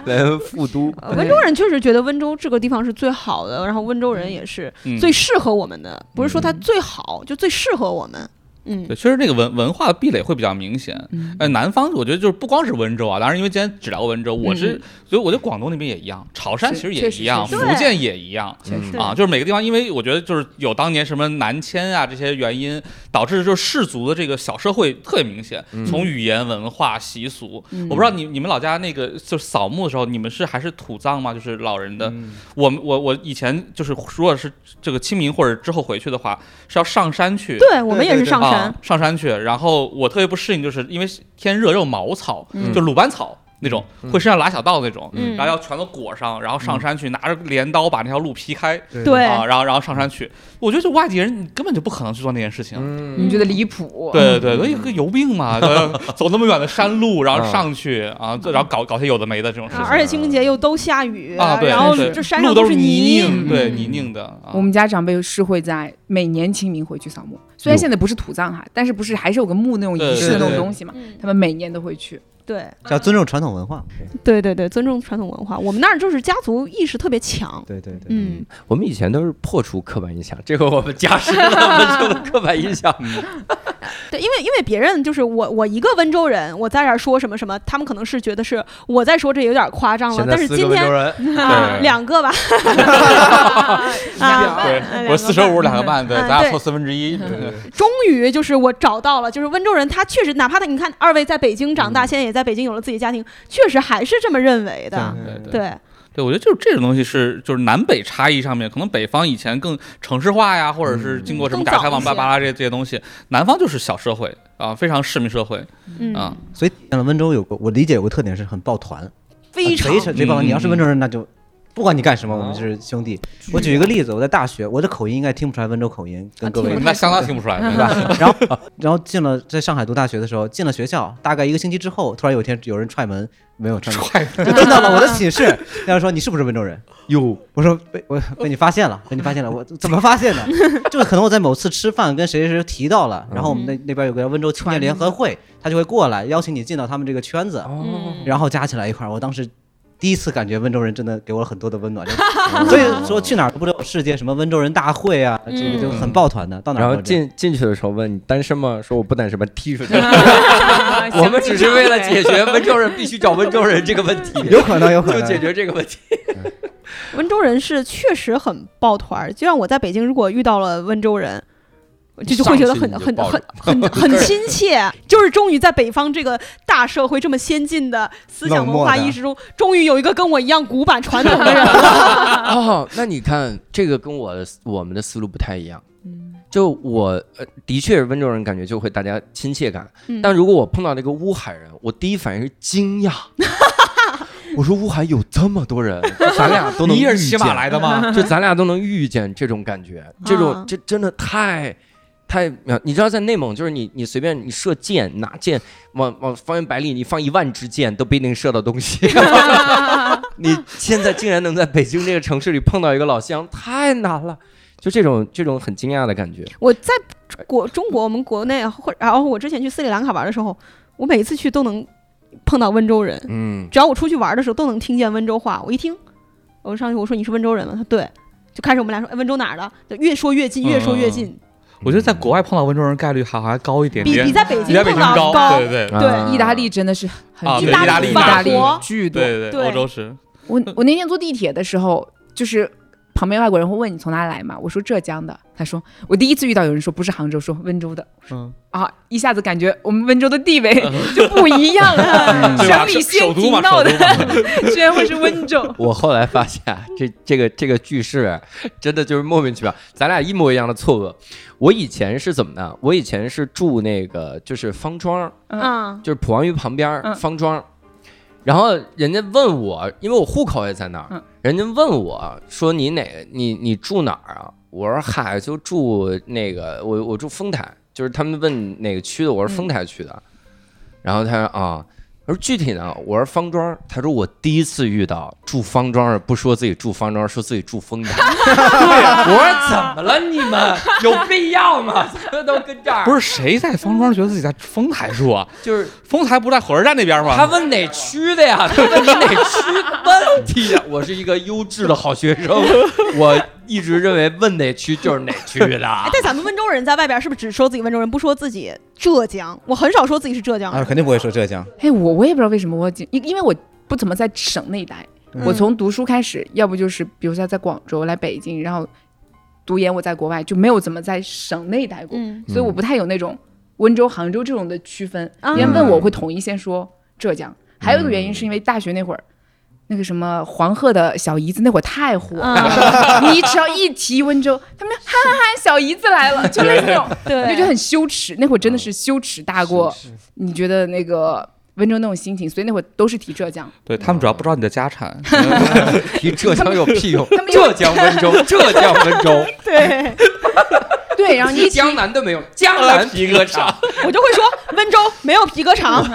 来复都，
呃温州人确实觉得温州这个地方是最好的，然后温州人也是
嗯
最适合我们的，不是说它最好，就最适合我们。嗯
对，，确实那个文文化的壁垒会比较明显。
嗯，
呃，南方我觉得就是不光是温州啊，当然因为今天只聊温州，我是、
嗯
所以我觉得广东那边也一样，潮汕其实也
确实
一样，
确
福
实
建也一样。
确实
对
啊，就是每个地方，因为我觉得就是有当年什么南迁啊这些原因，导致就是氏族的这个小社会特别明显，
嗯
从语言、文化、习俗，
嗯
我不知道你你们老家那个就是扫墓的时候，你们是还是土葬吗？就是老人的，我们我我以前就是如果是这个清明或者之后回去的话，是要上山去，
对我们也是上
啊
山，，
上山去。然后我特别不适应，就是因为天热，又有茅草，
嗯
就鲁班草那种，会身上拉小道那种，
嗯
然后要全都裹上，然后上山去拿着镰刀把那条路劈开。
对
啊，然后然后上山去，我觉得这外地人你根本就不可能去做那件事情。
嗯，
你觉得离谱？
对
嗯
对对，所以个有病嘛，对走那么远的山路，然后
嗯
上去啊，这然后搞搞些有的没的这种事
啊
情。
而且清明节又都下雨，
啊，对，
然后
对
这山
路
上
都
是
泥
泥。
泞，对
嗯
泥泞的啊
我。们家长辈是会在每年清明回去扫墓，虽然现在不是土葬哈，但是不是还是有个墓那种
对
仪式的那
对
种
对
东西嘛？
嗯
他们每年都会去。
对
要尊重传统文化。
对对对，尊重传统文化，我们那儿就是家族意识特别强。
对对对，
嗯，
我们以前都是破除刻板印象，这个我们加深了温州的刻板印象。
对，因为因为别人就是我，我一个温州人，我在这儿说什么什么，他们可能是觉得是我在说这有点夸张了，嗯但是今天
人，
啊
对
两个 吧，啊，
对，我四舍五入两个半，对，
啊
咱俩
对
凑四分之一。
终于就是我找到了，就是温州人，他确实哪怕他你看二位在北京长大，
嗯
现在也在北京有了自己家庭，确实还是这么认为的。
对对
嗯对
对，我觉得就是这种东西是就是南北差异上面，可能北方以前更城市化呀，或者是经过什么
嗯
改革开放
更早一
巴
些
拉巴拉这些这些东西，南方就是小社会啊，非常市民社会
嗯，
啊。
所以像温州有个我理解有个特点是很抱团，啊
非常
贼。贼抱团。你要是温州人，那就不管你干什么，我们是兄弟。我举一个例子，我在大学，我的口音应该听不出来温州口音，跟各
你
位
们那相当听不出来，
对吧？ 然后，然后进了在上海读大学的时候，进了学校，大概一个星期之后，突然有一天有人踹门，没有踹门，
踹
就进到了我的寝室，然后说你是不是温州人？ 哟，我说被我被你发现了，被你发现了，我怎么发现的？ 就是可能我在某次吃饭跟谁谁谁提到了，然后我们那那边有个温州青
哦
年联合会，他就会过来邀请你进到他们这个圈子，
嗯
然后加起来一块儿。我当时第一次感觉温州人真的给我很多的温 暖，就所以说去哪儿不都有世界什么温州人大会啊，这个就很抱团的，到哪
然
儿
后
都这样
进进去的时候问你单身吗？说我不单身，把你踢出去。
我
我们只是为了解决温州人必须找温州人这个问题，
有可能有可
就解
能，
决这个问题。
温州人是确实很抱团儿，就像我在北京，如果遇到了温州人。就就会觉得很
上去
很
你就抱
很
着
很很亲切，就是终于在北方这个大社会这么先进的思想
冷
文
漠
化
的
意识中，终于有一个跟我一样古板传统 的人了。
哦，那你看这个跟我的思我们的思路不太一样。就我呃，的确温州人感觉就会大家亲切感，
嗯
但如果我碰到那个乌海人，我第一反应是惊讶。我说乌海有这么多人，咱俩都能
你也
遇
是骑
见，
马来的吗？
就咱俩都能遇见这种感觉，这种、
啊
这真的太太妙。你知道在内蒙，就是你你随便你射箭拿箭往往方圆百里，你放一万支箭都不一定射到东西。 你现在竟然能在北京这个城市里碰到一个老乡，太难了。就这种这种很惊讶的感觉，
我在国中国我们国内，或然后我之前去斯里兰卡玩的时候，我每次去都能碰到温州人，
嗯，
只要我出去玩的时候都能听见温州话。我一听，我上去我说你是温州人吗？他对，就开始我们俩说、哎、温州哪儿的，就越说越近，越说越近，
我觉得在国外碰到温州人概率还还高一点
比
点，
比在北
比
京
在北
碰
京
到
高，
高。嗯
对对对
啊。
意大利真的是很
啊
巨
对
大
意大利
意大利
法国
巨多。
对对
对
欧洲是
我
嗯
我那天坐地铁的时候，就是旁边外国人会问你从哪来嘛，我说浙江的，他说我第一次遇到有人说不是杭州，说温州的，
嗯
啊，一下子感觉我们温州的地位就不一样 了，
嗯对吧？
生理
首
先
首都
提
嘛，
到
首
的
都嘛，
居然会是温州
我后来发现啊，这这个这个句式真的就是莫名其妙，咱俩一模一样的错愕。我以前是怎么呢？我以前是住那个就是方庄儿，
嗯，
就是普王峪旁边儿
嗯
方庄儿，然后人家问我，因为我户口也在那儿，
嗯
人家问我说你哪你你住哪儿啊？我说嗨，就住那个我我住丰台，就是他们问哪个区的，我说
嗯
丰台区的，然后他说啊。我说具体呢？我说方庄儿，他说我第一次遇到住方庄儿不说自己住方庄儿，说自己住丰台。 对，我说怎么了你们？有必要吗？咱们都跟这儿
不是谁在方庄觉得自己在丰台住啊？
就是
丰台不在火车站那边吗？
他问哪区的呀？他问你哪区问题呀？ 我是一个优质的好学生，我一直认为问哪区就是哪区的。啊
哎，但咱们温州人在外边是不是只说自己温州人，不说自己浙江？我很少说自己是浙江
啊，
人。
肯定不会说浙江，
哎，我我也不知道为什么我紧因因为我不怎么在省内待，
嗯
嗯
我从读书开始，要不就是比如说在广州来北京，然后读研我在国外就没有怎么在省内待过，
嗯，
所以我不太有那种温州、杭州这种的区分。
啊
别人问我我会统一先说浙江，还有一个原因是因为大学那会儿。那个什么黄鹤的小姨子那会儿太火了，你只要一提温州，他们哈哈哈小姨子来了，就类似那种，
对，
就觉得很羞耻。那会儿真的是羞耻大过你觉得那个温州那种心情，所以那会儿都是提浙江。
对他们主要不知道你的家 产，
提浙江有屁用
他？们有
浙江温州，浙江温州，
对，
对，然后你一
提
提，
江南都没有，江南皮革厂。
我就会说温州没有皮革 厂，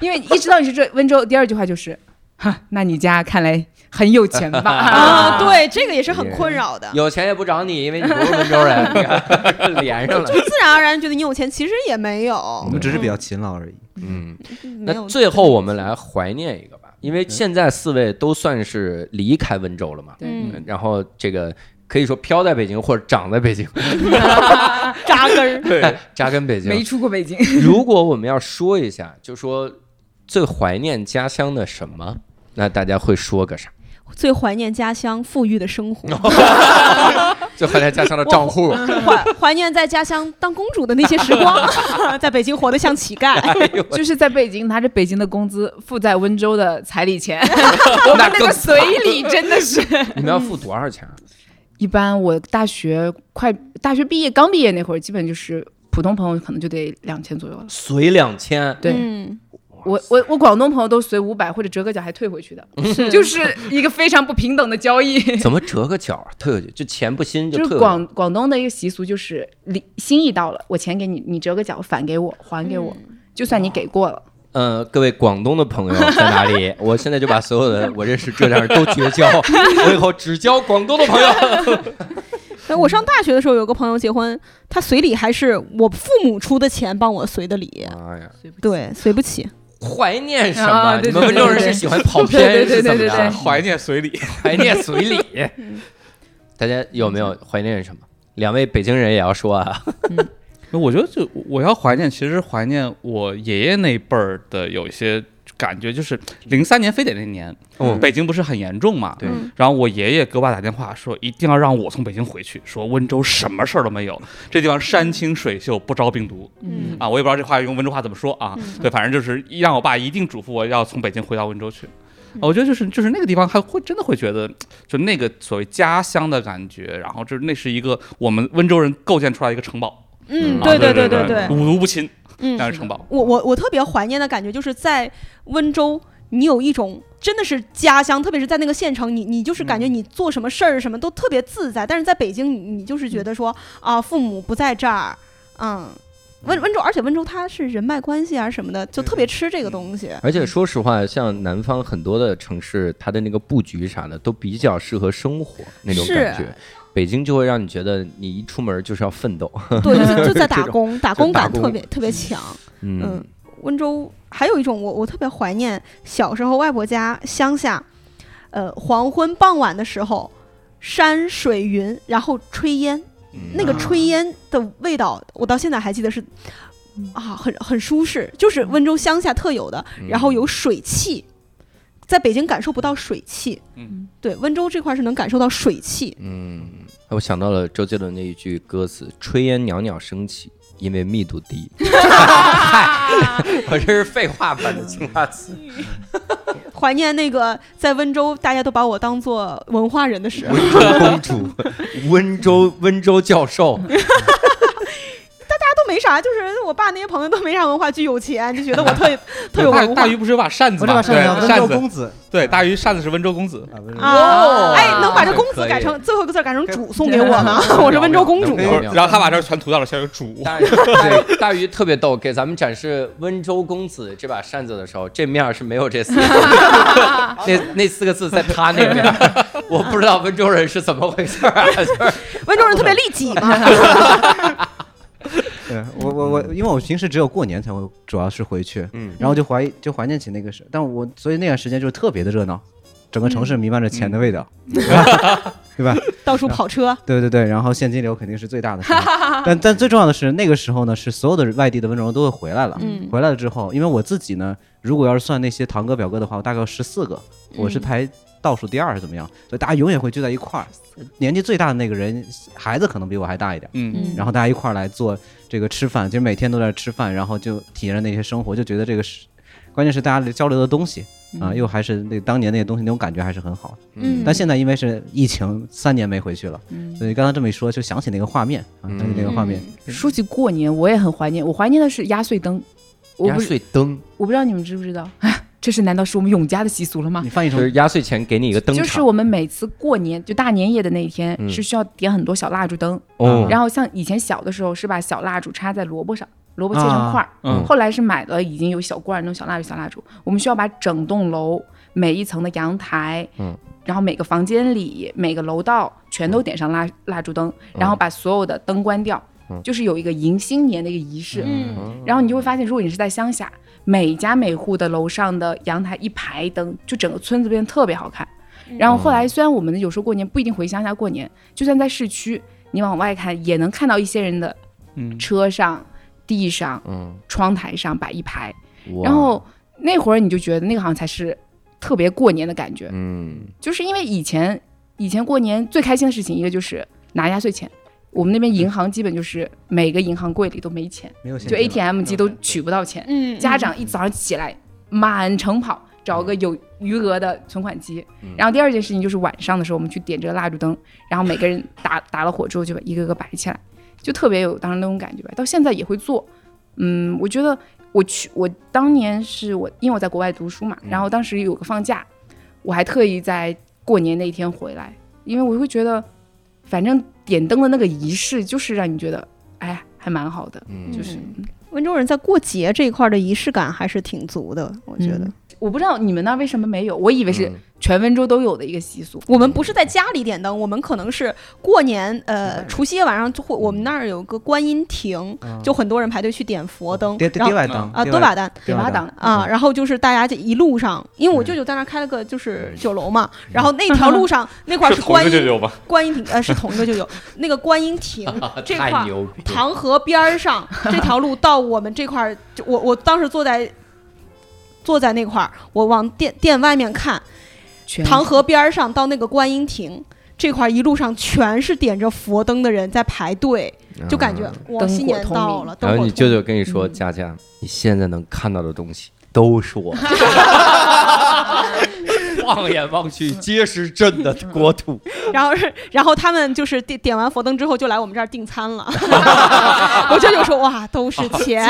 因为一知道你是浙温州，第二句话就是，哈，那你家看来很有钱吧？
啊，，对，这个也是很困扰的。
有钱也不找你，因为你不是温州人，你看连上了。
自然而然觉得你有钱，其实也没
我
有，
们只是比较勤劳而已。
嗯，
没有
那。最后我们来怀念一个吧，因为现在四位都算是离开温州了嘛。
对，
嗯，
然后这个可以说飘在北京或者长在北京，
扎根儿。
对，
扎根北
没
京。
出过北京，
如果我们要说一下， 就说最怀念家乡的什么，那大家会说个 啥？
最怀念家乡富裕的生活，
最怀念家乡的账户，
怀怀念在家乡当公主的那些时光， 在北京活得像乞丐。
就是在北京拿着北京的工资付在温州的彩礼钱，我们那个随礼真的是。
你们要付多少钱啊？
一般我大学快大学毕业刚毕业那会儿，基本就是普通朋友可能就得两千左右了。
随两千，
对、
嗯，
我我我广东朋友都随五百或者折个角还退回去的，就是一个非常不平等的交易。
怎么折个角儿退回去？就钱不新
就
退
是
回去。
广广东的一个习俗，就是礼心意到了，我钱给你，你折个角返给我，还给我，就算你给过了。
呃，各位广东的朋友在哪 里？我现在就把所有的我认识浙江人都绝交，我以后只交广东的朋 友。
哎
嗯
我上大学的时候有个朋友结婚，他随礼还是我父母出的钱帮我随的礼，
哎呀，
对，随不起。
怀念什
啊
么？
对
你们温
对对
州人
对
是
对
喜欢跑
对对
偏是
对
怎么
对对
着？
怀念随礼，
怀念随 礼。大家有没有怀念什么？两位北京人也要说啊，
我觉得就我要怀念，其实怀念我爷爷那辈儿的有一些感觉，就是零三年非典那年，
嗯
北京不是很严重嘛，
对
然后我爷爷给我爸打电话说，一定要让我从北京回去，说温州什么事儿都没有，这地方山清水秀，不招病毒
嗯，
啊。我也不知道这话用温州话怎么说啊，对，反正就是一让我爸一定嘱咐我要从北京回到温州去。啊我觉得就是就是那个地方还会真的会觉得，就那个所谓家乡的感觉，然后就是那是一个我们温州人构建出来一个城堡，
嗯，
啊
对
对
对对
对
对，
五毒不侵，
嗯，
那是城堡。
我我我特别怀念的感觉就是在温州，你有一种真的是家乡，特别是在那个县城，你你就是感觉
嗯
你做什么事儿什么都特别自在，但是在北京你你就是觉得说啊，父母不在这儿，嗯。温温州，而且温州它是人脉关系啊什么的，就特别吃
嗯
这个东西。
而且说实话，像南方很多的城市，它的那个布局啥的都比较适合生活那种
是
感觉。北京就会让你觉得你一出门就是要奋斗。
对，就是就在
这
打
种
工，打
就
工
打
感特
工
别特别强。
嗯
嗯，温州还有一种我我特别怀念小时候外婆家乡下，呃，黄昏傍晚的时候，山水云，然后炊烟，嗯那个
啊
炊烟的味道，我到现在还记得是。啊，很很舒适，就是温州乡下特有的，然后有水汽，在北京感受不到水汽，
嗯，
对，温州这块是能感受到水汽，
嗯，我想到了周杰伦那一句歌词：“炊烟袅袅升起，因为密度 低。”我这是废话版的青 花瓷。
怀念那个在温州大家都把我当做文化人的时候，
温州公主，温州温州教授，
都没啥，就是我爸那些朋友都没啥文化，巨有钱，就觉得我特特有
大
文化
大。鱼不是有把扇子
我这
吗？
把上讲
对，
温州
扇子
公子
对，大鱼扇子是温州公子。
啊，温州
哇
啊，哎，能把这
这
公
可
子
以
改成最后一个字儿改成主送给我吗？ 我是温州公主
能。聊聊
然后他把这全涂到了小 主，
大鱼对大鱼特别逗，给咱们展示温州公子这把扇子的时候，这面儿是没有这四 个字，那那四个字在他那 边儿，我不知道温州人是怎么回事儿啊，就是
温州人特别利己嘛，
对我我我，因为我平时只有过年才会，主要是回去，
嗯
然后就怀就怀念起那个事，但我所以那段时间就是特别的热闹，整个城市弥漫着钱的味道，对吧？
到处跑车。
对对对，然后现金流肯定是最大的事情， 但但最重要的是那个时候呢，是所有的外地的温州人都会回来了，
嗯
回来了之后，因为我自己呢，如果要是算那些堂哥表哥的话，我大概十四个，我
嗯
是排倒数第二是怎么样？所以大家永远会聚在一块儿，年纪最大的那个人孩子可能比我还大一点。
嗯，
然后大家一块儿来做这个吃饭，就每天都在吃饭，然后就体验着那些生活，就觉得这个是，关键是大家交流的东西
嗯
嗯
啊，又还是那当年那些东西那种感觉还是很好。
嗯
但现在因为是疫情，三年没回去了，
嗯
所以刚才这么一说，就想起那个画面啊，
嗯
想起那个画面，
说起过年，我也很怀念，我怀念的是压岁灯。我
压
不是，
岁灯，
我不知道你们知不知道， 这是难道是我们永家的习俗了吗
你？翻译
就
成
是压岁钱给你一嗯个灯塔，
就是我们每次过年，就大年夜的那一天，
嗯
是需要点很多小蜡烛灯。
哦，
然后像以前小的时候，是把小蜡烛插在萝卜上，萝卜切成块儿。
嗯
后来是买了已经有小罐儿那种小蜡烛，小蜡烛。我们需要把整栋楼每一层的阳台，
嗯，
然后每个房间里、每个楼道全都点上蜡蜡烛灯，然后把所有的灯关掉，
嗯
就是有一个迎新年的一个仪式。
嗯，
然后你就会发现，如果你是在乡下，每家每户的楼上的阳台一排灯，就整个村子变得特别好看。然后后来，虽然我们有时候过年不一定回乡下过年，就算在市区，你往外看也能看到一些人的
嗯
车上、地上、
嗯，
窗台上摆一排。
哇
然后那会儿你就觉得那个好像才是特别过年的感觉，
嗯，
就是因为以前以前过年最开心的事情，一个就是拿压岁钱。我们那边银行基本就是每个银行柜里都没钱，
没有现
就
金了
ATM 机都取不到钱。
嗯，
家长一早上起来满城跑，找个有余额的存款机。然后第二件事情就是晚上的时候，我们去点这个蜡烛灯，然后每个人打打了火之后，就把一个个摆起来，就特别有当时那种感觉吧。到现在也会做，嗯，我觉得我去，我当年是我因为我在国外读书嘛，然后当时有个放假，我还特意在过年那一天回来，因为我会觉得，反正点灯的那个仪式就是让你觉得，哎呀，还蛮好的。
嗯
就是
温州人在过节这一块的仪式感还是挺足的，我觉得
嗯。我不知道你们那儿为什么没有，我以为是
嗯
全温州都有的一个习俗。
我们不是在家里点灯，我们可能是过年，呃，除夕夜晚上就会，我们那儿有个观音亭，
嗯
就很多人排队去点佛灯，
点点
然后
外灯
啊，
点
多
外
瓦丹
点瓦
灯
啊，然后就是大家这一路上，因为我舅舅在那儿开了个就是酒楼嘛，然后那条路上那块儿
是同
观
一个舅
音
舅吧？
观音亭，呃，是同一个舅舅，那个观音亭这块
太
儿
牛逼了！
唐河边儿上这条路到我们这块儿，就我我当时坐在坐在那块儿，我往店店外面看，
全
唐河边儿上到那个观音亭这块儿，一路上全是点着佛灯的人在排队，就感觉
嗯
哇，
灯火
新年
通
到
明
了，灯
然后
火
你
通
舅
明
舅跟你说：“
嗯
佳佳，你现在能看到的东西都是我望眼望 去皆是朕的国土。
然后是，然后他们就是点点完佛灯之后就来我们这儿订餐了。 我舅舅说：“哇，都是钱，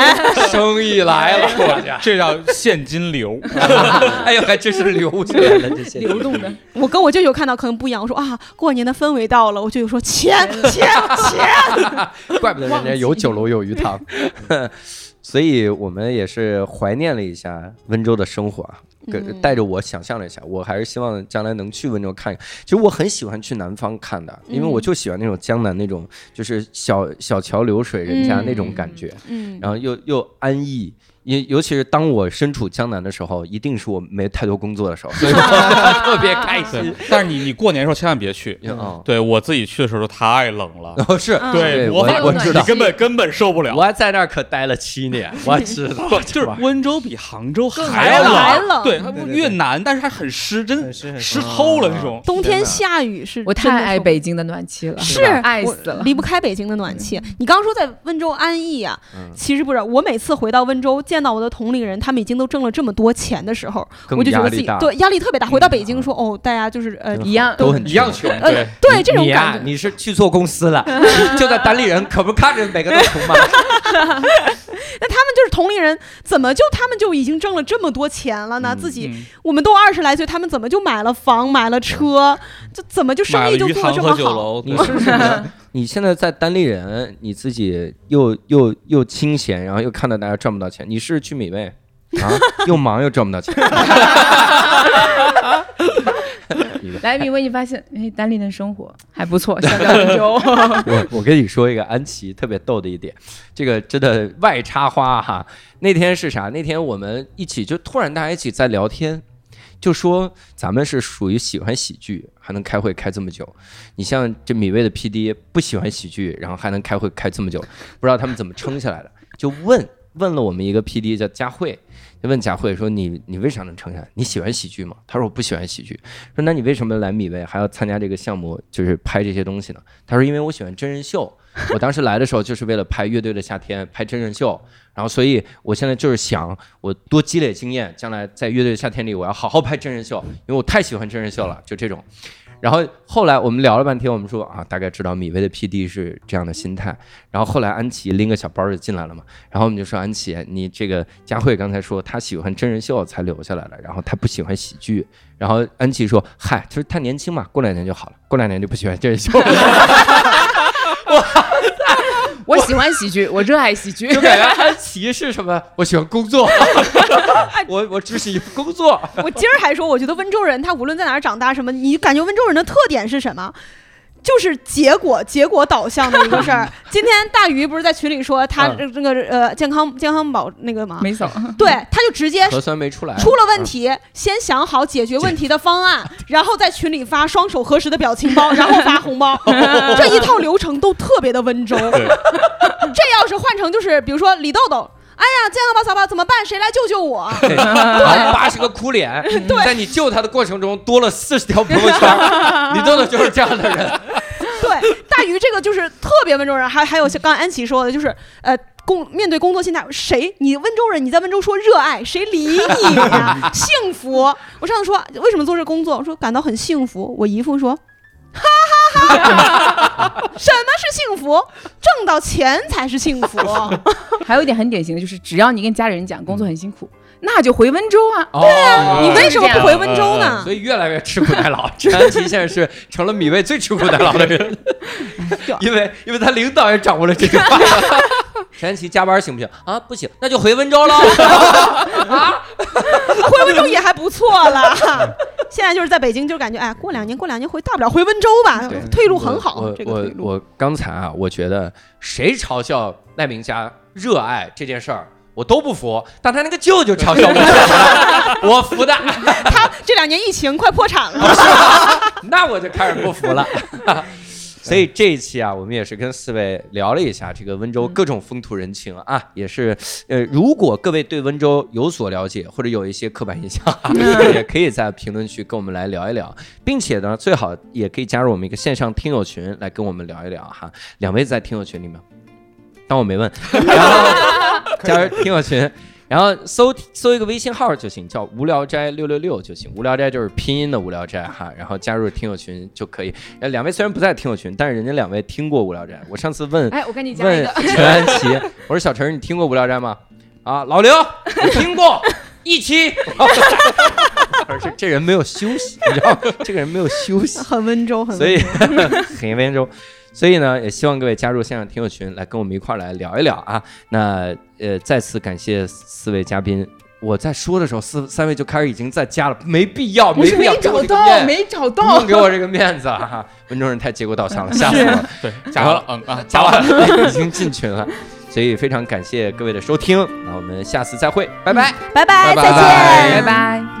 生意来了，我家。
这叫现金流，
哎呦，还真是流起来了这些。
流动 的，
我跟我舅舅看到可能不一样。我说啊，过年的氛围到了。我舅舅说钱钱钱，
怪不得人家有酒楼有鱼 汤。所以我们也是怀念了一下温州的生活啊，跟
嗯
带着我想象了一下，我还是希望将来能去温州看一看。其实我很喜欢去南方看的，
嗯
因为我就喜欢那种江南那种，就是小小桥流水人家那种感觉，
嗯，
然后又又安逸。尤尤其是当我身处江南的时候，一定是我没太多工作的 时候，所以我特别开
对
心。。
但是你你过年的时候千万别去，
嗯，
对我自己去的时候太冷了，
哦，是
嗯
对
我
我
发
我知道
你根本根本受不了。
我还在那儿可待了七年，我知道。
不就是温州比杭州还
还冷还
冷，
冷
对
对，对
越南，但是它很湿，真
嗯
很啊湿很
湿
湿
透了那种。
冬天下雨是
我
真
太
的
爱
受不
北京的暖气了，
是
爱
我
死了。
离不开北京的暖气。你刚说在温州安逸啊，
嗯
其实不是。我每次回到温州，见到我的同龄人，他们已经都挣了这么多钱的时候，
更
我就觉
压
得
力
自己
大
对压力特别大。回到北京说，哦，大家就是呃
嗯
一样
都很
一样
穷
穷，
呃
对，嗯
对这种
你
感
呀
觉，。
你是去错公司 了，就在单立人，可不看着每个都穷吗？
那他们就是同龄人，怎么就他们就已经挣了这么多钱了呢？
嗯
自己
嗯
我们都二十来岁，他们怎么就买了房、买了车，就怎么就
买
生
了
意就
鱼
做
塘
得这
和
么
酒
好？
楼，对
你试试 呢？你现在在单立人，你自己又又又清闲，然后又看到大家赚不到钱，你试试去米味。啊，又忙又赚不到钱，
来，米薇，你发现哎，单立人生活还不错，相较温 州。
我我跟你说一个安琪特别逗的一点，这个真的外插花哈。那天是啥？那天我们一起就突然大家一起在聊天，就说咱们是属于喜欢喜剧，还能开会开这么久。你像这米未的 PD 不喜欢喜剧，然后还能开会开这么久，不知道他们怎么撑下来的。就问问了我们一个 PD 叫佳慧，就问佳慧说你你为啥能撑下来？你喜欢喜剧吗？他说我不喜欢喜剧。说那你为什么来米未还要参加这个项目，就是拍这些东西呢？他说因为我喜欢真人秀，我当时来的时候就是为了拍乐队的夏天，拍真人秀。然后，所以我现在就是想，我多积累经验，将来在乐队的夏天里，我要好好拍真人秀，因为我太喜欢真人秀了，就这种。然后后来我们聊了半天，我们说啊，大概知道米薇的 PD 是这样的心态。然后后来安琪拎个小包就进来了嘛，然后我们就说安琪，你这个佳慧刚才说她喜欢真人秀才留下来了，然后她不喜欢喜剧。然后安琪说，嗨，就是她年轻嘛，过两年就好了，过两年就不喜欢真人秀了。
我喜欢喜剧，我热爱喜剧。
就感觉安琪是什么？我喜欢工 作，
哎
我我只喜欢工作。
我今儿还说，我觉得温州人他无论在哪儿长大，什么你感觉温州人的特点是什么？就是结果结果导向的一个事 儿。今天大鱼不是在群里说他
嗯
这这个呃健康健康宝那个嘛，
没走，
对，他就直接
核酸没出来，
哎出了问题，先想好解决问题的方案，然后在群里发双手合十的表情包，然 后发红包，这一套流程都特别的温州。
对
这要是换成就是，比如说李豆豆。哎呀，健康宝小宝怎么办？谁来救救我？
对，然后八十个哭脸，嗯在你救他的过程中多了四十条朋友 圈，李豆豆就是这样的人，
对，大鱼这个就是特别温州人，还还有像刚才安琪说的，就是呃。工面对工作心态，谁你温州人，你在温州说热爱，谁理你呀、 幸福。我上次说为什么做这工作，我说感到很幸福。我姨父说，哈哈 哈哈，什么是幸福？挣到钱才是幸福。
还有一点很典型的就是，只要你跟家里人讲工作很辛苦，那就回温州啊。
对啊
你为什么不回温州呢？
嗯所以越来越吃苦耐劳，陈安琪现在是成了米味最吃苦耐劳的人，因为因为他领导也掌握了这句话。 陈安琪加班行不行啊？不行，那就回温州喽。
回温州也还不错啦。 现在就是在北京，就感觉哎，过两年过两年回，大不了回温州吧
对，
退路很好。
我
这个
我
退路，
我刚才啊，我觉得谁嘲笑赖明佳热爱这件事儿，我都不服。但他那个舅舅嘲笑我， 我服的，
他这两年疫情快破产了，
那我就开始不服了。 所以这一期啊，我们也是跟四位聊了一下这个温
嗯
州各种风土人情啊，也是呃，如果各位对温州有所了解，或者有一些刻板印象啊， 也可以在评论区跟我们来聊一聊，并且呢，最好也可以加入我们一个线上听友群来跟我们聊一聊哈。两位在听友群里吗？当我没问，然后加入听友群。然后搜搜一个微信号就行，叫“无聊斋六六六”就行。无聊斋就是拼音的无聊斋哈，然后加入听友群就可以。呃，两位虽然不在听友群，但是人家两位听过无聊斋。我上次问
哎，我跟你讲一
问
个，
陈安琪，我说小陈，你听过《无聊斋》吗？啊，老刘，我听过一期。 而且这人没有休息，你知道吗？这个人没有休息，
很温州，很
所以很温州。所以呢，也希望各位加入线上听友群，来跟我们一块儿来聊一聊啊。那呃，再次感谢四位嘉宾。我在说的时候，四三位就开始已经在加了，没必要，
不
没
是
必要
没
给我这
找
个面
到，没找
不
到
用，给我这个面子啊！哈温州人太结构导向了，吓死我了。
对，加完了，嗯啊，
加
加完了。
完了，已经进群了，所以非常感谢各位的收听，那我们下次再会，拜拜。
拜拜，再见，
拜拜。